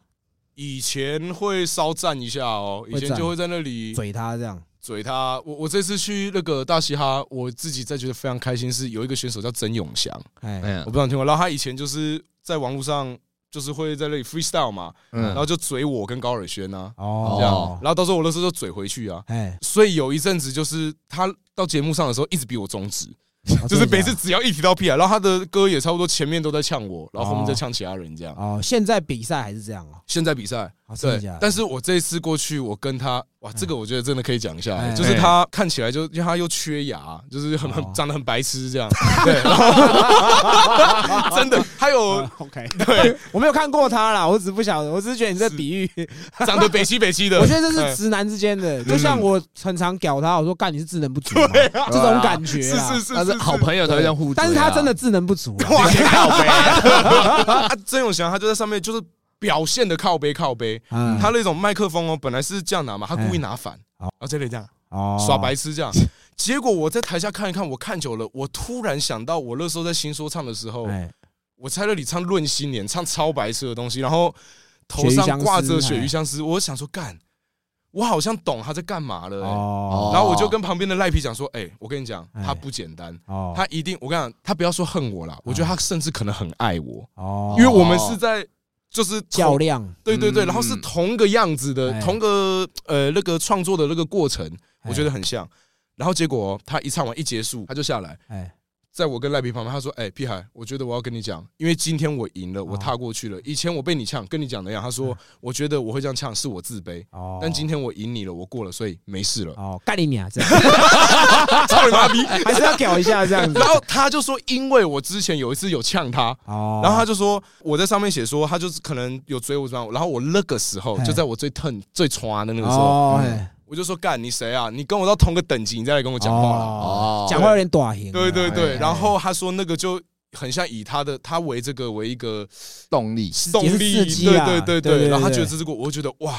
[SPEAKER 2] 以前会稍战一下哦，以
[SPEAKER 1] 会
[SPEAKER 2] 前
[SPEAKER 1] 赞
[SPEAKER 2] 就会在那里
[SPEAKER 1] 嘴他这样，
[SPEAKER 2] 嘴他。我我这次去那个大嘻哈，我自己在觉得非常开心，是有一个选手叫曾永祥，
[SPEAKER 1] 哎
[SPEAKER 3] 嗯
[SPEAKER 2] 我不知道你听过。然后他以前就是在网络上就是会在那里 freestyle 嘛，然
[SPEAKER 3] 嗯
[SPEAKER 2] 后就嘴我跟高尔轩啊，这样，
[SPEAKER 1] 哦
[SPEAKER 3] 哦，
[SPEAKER 2] 然后到时候我那时候就嘴回去啊。
[SPEAKER 1] 哎，
[SPEAKER 2] 所以有一阵子就是他到节目上的时候一直比我中指，
[SPEAKER 1] 哦
[SPEAKER 2] 就
[SPEAKER 1] 真
[SPEAKER 2] 是
[SPEAKER 1] 的
[SPEAKER 2] 每
[SPEAKER 1] 假
[SPEAKER 2] 次
[SPEAKER 1] 的
[SPEAKER 2] 只要一提到屁啊，然后他的歌也差不多前面都在呛我，然后后面再呛其他人这样。
[SPEAKER 1] 哦，现在比赛还是这样哦，
[SPEAKER 2] 现在比赛
[SPEAKER 1] 哦真
[SPEAKER 2] 对
[SPEAKER 1] 的假的，
[SPEAKER 2] 但是我这一次过去，我跟他哇，这个我觉得真的可以讲一下，
[SPEAKER 1] 哎
[SPEAKER 2] 就是他看起来就因为他又缺牙，就 是很很
[SPEAKER 1] 哦
[SPEAKER 2] 长得很白 痴这样，对，然后真的，还有
[SPEAKER 1] OK，
[SPEAKER 2] 对
[SPEAKER 1] 我没有看过他啦，我只是不晓得，我只是觉得你这比喻，
[SPEAKER 2] 长得北西北西的，
[SPEAKER 1] 我觉得这
[SPEAKER 2] 哎
[SPEAKER 1] 是直男之间的，就像我很常屌他，我说干你是智能不足嘛，
[SPEAKER 2] 嗯对
[SPEAKER 1] 这种感觉
[SPEAKER 2] 是
[SPEAKER 1] 啦啊
[SPEAKER 2] 是是
[SPEAKER 3] 他是
[SPEAKER 2] 是
[SPEAKER 3] 好朋友才会这样互追啊，
[SPEAKER 1] 但是他真的智能不足啊，
[SPEAKER 2] 哇，靠背 啊！曾永祥他就在上面就是表现的靠背靠背，
[SPEAKER 1] 嗯哎
[SPEAKER 2] 他那种麦克风哦，本来是这样拿嘛，他故意拿反，然后这里这样
[SPEAKER 1] 哦
[SPEAKER 2] 耍白痴这样。结果我在台下看一看，我看久了，我突然想到，我那时候在新说唱的时候，
[SPEAKER 1] 哎，
[SPEAKER 2] 我在那里唱《论新年》，唱超白痴的东西，然后头
[SPEAKER 1] 鳕鱼
[SPEAKER 2] 上
[SPEAKER 1] 香
[SPEAKER 2] 挂
[SPEAKER 1] 丝
[SPEAKER 2] 着鳕
[SPEAKER 1] 哎
[SPEAKER 2] 鱼相思，我想说干。我好像懂他在干嘛了、欸
[SPEAKER 1] 哦
[SPEAKER 2] 然后我就跟旁边的赖皮讲说：“哎、我跟你讲，
[SPEAKER 1] 哎
[SPEAKER 2] 他不简单，
[SPEAKER 1] 哦
[SPEAKER 2] 他一定……我跟你讲，他不要说恨我啦，我觉得他甚至可能很爱我，
[SPEAKER 1] 哦
[SPEAKER 2] 因为我们是在就是同
[SPEAKER 1] 较量，
[SPEAKER 2] 对对对，
[SPEAKER 3] 嗯
[SPEAKER 2] 然后是同个样子的
[SPEAKER 1] 哎，
[SPEAKER 2] 同个呃那个创作的那个过程，
[SPEAKER 1] 哎
[SPEAKER 2] 我觉得很像。然后结果他一唱完一结束，他就下来，
[SPEAKER 1] 哎，
[SPEAKER 2] 在我跟赖皮旁边，他说：“哎，屁孩，我觉得我要跟你讲，因为今天我赢了，
[SPEAKER 1] 哦
[SPEAKER 2] 我踏过去了。以前我被你呛，跟你讲的一样。”他说：“我觉得我会这样呛是我自卑，
[SPEAKER 1] 嗯哦，
[SPEAKER 2] 但今天我赢你了，我过了，所以没事了。
[SPEAKER 1] 哦，干你娘，这样
[SPEAKER 2] 操你妈逼！
[SPEAKER 1] 还是要搞一下这样 子
[SPEAKER 2] 然。后他就说，因为我之前有一次有呛他，
[SPEAKER 1] 哦，
[SPEAKER 2] 然后他就说我在上面写说他就是可能有追我这样，然后我那个时候
[SPEAKER 1] 嘿
[SPEAKER 2] 就在我最疼最抓的那个时候，
[SPEAKER 1] 哦，
[SPEAKER 2] 我就说干你谁啊？你跟我到同个等级，你再来嗯跟我
[SPEAKER 1] 我
[SPEAKER 2] 讲话啦。
[SPEAKER 3] 哦
[SPEAKER 1] 讲话有点短型啊。
[SPEAKER 2] 对对
[SPEAKER 1] 哎
[SPEAKER 2] 对，然后他说那个就很像以他的他为这个为一个
[SPEAKER 3] 动力
[SPEAKER 2] 动
[SPEAKER 1] 也是
[SPEAKER 2] 力，
[SPEAKER 1] 刺激
[SPEAKER 2] 对
[SPEAKER 1] 啊
[SPEAKER 2] 对
[SPEAKER 1] 对对
[SPEAKER 2] 对
[SPEAKER 1] 对
[SPEAKER 2] 对，然后他
[SPEAKER 1] 对
[SPEAKER 2] 觉得这是个，我就觉得哇，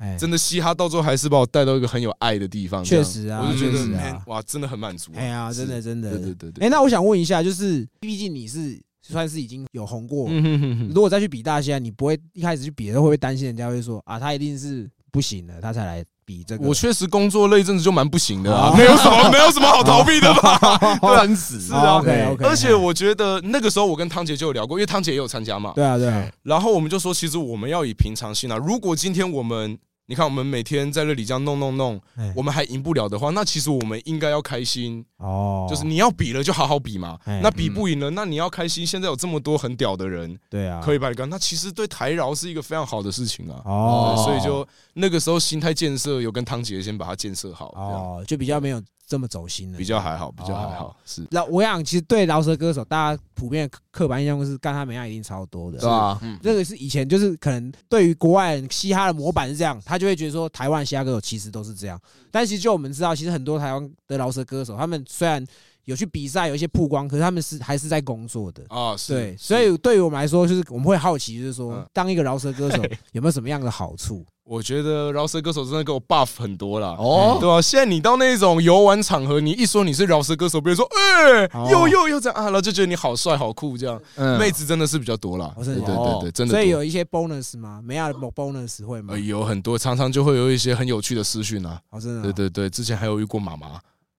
[SPEAKER 1] 哎
[SPEAKER 2] 真的嘻哈到最后还是把我带到一个很有爱的地方，这样
[SPEAKER 1] 确实啊
[SPEAKER 2] 我就觉
[SPEAKER 1] 确
[SPEAKER 2] 得
[SPEAKER 1] 实啊
[SPEAKER 2] man，哇，真的很满足啊，
[SPEAKER 1] 哎呀，真的
[SPEAKER 2] 是，
[SPEAKER 1] 真的。
[SPEAKER 2] 对对对对，
[SPEAKER 1] 哎，那我想问一下，就是毕竟你是算是已经有红过，
[SPEAKER 2] 嗯哼哼哼
[SPEAKER 1] 如果再去比大啊虾，你不会一开始去比的时候，会不会担心人家会说啊，他一定是不行了，他才来比这个？
[SPEAKER 2] 我确实工作那一阵子就蛮不行的啊
[SPEAKER 1] 哦，
[SPEAKER 2] 没有什么没有什么好逃避的吧？
[SPEAKER 3] 专死
[SPEAKER 2] 是啊
[SPEAKER 1] 哦 OK OK，哎
[SPEAKER 2] 而且我觉得那个时候我跟汤姐就有聊过，因为汤姐也有参加嘛。
[SPEAKER 1] 对啊对啊，
[SPEAKER 2] 然后我们就说，其实我们要以平常心啊。如果今天我们，你看我们每天在那里这样弄弄弄
[SPEAKER 1] 哎，
[SPEAKER 2] 我们还赢不了的话，那其实我们应该要开心。
[SPEAKER 1] 哦，
[SPEAKER 2] 就是你要比了就好好比嘛
[SPEAKER 1] 哎，
[SPEAKER 2] 那比不赢了，那你要开心。现在有这么多很屌的人
[SPEAKER 1] 对啊，
[SPEAKER 2] 可以把你干，那其实对台饶是一个非常好的事情啊。
[SPEAKER 1] 哦
[SPEAKER 2] 对，所以就那个时候心态建设有跟汤姐先把它建设好，这样
[SPEAKER 1] 哦，就比较没有这么走心了，
[SPEAKER 2] 比较还好，比较还好，是
[SPEAKER 1] 那我想，其实对饶舌歌手，大家普遍的刻板印象就是干他没样一定超多的，
[SPEAKER 3] 对啊吧？
[SPEAKER 2] 嗯，
[SPEAKER 1] 这个是以前就是可能对于国外人嘻哈的模板是这样，他就会觉得说台湾嘻哈歌手其实都是这样。但其实就我们知道，其实很多台湾的饶舌歌手，他们虽然有去比赛，有一些曝光，可是他们是还是在工作的。
[SPEAKER 2] 啊，是
[SPEAKER 1] 对，
[SPEAKER 2] 是
[SPEAKER 1] 所以对于我们来说，就是我们会好奇，就是说
[SPEAKER 2] 嗯
[SPEAKER 1] 当一个饶舌歌手有没有什么样的好处？
[SPEAKER 2] 我觉得饶舌歌手真的给我 buff 很多啦。
[SPEAKER 3] 哦，
[SPEAKER 2] 对啊，现在你到那种游玩场合，你一说你是饶舌歌手，别人说，哎、
[SPEAKER 1] 哦
[SPEAKER 2] 又又又这样啊，然后就觉得你好帅好酷这样。
[SPEAKER 3] 嗯
[SPEAKER 2] 妹子真的是比较多啦，
[SPEAKER 1] 哦真
[SPEAKER 2] 对对
[SPEAKER 1] 的假的
[SPEAKER 2] 对对，真的多。
[SPEAKER 1] 所以有一些 bonus 吗？没有 bonus 会吗
[SPEAKER 2] 呃？有很多，常常就会有一些很有趣的私讯啊。
[SPEAKER 1] 哦，真的哦
[SPEAKER 2] 对对对，之前还有遇过妈妈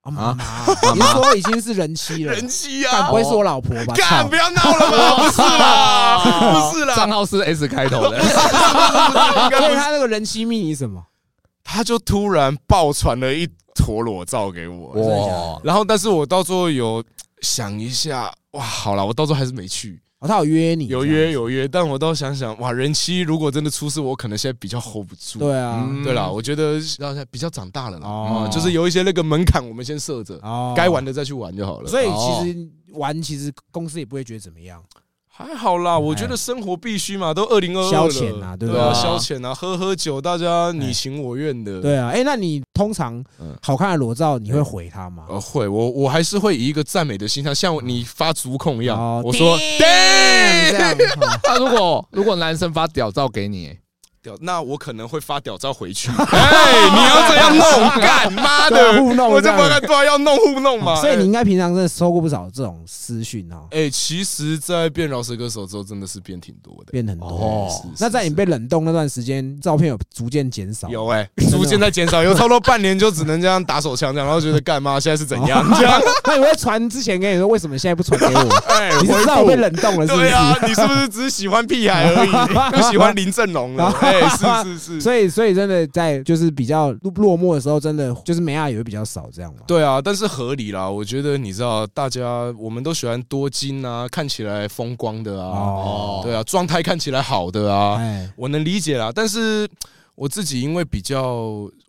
[SPEAKER 1] 啊妈妈， 你是说已经是人妻了？
[SPEAKER 2] 人妻
[SPEAKER 1] 但
[SPEAKER 2] 啊
[SPEAKER 1] 不，会是我老婆吧？
[SPEAKER 2] 干
[SPEAKER 1] 操
[SPEAKER 2] 不！要闹了吧，不是 啦，不是
[SPEAKER 3] 账
[SPEAKER 2] 啦，
[SPEAKER 3] 号是 S 开 头的，
[SPEAKER 2] 应该
[SPEAKER 1] 所以
[SPEAKER 2] 不是
[SPEAKER 1] 他那个人妻密你什么？
[SPEAKER 2] 他就突然爆传了一坨裸照给我，
[SPEAKER 3] 哇，
[SPEAKER 2] 然后，但是我到最后有想一下，哇，好了，我到最后还是没去，
[SPEAKER 1] 哦，他有约你？
[SPEAKER 2] 有约有约，但我倒想想，哇，人妻如果真的出事，我可能现在比较 hold 不住。
[SPEAKER 1] 这样？对啊，
[SPEAKER 3] 嗯
[SPEAKER 2] 对啦，我觉得让现在比较长大了啦，
[SPEAKER 1] 哦
[SPEAKER 2] 嗯就是有一些那个门槛，我们先设着，
[SPEAKER 1] 哦
[SPEAKER 2] 该玩的哦再去玩就好了。
[SPEAKER 1] 所以其实玩，其实公司也不会觉得怎么样。
[SPEAKER 2] 还好啦，我觉得生活必须嘛，都二零二二
[SPEAKER 1] 哎消遣啊对
[SPEAKER 2] 对
[SPEAKER 1] 不
[SPEAKER 3] 对
[SPEAKER 2] 啊，消遣啊，喝喝酒，大家你情我愿的。，
[SPEAKER 1] 对啊，哎，那你通常
[SPEAKER 2] 嗯
[SPEAKER 1] 好看的裸照，你会回他 吗？
[SPEAKER 2] 呃，会，我我还是会以一个赞美的心态，像你发足控一样
[SPEAKER 1] 嗯哦，
[SPEAKER 2] 我说
[SPEAKER 1] Damn，这
[SPEAKER 2] 啊
[SPEAKER 1] 样哦
[SPEAKER 3] 那啊如果如果男生发屌照给你，
[SPEAKER 2] 屌，那我可能会发屌照回去。 哎，你要这 样弄， 干妈
[SPEAKER 1] 对啊
[SPEAKER 2] 的
[SPEAKER 1] 糊弄
[SPEAKER 2] 我这
[SPEAKER 1] 这样哦
[SPEAKER 2] 不该对啊要弄糊弄嘛。哎
[SPEAKER 1] 所以你应该平常真的收过不少这种私讯哦，
[SPEAKER 2] 哎，哎其实，在变饶舌歌手之后，真的是变挺多的。
[SPEAKER 1] 变很多。
[SPEAKER 3] 哦
[SPEAKER 2] 是，
[SPEAKER 1] 那在你
[SPEAKER 2] 是
[SPEAKER 1] 被冷冻那段时间，照片有逐渐减少。
[SPEAKER 2] 有哎，逐渐在减少，有差不多半年就只能这样打手枪这样，然后觉得干妈现在是怎样这样？
[SPEAKER 1] 那你会传之前跟你说为什么现在不传给我？
[SPEAKER 2] 哎，
[SPEAKER 1] 你是知道
[SPEAKER 2] 回
[SPEAKER 1] 我
[SPEAKER 2] 复
[SPEAKER 1] 被冷冻了是不
[SPEAKER 2] 对
[SPEAKER 1] 是？
[SPEAKER 2] 啊，你是不是只喜欢屁孩而已， 不喜欢林正龙了？哎，是是是。
[SPEAKER 1] 所以，所以真的在就是比较落落寞的时候，真的就是美亚也会比较少这样嘛。
[SPEAKER 2] 对啊，但是合理啦。我觉得你知道，大家我们都喜欢多金啊，看起来风光的啊，
[SPEAKER 1] 哦，
[SPEAKER 2] 对啊，状态看起来好的啊，
[SPEAKER 1] 哎，
[SPEAKER 2] 我能理解啦。但是我自己因为比较，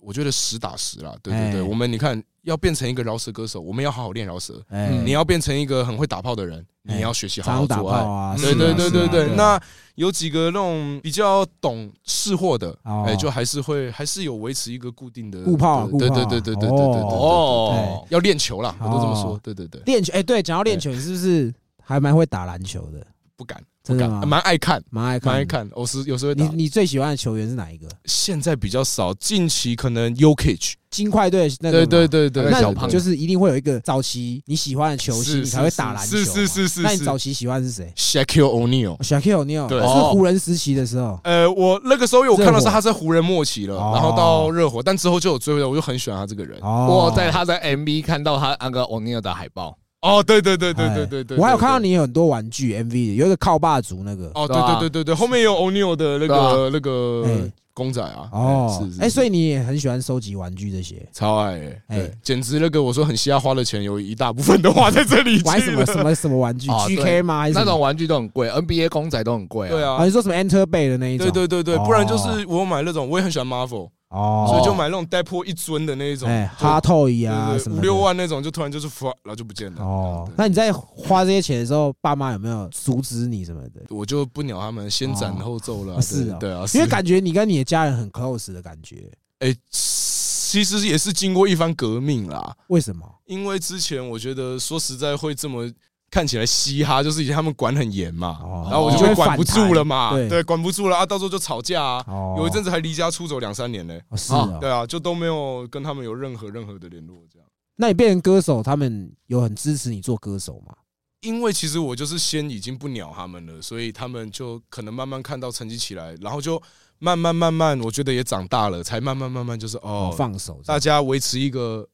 [SPEAKER 2] 我觉得实打实啦，对对对。
[SPEAKER 1] 哎
[SPEAKER 2] 我们你看，要变成一个饶舌歌手，我们要好好练饶舌。
[SPEAKER 1] 哎
[SPEAKER 2] 你要变成一个很会打炮的人，
[SPEAKER 1] 哎
[SPEAKER 2] 你要学习好
[SPEAKER 1] 常
[SPEAKER 2] 好
[SPEAKER 1] 打炮
[SPEAKER 2] 做爱。
[SPEAKER 1] 啊，是
[SPEAKER 2] 对
[SPEAKER 1] 啊
[SPEAKER 2] 对对对
[SPEAKER 1] 是
[SPEAKER 2] 对
[SPEAKER 1] 啊，
[SPEAKER 2] 那有几个那种比较懂识货的，
[SPEAKER 1] 哦
[SPEAKER 2] 哎，就还是会还是有维持一个固定的
[SPEAKER 1] 固炮啊固
[SPEAKER 2] 对
[SPEAKER 1] 炮啊哎
[SPEAKER 2] 对对对对对对对对，
[SPEAKER 3] 哦，
[SPEAKER 2] 要练球啦，我都这么
[SPEAKER 1] 哦
[SPEAKER 2] 说，对对对，
[SPEAKER 1] 练球，哎，对，讲到练球，你是不是还蛮会打篮球的？
[SPEAKER 2] 不敢，不
[SPEAKER 1] 真的
[SPEAKER 2] 敢，
[SPEAKER 1] 吗
[SPEAKER 2] 蛮爱看，
[SPEAKER 1] 蛮爱看
[SPEAKER 2] 蛮
[SPEAKER 1] 的
[SPEAKER 2] 爱。看。我是有时候会
[SPEAKER 1] 你
[SPEAKER 2] 打，
[SPEAKER 1] 你最喜欢的球员是哪一个？
[SPEAKER 2] 现在比较少，近期可能 Yokich，
[SPEAKER 1] 金块队那个
[SPEAKER 2] 对
[SPEAKER 1] 吗
[SPEAKER 2] 对对对，
[SPEAKER 3] 那小
[SPEAKER 1] 那
[SPEAKER 3] 胖
[SPEAKER 1] 就是一定会有一个早期你喜欢的球
[SPEAKER 2] 是
[SPEAKER 1] 星，你
[SPEAKER 2] 是
[SPEAKER 1] 才会打篮球嘛。
[SPEAKER 2] 是是是是
[SPEAKER 1] 那你
[SPEAKER 2] 是
[SPEAKER 1] 早期喜欢是谁
[SPEAKER 2] Shaquille O'Neal。
[SPEAKER 1] 哦？Shaquille O'Neal
[SPEAKER 2] 对
[SPEAKER 1] 是湖人时期的时候，
[SPEAKER 2] 呃，我那个时候我看到
[SPEAKER 1] 热
[SPEAKER 2] 是
[SPEAKER 1] 火
[SPEAKER 2] 他在湖人末期了，
[SPEAKER 1] 哦
[SPEAKER 2] 然后到热火，但之后就有追回来，我就很喜欢他这个人。
[SPEAKER 1] 哦
[SPEAKER 3] 我，在他在 MV 看到他那个 O'Neal 的海报，
[SPEAKER 2] 哦，对对对对对
[SPEAKER 1] 哎
[SPEAKER 2] 对对对，
[SPEAKER 1] 我还有看到你有很多玩具 MV，有一个靠霸族那个
[SPEAKER 2] 哦，对
[SPEAKER 3] 对啊
[SPEAKER 2] 对对对对，后面有 O'Neal 的那
[SPEAKER 3] 对
[SPEAKER 2] 个那个
[SPEAKER 1] 哎
[SPEAKER 2] 公仔啊，
[SPEAKER 1] 哦
[SPEAKER 2] 是，是
[SPEAKER 1] 哎，所
[SPEAKER 2] 以
[SPEAKER 1] 以你也很喜欢收集玩具这些，
[SPEAKER 2] 超爱欸，
[SPEAKER 1] 哎
[SPEAKER 2] 对，简直那个我说很瞎花的钱，有一大部分都花在这里
[SPEAKER 1] 玩什
[SPEAKER 2] 去啊
[SPEAKER 1] 么
[SPEAKER 2] 了。
[SPEAKER 1] 什么什么玩具
[SPEAKER 3] 哦对
[SPEAKER 1] ？GK 吗？还是
[SPEAKER 3] 那
[SPEAKER 1] 什么
[SPEAKER 3] 种玩具都很贵，NBA 公仔都很贵啊。
[SPEAKER 2] 哎对
[SPEAKER 1] 啊？
[SPEAKER 2] 啊
[SPEAKER 1] 你，说什么 Enter Bay 的那一种？
[SPEAKER 2] 对对对对，不然就是
[SPEAKER 1] 哦
[SPEAKER 2] 我有买那种，我也很喜欢 Marvel，
[SPEAKER 1] 哦，
[SPEAKER 2] 所以就买那种带破一尊的那一种，
[SPEAKER 1] 哎
[SPEAKER 2] 对
[SPEAKER 1] 哈透椅
[SPEAKER 2] 对
[SPEAKER 1] 啊
[SPEAKER 2] 对
[SPEAKER 1] 什么
[SPEAKER 2] 五
[SPEAKER 1] 的
[SPEAKER 2] 六万那种，就突然就是发，然后就不见了。
[SPEAKER 1] 哦
[SPEAKER 2] 对。
[SPEAKER 1] 那你在花这些钱的时候，爸妈有没有阻止你什么的？
[SPEAKER 2] 我就不鸟他们，先斩后奏了啊。
[SPEAKER 1] 哦是
[SPEAKER 2] 对
[SPEAKER 1] 哦
[SPEAKER 2] 对啊，
[SPEAKER 1] 因为
[SPEAKER 2] 是
[SPEAKER 1] 感觉你跟你的家人很 close 的感觉，
[SPEAKER 2] 哎，其实也是经过一番革命啦。
[SPEAKER 1] 为什么？
[SPEAKER 2] 因为之前我觉得说实在会这么看起来嘻哈，就是以前他们管很严嘛，
[SPEAKER 1] 哦
[SPEAKER 2] 然后我就
[SPEAKER 1] 你就会
[SPEAKER 2] 会管不
[SPEAKER 1] 反弹
[SPEAKER 2] 住了嘛，
[SPEAKER 1] 对
[SPEAKER 2] 对，管不住了啊，到时候就吵架啊，
[SPEAKER 1] 哦，
[SPEAKER 2] 有一阵子还离家出走两三年呢，
[SPEAKER 1] 哦是哦
[SPEAKER 2] 对啊，就都没有跟他们有任何任何的联络这样。
[SPEAKER 1] 那你变成歌手，他们有很支持你做歌手吗？
[SPEAKER 2] 因为其实我就是先已经不鸟他们了，所以他们就可能慢慢看到成绩起来，然后就慢慢慢慢，我觉得也长大了，才慢慢慢慢就是
[SPEAKER 1] 哦
[SPEAKER 2] 哦，，
[SPEAKER 1] 放手这
[SPEAKER 2] 大
[SPEAKER 1] 样，
[SPEAKER 2] 家维持一个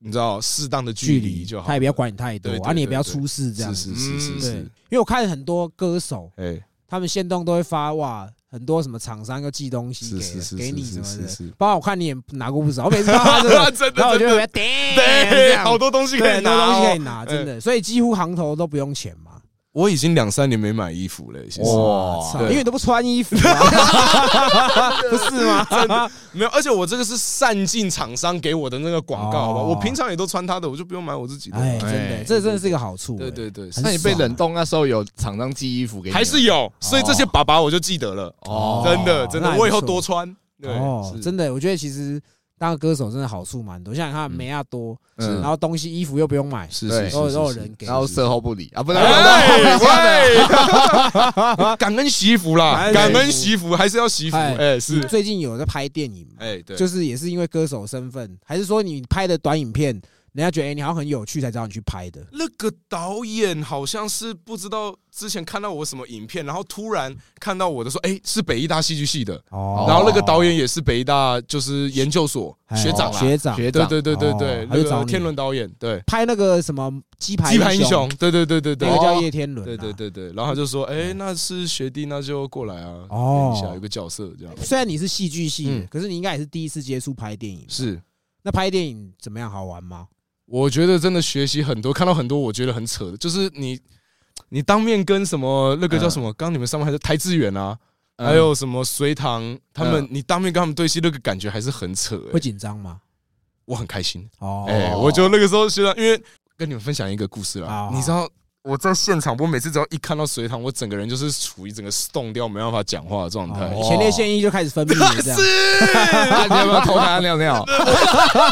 [SPEAKER 2] 你知道适当的距离就好了，
[SPEAKER 1] 他也不要管你太多
[SPEAKER 2] 对对，
[SPEAKER 1] 啊，
[SPEAKER 2] 对
[SPEAKER 1] 你也不要
[SPEAKER 2] 对
[SPEAKER 1] 出事这样
[SPEAKER 2] 是
[SPEAKER 1] 子。
[SPEAKER 2] 是是是
[SPEAKER 3] 嗯
[SPEAKER 1] 对，
[SPEAKER 2] 是
[SPEAKER 1] 因，为我看很多歌手，
[SPEAKER 2] 哎。
[SPEAKER 1] 他们现动都会发哇，很多什么厂商又寄东西
[SPEAKER 2] 是是是
[SPEAKER 1] 给给你
[SPEAKER 2] 是
[SPEAKER 1] 什么
[SPEAKER 2] 是
[SPEAKER 1] 的
[SPEAKER 2] 是是，，
[SPEAKER 1] 包括我看你也拿过不少，我每次看到这个
[SPEAKER 2] 真的
[SPEAKER 1] 然后我就
[SPEAKER 2] 真
[SPEAKER 1] 会觉得
[SPEAKER 2] 的
[SPEAKER 1] 这
[SPEAKER 2] 对，
[SPEAKER 1] 样
[SPEAKER 2] 好多东西可
[SPEAKER 1] 对
[SPEAKER 2] 以
[SPEAKER 1] 很
[SPEAKER 2] 拿
[SPEAKER 1] 多
[SPEAKER 2] 哦，
[SPEAKER 1] 东西可以拿，真的，所以几乎行头都不用钱嘛。
[SPEAKER 2] 我已经两三年没买衣服了，其实
[SPEAKER 3] 哇
[SPEAKER 1] 操
[SPEAKER 2] 对
[SPEAKER 1] 因为你都不穿衣服啊，不是吗？
[SPEAKER 2] 没有，而且我这个是散尽厂商给我的那个广告，好吧？
[SPEAKER 1] 哦
[SPEAKER 2] 我平常也都穿他的，我就不用买我自己 的。
[SPEAKER 1] 哎，真的，
[SPEAKER 3] 哎
[SPEAKER 1] 这真的是一个好处。
[SPEAKER 2] 对对对，
[SPEAKER 1] 很
[SPEAKER 3] 那你被
[SPEAKER 1] 爽啊
[SPEAKER 3] 冷冻那时候有厂商寄衣服给你吗，
[SPEAKER 2] 还是有，所以这些粑粑我就记得了，
[SPEAKER 3] 哦
[SPEAKER 2] 真的真
[SPEAKER 1] 那还不
[SPEAKER 2] 的，
[SPEAKER 1] 错
[SPEAKER 2] 我以后多穿。对
[SPEAKER 1] 哦，，
[SPEAKER 2] 是
[SPEAKER 1] 真的，我觉得其实当个歌手真的好处蛮多，像你看梅亚多，
[SPEAKER 3] 嗯
[SPEAKER 1] 然后东西衣服又不用买，
[SPEAKER 2] 是
[SPEAKER 3] 对
[SPEAKER 2] 是是
[SPEAKER 1] 都有
[SPEAKER 2] 是
[SPEAKER 1] 都有
[SPEAKER 2] 是
[SPEAKER 1] 哦人给
[SPEAKER 3] 然，后售后不理啊，不然
[SPEAKER 2] 哎喂，哎 感恩惜福啦，
[SPEAKER 1] 感
[SPEAKER 2] 感
[SPEAKER 1] 恩惜
[SPEAKER 2] 恩惜福还是要惜福，
[SPEAKER 1] 哎
[SPEAKER 2] 哎
[SPEAKER 1] 你
[SPEAKER 2] 是，
[SPEAKER 1] 最近有在拍电影嘛？
[SPEAKER 2] 哎对，
[SPEAKER 1] 就是也是因为歌手身份，还是说你拍的短影片，人家觉得哎你好像很有趣才找你去拍的？
[SPEAKER 2] 那个导演好像是不知道之前看到我什么影片，然后突然看到我的说，哎、是北医大戏剧系的，
[SPEAKER 1] 哦
[SPEAKER 2] 然后那个导演也是北医大就是研究所
[SPEAKER 1] 哎
[SPEAKER 2] 学长啦，
[SPEAKER 1] 学长
[SPEAKER 3] 学
[SPEAKER 2] 对
[SPEAKER 3] 长
[SPEAKER 2] 对对对
[SPEAKER 1] 哦
[SPEAKER 2] 对，
[SPEAKER 1] 他
[SPEAKER 2] 那
[SPEAKER 1] 就找
[SPEAKER 2] 个
[SPEAKER 1] 你
[SPEAKER 2] 天伦导演，对，
[SPEAKER 1] 拍那个什么鸡排
[SPEAKER 2] 鸡排英雄，，对对对对对哦
[SPEAKER 1] 那个
[SPEAKER 2] 对
[SPEAKER 1] 叫叶天伦，啊
[SPEAKER 2] 对对。对对，然后他就说，哎、那是学弟，那就过来啊，
[SPEAKER 1] 嗯哦
[SPEAKER 2] 演一下有个角色这样，
[SPEAKER 1] 虽然你是戏剧系的，
[SPEAKER 2] 嗯
[SPEAKER 1] 可是你应该也是第一次接触拍电影。
[SPEAKER 2] 是。
[SPEAKER 1] 那拍电影怎么样？好玩吗？
[SPEAKER 2] 我觉得真的学习很多，看到很多我觉得很扯的，就是你你当面跟什么那个
[SPEAKER 1] 嗯
[SPEAKER 2] 叫什么，刚刚你们上面还是台志远啊，还有什么隋唐他们
[SPEAKER 3] 嗯，
[SPEAKER 2] 你当面跟他们对戏，那个感觉还是很扯、
[SPEAKER 1] 会
[SPEAKER 2] 欸。
[SPEAKER 1] 紧张吗？
[SPEAKER 2] 我很开心，
[SPEAKER 1] 哦，
[SPEAKER 2] 哎，我觉得那个时候学长，因为跟你们分享一个故事
[SPEAKER 1] 好
[SPEAKER 2] 啦
[SPEAKER 1] 好，
[SPEAKER 2] 你知道。我在现场，我每次只要一看到隋唐，我整个人就是处于整个冻掉、没办法讲话的状态。
[SPEAKER 1] 哦前啊列腺液就开始分泌 了，这样。
[SPEAKER 3] 那你要不要偷 看他尿尿？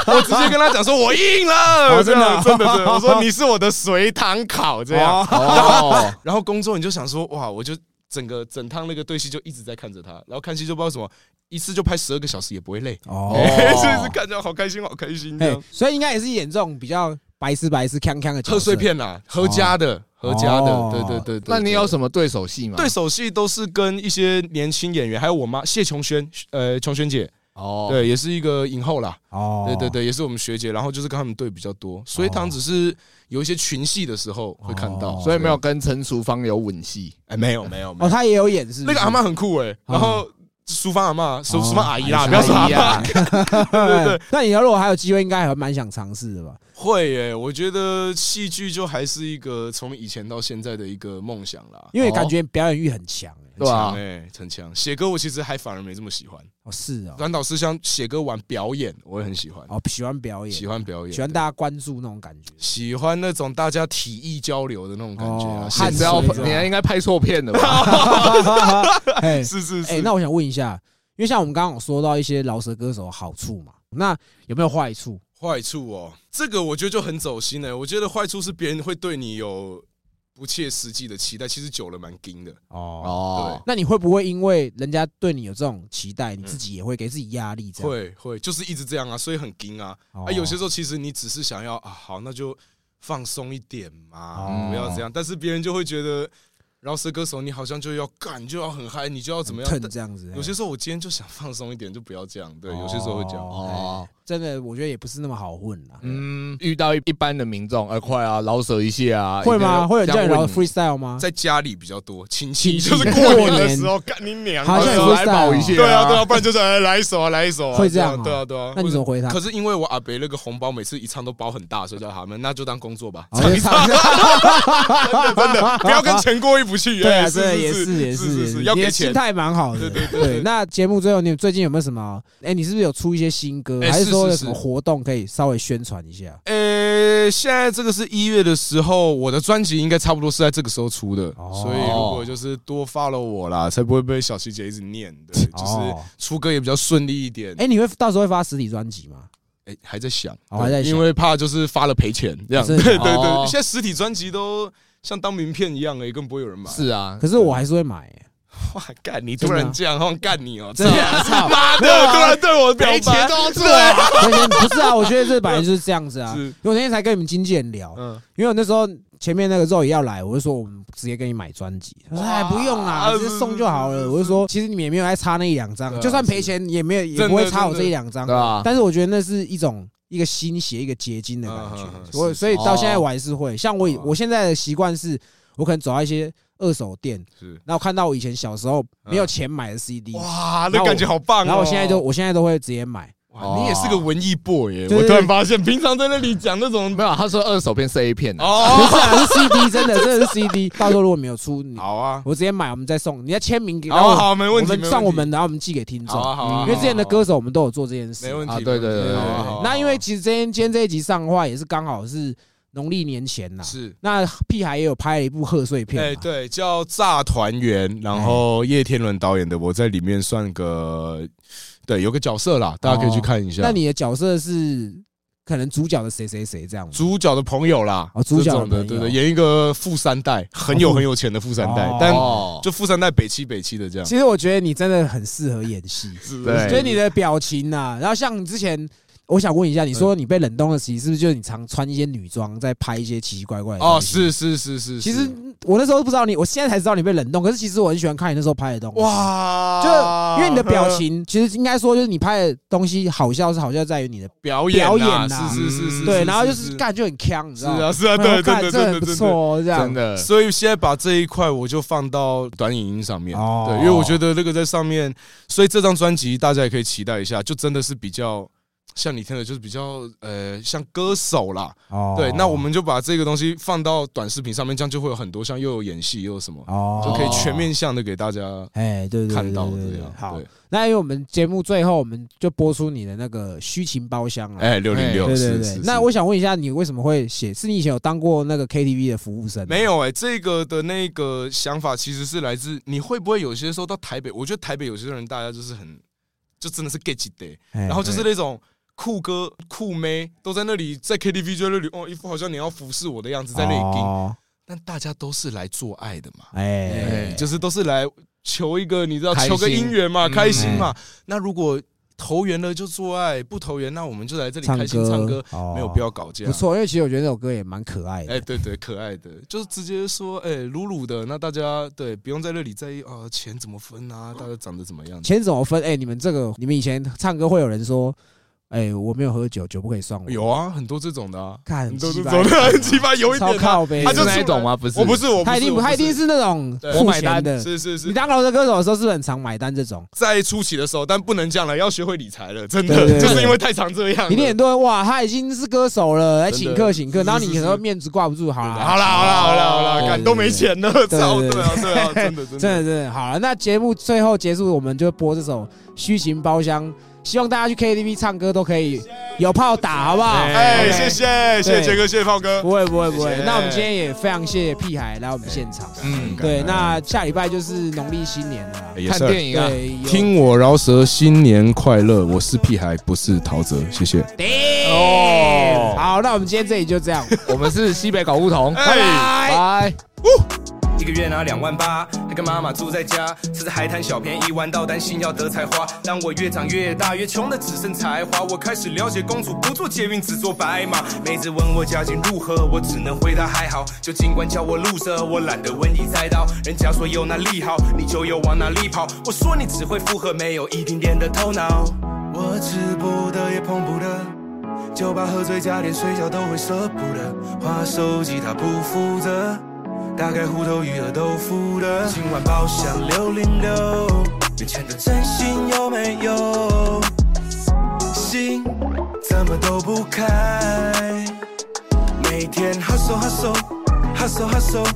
[SPEAKER 2] 我直接跟他讲说：“我硬了，
[SPEAKER 1] 哦真的
[SPEAKER 2] 这样真的，真的。”我说：“你是我的隋唐烤。”这样，
[SPEAKER 3] 哦，
[SPEAKER 2] 然后工作你就想说，哇，我就整个整趟那个对戏就一直在看着他，然后看戏就不知道为什么，一次就拍十二个小时也不会累，
[SPEAKER 1] 哦
[SPEAKER 2] 所， 以是看着好开心，好开心这
[SPEAKER 1] 哎
[SPEAKER 2] 样。，
[SPEAKER 1] 所以应该也是演这种比较白痴白痴、锵锵的角色
[SPEAKER 2] 贺岁。片啦，合家的，合家
[SPEAKER 1] 哦
[SPEAKER 2] 的，对对对对。
[SPEAKER 3] 那你有
[SPEAKER 2] 么？
[SPEAKER 3] 什么对手戏吗？
[SPEAKER 2] 对手戏都是跟一些年轻演员，还有我妈谢琼轩，呃，琼轩姐，
[SPEAKER 3] 哦，
[SPEAKER 2] 对，也是一个影后啦，
[SPEAKER 1] 哦，
[SPEAKER 2] 对对，对，也是我们学姐，然后就是跟他们对比较多，隋唐只是有一些群戏的时候会看到，
[SPEAKER 1] 哦
[SPEAKER 3] 所以没有，跟陈淑芳有吻戏。
[SPEAKER 2] 哎，没有没有没有
[SPEAKER 1] 哦，，他也有演是不是
[SPEAKER 2] 那个 阿嬷很酷哎、然后淑芳阿嬷，淑
[SPEAKER 1] 哦
[SPEAKER 2] 淑芳阿姨啦，
[SPEAKER 1] 哎
[SPEAKER 2] 啊不要说阿
[SPEAKER 3] 哎呀
[SPEAKER 2] 嬷，对对对，
[SPEAKER 1] 那你要如果还有机会，应该还蛮想尝试的吧？
[SPEAKER 2] 会哎、我觉得戏剧就还是一个从以前到现在的一个梦想啦，
[SPEAKER 1] 因为感觉表演欲很强、欸。
[SPEAKER 3] 对吧
[SPEAKER 2] 哎、很强。写歌我其实还反而没这么喜欢，
[SPEAKER 1] 哦，是哦，
[SPEAKER 2] 阮导师像写歌玩表演，我也很喜欢，
[SPEAKER 1] 哦，喜欢表演，
[SPEAKER 2] 喜欢表演，
[SPEAKER 1] 喜欢大家关注那种感觉。
[SPEAKER 2] 喜欢那种大家体意交流的那种感觉啊，
[SPEAKER 1] 哦
[SPEAKER 2] 写
[SPEAKER 1] 汗
[SPEAKER 3] 你
[SPEAKER 1] 水
[SPEAKER 3] 只要
[SPEAKER 1] 这样
[SPEAKER 3] 你应该拍错片 了吧？
[SPEAKER 1] 哎
[SPEAKER 2] 啊是是是，
[SPEAKER 1] 哎，那我想问一下，因为像我们刚刚有说到一些饶舌歌手的好处嘛，那有没有坏处？
[SPEAKER 2] 欸坏处哦，这个我觉得就很走心哎、我觉得坏处是别人会对你有。不切实际的期待，其实久了蛮惊的。
[SPEAKER 1] 哦。
[SPEAKER 3] 哦，
[SPEAKER 1] 那你会不会因为人家对你有这种期待，你自己也会给自己压力？这样
[SPEAKER 2] 会会，就是一直这样啊，所以很惊啊。
[SPEAKER 1] 哦
[SPEAKER 2] 啊，有些时候其实你只是想要啊，好，那就放松一点嘛，
[SPEAKER 1] 哦
[SPEAKER 2] 不要这样。但是别人就会觉得饶舌歌手你好像就要干，你就要很嗨，你就要怎么样
[SPEAKER 1] 很？疼这欸样子？哎
[SPEAKER 2] 但有些时候我今天就想放松一点，就不要这样。对，有些时候会这样。
[SPEAKER 3] 哦，
[SPEAKER 1] 真的，我觉得也不是那么好混啦。
[SPEAKER 3] 嗯，遇到一一般的民众，哎，快啊，老舍一下啊，
[SPEAKER 1] 会吗？会有人叫你
[SPEAKER 3] 老
[SPEAKER 1] 聊 freestyle 吗？
[SPEAKER 2] 在家里比较多，亲戚就是过年的时候，干你娘！
[SPEAKER 1] 好像有
[SPEAKER 3] 呃来保一
[SPEAKER 1] freestyle
[SPEAKER 3] 下，
[SPEAKER 1] 哦
[SPEAKER 2] 对啊，对啊，，不然就是哎来一首啊，来一首啊，
[SPEAKER 1] 会这样哦
[SPEAKER 2] 对啊，对啊。
[SPEAKER 1] 那你怎么回他？
[SPEAKER 2] 可是因为我阿伯那个红包每次一唱都包很大，所以叫他们那就当工作吧，
[SPEAKER 1] 哦就唱
[SPEAKER 2] 真的不要跟钱过意不去。
[SPEAKER 1] 对啊，
[SPEAKER 2] 哎
[SPEAKER 1] 真的也
[SPEAKER 2] 是
[SPEAKER 1] 是也
[SPEAKER 2] 是是
[SPEAKER 1] 是，
[SPEAKER 2] 是，要
[SPEAKER 1] 你
[SPEAKER 2] 给
[SPEAKER 1] 的心
[SPEAKER 2] 钱。
[SPEAKER 1] 态蛮好的。欸
[SPEAKER 2] 对对对
[SPEAKER 1] 对，那节目最后你最近有没有什么？哎，你是不是有出一些新歌，
[SPEAKER 2] 哎
[SPEAKER 1] 还
[SPEAKER 2] 是
[SPEAKER 1] 说
[SPEAKER 2] 是
[SPEAKER 1] 有什么
[SPEAKER 2] 是
[SPEAKER 1] 活动可以稍微宣传一下？
[SPEAKER 2] 呃，现在这个是一月的时候，我的专辑应该差不多是在这个时候出的，
[SPEAKER 1] 哦
[SPEAKER 2] 所以如果就是多 follow 我啦，才不会被小琪姐一直念的，对就是
[SPEAKER 1] 哦
[SPEAKER 2] 出歌也比较顺利一点。
[SPEAKER 1] 哎，你会到时候会发实体专辑吗？
[SPEAKER 2] 哎，还在想，
[SPEAKER 1] 哦还在想
[SPEAKER 2] 因为怕就是发了赔钱这样。
[SPEAKER 1] 真的
[SPEAKER 2] 对 对
[SPEAKER 3] 哦
[SPEAKER 2] 对，现在实体专辑都像当名片一样哎，更不会有人买。
[SPEAKER 3] 是啊，
[SPEAKER 1] 可是我还是会买。哎
[SPEAKER 2] 哇，干你
[SPEAKER 1] 真
[SPEAKER 2] 突
[SPEAKER 1] 的啊
[SPEAKER 2] 然这样，好想干你哦！
[SPEAKER 1] 真的啊
[SPEAKER 2] 操妈的，突然对啊我表
[SPEAKER 3] 赔钱
[SPEAKER 2] 白
[SPEAKER 3] 都，要出来，
[SPEAKER 1] 那天不是啊，我觉得这本来就是这样子啊。
[SPEAKER 2] 是
[SPEAKER 1] 因为我那天才跟你们经纪人聊，
[SPEAKER 2] 嗯，
[SPEAKER 1] 因为我那时候前面那个肉也要来，我就说我们直接给你买专辑。他说哎，不用啦，
[SPEAKER 2] 哇
[SPEAKER 1] 直接送就好
[SPEAKER 2] 是
[SPEAKER 1] 了。
[SPEAKER 2] 是是
[SPEAKER 1] 我就说其实你们也没有在差那一两张
[SPEAKER 2] 对，啊
[SPEAKER 1] 就算赔钱也没有也不会差我这一两张
[SPEAKER 3] 对。啊吧？
[SPEAKER 1] 但是我觉得那是一种一个新鞋一个结晶的感觉
[SPEAKER 2] 嗯嗯嗯，是
[SPEAKER 1] 我
[SPEAKER 2] 是
[SPEAKER 1] 所以到现在
[SPEAKER 3] 哦
[SPEAKER 1] 我还是会，像我以
[SPEAKER 2] 哦
[SPEAKER 1] 我现在的习惯是，我可能走到一些二手店，
[SPEAKER 2] 是
[SPEAKER 1] 然后看到我以前小时候没有
[SPEAKER 2] 嗯
[SPEAKER 1] 钱买的 CD，
[SPEAKER 2] 哇，
[SPEAKER 1] 然
[SPEAKER 2] 那
[SPEAKER 1] 后
[SPEAKER 2] 感觉好棒哦。
[SPEAKER 1] 然后我现在就我现在都会直接买。
[SPEAKER 2] 哇，你也
[SPEAKER 3] 哦
[SPEAKER 2] 是个文艺 boy 耶！
[SPEAKER 1] 对
[SPEAKER 2] 我突然发现，平常在那里讲那种
[SPEAKER 3] 没有，啊他说二手片是 A 片
[SPEAKER 1] 不
[SPEAKER 3] 啊，
[SPEAKER 2] 哦，
[SPEAKER 1] 是啊，是 CD，真的，真的是 CD。到时候如果没有出，你
[SPEAKER 2] 好啊，
[SPEAKER 1] 我直接买，我们再送，你要签名给，
[SPEAKER 2] 好
[SPEAKER 1] 然后
[SPEAKER 2] 好没问题
[SPEAKER 1] 我们
[SPEAKER 2] 没问
[SPEAKER 1] 上
[SPEAKER 2] 题
[SPEAKER 1] 我们，然后我们寄给听
[SPEAKER 2] 好
[SPEAKER 1] 众，
[SPEAKER 2] 啊好啊，
[SPEAKER 1] 因为之前的歌手我们都有做这件事。
[SPEAKER 2] 没问
[SPEAKER 3] 啊
[SPEAKER 2] 题，
[SPEAKER 3] 对对
[SPEAKER 2] 没问题
[SPEAKER 3] 对
[SPEAKER 2] 好
[SPEAKER 3] 对
[SPEAKER 2] 啊
[SPEAKER 3] 对
[SPEAKER 2] 好啊
[SPEAKER 1] 那因为其实今天今天这一集上的话，也是刚好是农历年前呐。
[SPEAKER 2] 是。
[SPEAKER 1] 那屁孩也有拍了一部贺岁
[SPEAKER 2] 哎，
[SPEAKER 1] 片嘛，
[SPEAKER 2] 对，叫《炸团圆》，然
[SPEAKER 1] 哎
[SPEAKER 2] 后叶天伦导演的，我在里面算个，对，有个角色啦，大家可以去看一下。
[SPEAKER 1] 哦那你的角色是可能主角的谁谁谁这样吗？
[SPEAKER 2] 主角的朋友啦，
[SPEAKER 1] 哦主角的
[SPEAKER 2] 这种的，
[SPEAKER 1] 朋友
[SPEAKER 2] 对对，演一个富三代，很有
[SPEAKER 1] 哦
[SPEAKER 2] 很有钱的富三代
[SPEAKER 1] 哦，
[SPEAKER 2] 但
[SPEAKER 3] 哦，
[SPEAKER 2] 就富三代北七北七的这样。
[SPEAKER 1] 其实我觉得你真的很适合演戏，
[SPEAKER 3] 对
[SPEAKER 1] 所以你的表情呐、然后像你之前，我想问一
[SPEAKER 2] 嗯
[SPEAKER 1] 下，你说你被冷冻的时期，是不是就是你常穿一些女装，在拍一些奇奇怪怪的？
[SPEAKER 2] 哦，是。是是是，
[SPEAKER 1] 其
[SPEAKER 2] 是
[SPEAKER 1] 实我那时候不知道你，我现在才知道你被冷冻。可是其实我很喜欢看你那时候拍的东西，
[SPEAKER 2] 哇，
[SPEAKER 1] 就因为你的表情，其实应该说就是你拍的东西好笑是好笑在于你的
[SPEAKER 2] 表演啊
[SPEAKER 1] 表演啊
[SPEAKER 2] 是是嗯是是，
[SPEAKER 1] 对，然后就是
[SPEAKER 2] 是
[SPEAKER 1] 干就很呛，你知
[SPEAKER 2] 是
[SPEAKER 1] 道吗
[SPEAKER 2] 啊？是啊，
[SPEAKER 1] 哎
[SPEAKER 2] 对
[SPEAKER 1] 我干
[SPEAKER 2] 对对
[SPEAKER 1] 这
[SPEAKER 2] 对
[SPEAKER 1] 很不
[SPEAKER 2] 对
[SPEAKER 1] 错
[SPEAKER 2] 对。
[SPEAKER 1] 哦，这样
[SPEAKER 3] 真的
[SPEAKER 2] 所以现在把这一块我就放到 短影音上面，
[SPEAKER 1] 哦
[SPEAKER 2] 对，因为我觉得那个在上面，所以这张专辑大家也可以期待一下，就真的是比较像你听的，就是比较呃像歌手啦，
[SPEAKER 1] 哦
[SPEAKER 2] 对，那我们就把这个东西放到短视频上面，这样就会有很多像又有演戏又有什么，
[SPEAKER 1] 哦
[SPEAKER 2] 就可以全面向的给大家
[SPEAKER 1] 哎，对对对
[SPEAKER 2] 看到
[SPEAKER 1] 对对
[SPEAKER 2] 这
[SPEAKER 1] 对
[SPEAKER 2] 样。
[SPEAKER 1] 好
[SPEAKER 2] 对，，
[SPEAKER 1] 那因为我们节目最后，我们就播出你的那个虚情包厢了。
[SPEAKER 2] 哎，六零六，
[SPEAKER 1] 对对
[SPEAKER 2] 是
[SPEAKER 1] 对
[SPEAKER 2] 是，是
[SPEAKER 1] 那我想问一下，你为什么会写？是你以前有当过那个 KTV 的服务生？
[SPEAKER 2] 没，有哎、这个的那个想法其实是来自你会不会有些时候到台北，我觉得台北有些人大家就是很就真的是 get it day，然
[SPEAKER 1] 哎
[SPEAKER 2] 后就是那种。酷哥、酷妹都在那里，在 KTV 就在那里哦，一副好像你要服侍我的样子，在那里盯。
[SPEAKER 1] 哦
[SPEAKER 2] 但大家都是来做爱的嘛，
[SPEAKER 1] 哎
[SPEAKER 2] 哎，，就是都是来求一个，你知道，
[SPEAKER 3] 开
[SPEAKER 2] 求
[SPEAKER 3] 心
[SPEAKER 2] 个姻缘嘛，
[SPEAKER 3] 嗯
[SPEAKER 2] 开心嘛。那如果投缘了就做爱，不投缘，那我们就来这里
[SPEAKER 1] 唱
[SPEAKER 2] 开心唱
[SPEAKER 1] 歌
[SPEAKER 2] 歌，
[SPEAKER 1] 哦
[SPEAKER 2] 没有必啊要搞这
[SPEAKER 1] 不
[SPEAKER 2] 样。
[SPEAKER 1] 错，因为其实我觉得那首歌也蛮可爱
[SPEAKER 2] 哎、
[SPEAKER 1] 的。
[SPEAKER 2] 对对，可爱的，就是直接说，哎、鲁鲁的，那大家对不用在那里在意啊，钱怎么分啊，大家长得怎么样？
[SPEAKER 1] 钱怎么分？哎，你们这个，你们以前唱歌会有人说，哎，我没有喝酒，酒不可以算我。
[SPEAKER 2] 有啊，很多这种的啊，
[SPEAKER 1] 干，
[SPEAKER 2] 很多
[SPEAKER 1] 鸡
[SPEAKER 2] 这种
[SPEAKER 1] 掰
[SPEAKER 2] 的，啊很鸡巴，有一
[SPEAKER 1] 超
[SPEAKER 2] 点啊、
[SPEAKER 1] 靠背
[SPEAKER 2] 他
[SPEAKER 1] 的。
[SPEAKER 2] 就
[SPEAKER 3] 就是那一种吗？不是，
[SPEAKER 2] 我不是，我不
[SPEAKER 1] 他一定
[SPEAKER 2] 是，我不
[SPEAKER 1] 他一定
[SPEAKER 2] 是
[SPEAKER 1] 是那种
[SPEAKER 2] 对
[SPEAKER 1] 付
[SPEAKER 3] 我买
[SPEAKER 1] 钱
[SPEAKER 3] 单
[SPEAKER 1] 的。
[SPEAKER 2] 是是
[SPEAKER 1] 你
[SPEAKER 2] 是，
[SPEAKER 1] 当饶舌歌手的时候，是不是很常买单这种？
[SPEAKER 2] 在初期的时候，但不能这样了，要学会理财了，真
[SPEAKER 1] 对对
[SPEAKER 2] 的，
[SPEAKER 1] 对
[SPEAKER 2] 就是因为太常这样了。
[SPEAKER 1] 一定很多人哇，他已经是歌手了，来
[SPEAKER 2] 真
[SPEAKER 1] 请
[SPEAKER 2] 的
[SPEAKER 1] 客请客，
[SPEAKER 2] 是
[SPEAKER 1] 然后你
[SPEAKER 2] 是
[SPEAKER 1] 可
[SPEAKER 2] 是
[SPEAKER 1] 能面子挂不住，好啦，
[SPEAKER 2] 好啦好啦好啦好啦，
[SPEAKER 1] 对
[SPEAKER 2] 干
[SPEAKER 1] 对
[SPEAKER 2] 都没钱了，
[SPEAKER 1] 哦对
[SPEAKER 2] 操！
[SPEAKER 1] 对
[SPEAKER 2] 对啊对啊，真的真
[SPEAKER 1] 真
[SPEAKER 2] 的。
[SPEAKER 1] 的真的好了，那节目最后结束，我们就播这首《虚情包厢》，希望大家去 KTV 唱歌都可以有炮打，好不好？
[SPEAKER 2] 哎，
[SPEAKER 1] OK
[SPEAKER 2] 谢谢谢谢杰哥，谢谢炮哥。
[SPEAKER 1] 不会不会不会
[SPEAKER 2] 谢。谢
[SPEAKER 1] 那我们今天也非常谢谢屁孩来我们现场，
[SPEAKER 2] 嗯，
[SPEAKER 1] 对，那下礼拜就是农历新年了，
[SPEAKER 2] 也
[SPEAKER 3] 看
[SPEAKER 2] 是
[SPEAKER 3] 电影啊，
[SPEAKER 1] 对，有
[SPEAKER 2] 听我饶舌，新年快乐！我是屁孩，不是陶喆，谢谢。哦
[SPEAKER 1] Damn，好，那我们今天这里就这样，
[SPEAKER 3] 我们是西北搞不同，
[SPEAKER 2] 哎
[SPEAKER 1] 拜拜。
[SPEAKER 3] 拜。
[SPEAKER 5] 一个月拿两万八，还跟妈妈住在家，吃着海滩小便宜，玩到担心要得才花。当我越长越大，越穷的只剩才华，我开始了解公主不做捷运，只做白马。妹子问我家境如何，我只能回答还好，就尽管叫我 loser，我懒得文以载道。人家说有哪里好，你就有往哪里跑。我说你只会附和，没有一丁点的头脑。我吃不得也碰不得。酒吧喝醉加点睡觉都会舍不得，划手机他不负责，大概虎头鱼儿都付的。今晚包厢六零六，面前的真心有没有？心怎么都不开，每天 hustle hustle hustle hustle，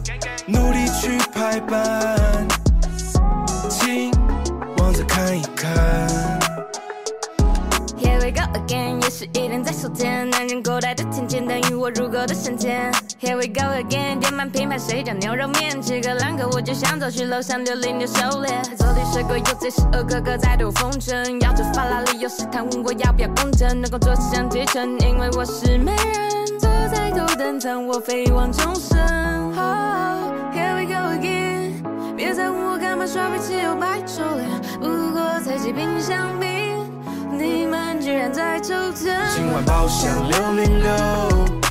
[SPEAKER 5] 努力去排版，请往这看一看。
[SPEAKER 6] Here we go again，也是一连在手贱，男人过来的浅见等于我如果的神剑。Here we go again，点满品牌水饺牛肉面，吃个两个我就想走去楼上六零六狩猎。昨天睡过又醉，十二哥哥再度风筝，摇着法拉利有时探问我要不要公证，能够坐车上提成，因为我是美人，坐在头等舱我飞往终生。Oh, here we go again。别再问我干嘛耍脾气又摆臭脸，不过才几瓶香槟，你们居然在抽针。
[SPEAKER 5] 今晚包厢六零六，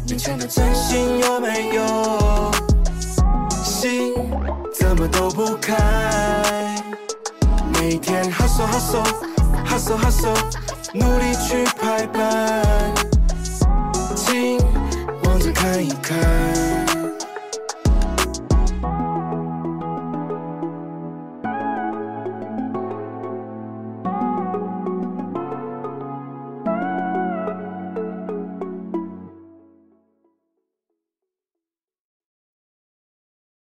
[SPEAKER 5] 面前的真心有没有？心怎么都不开，每天 hustle hustle hustle hustle，努力去排版，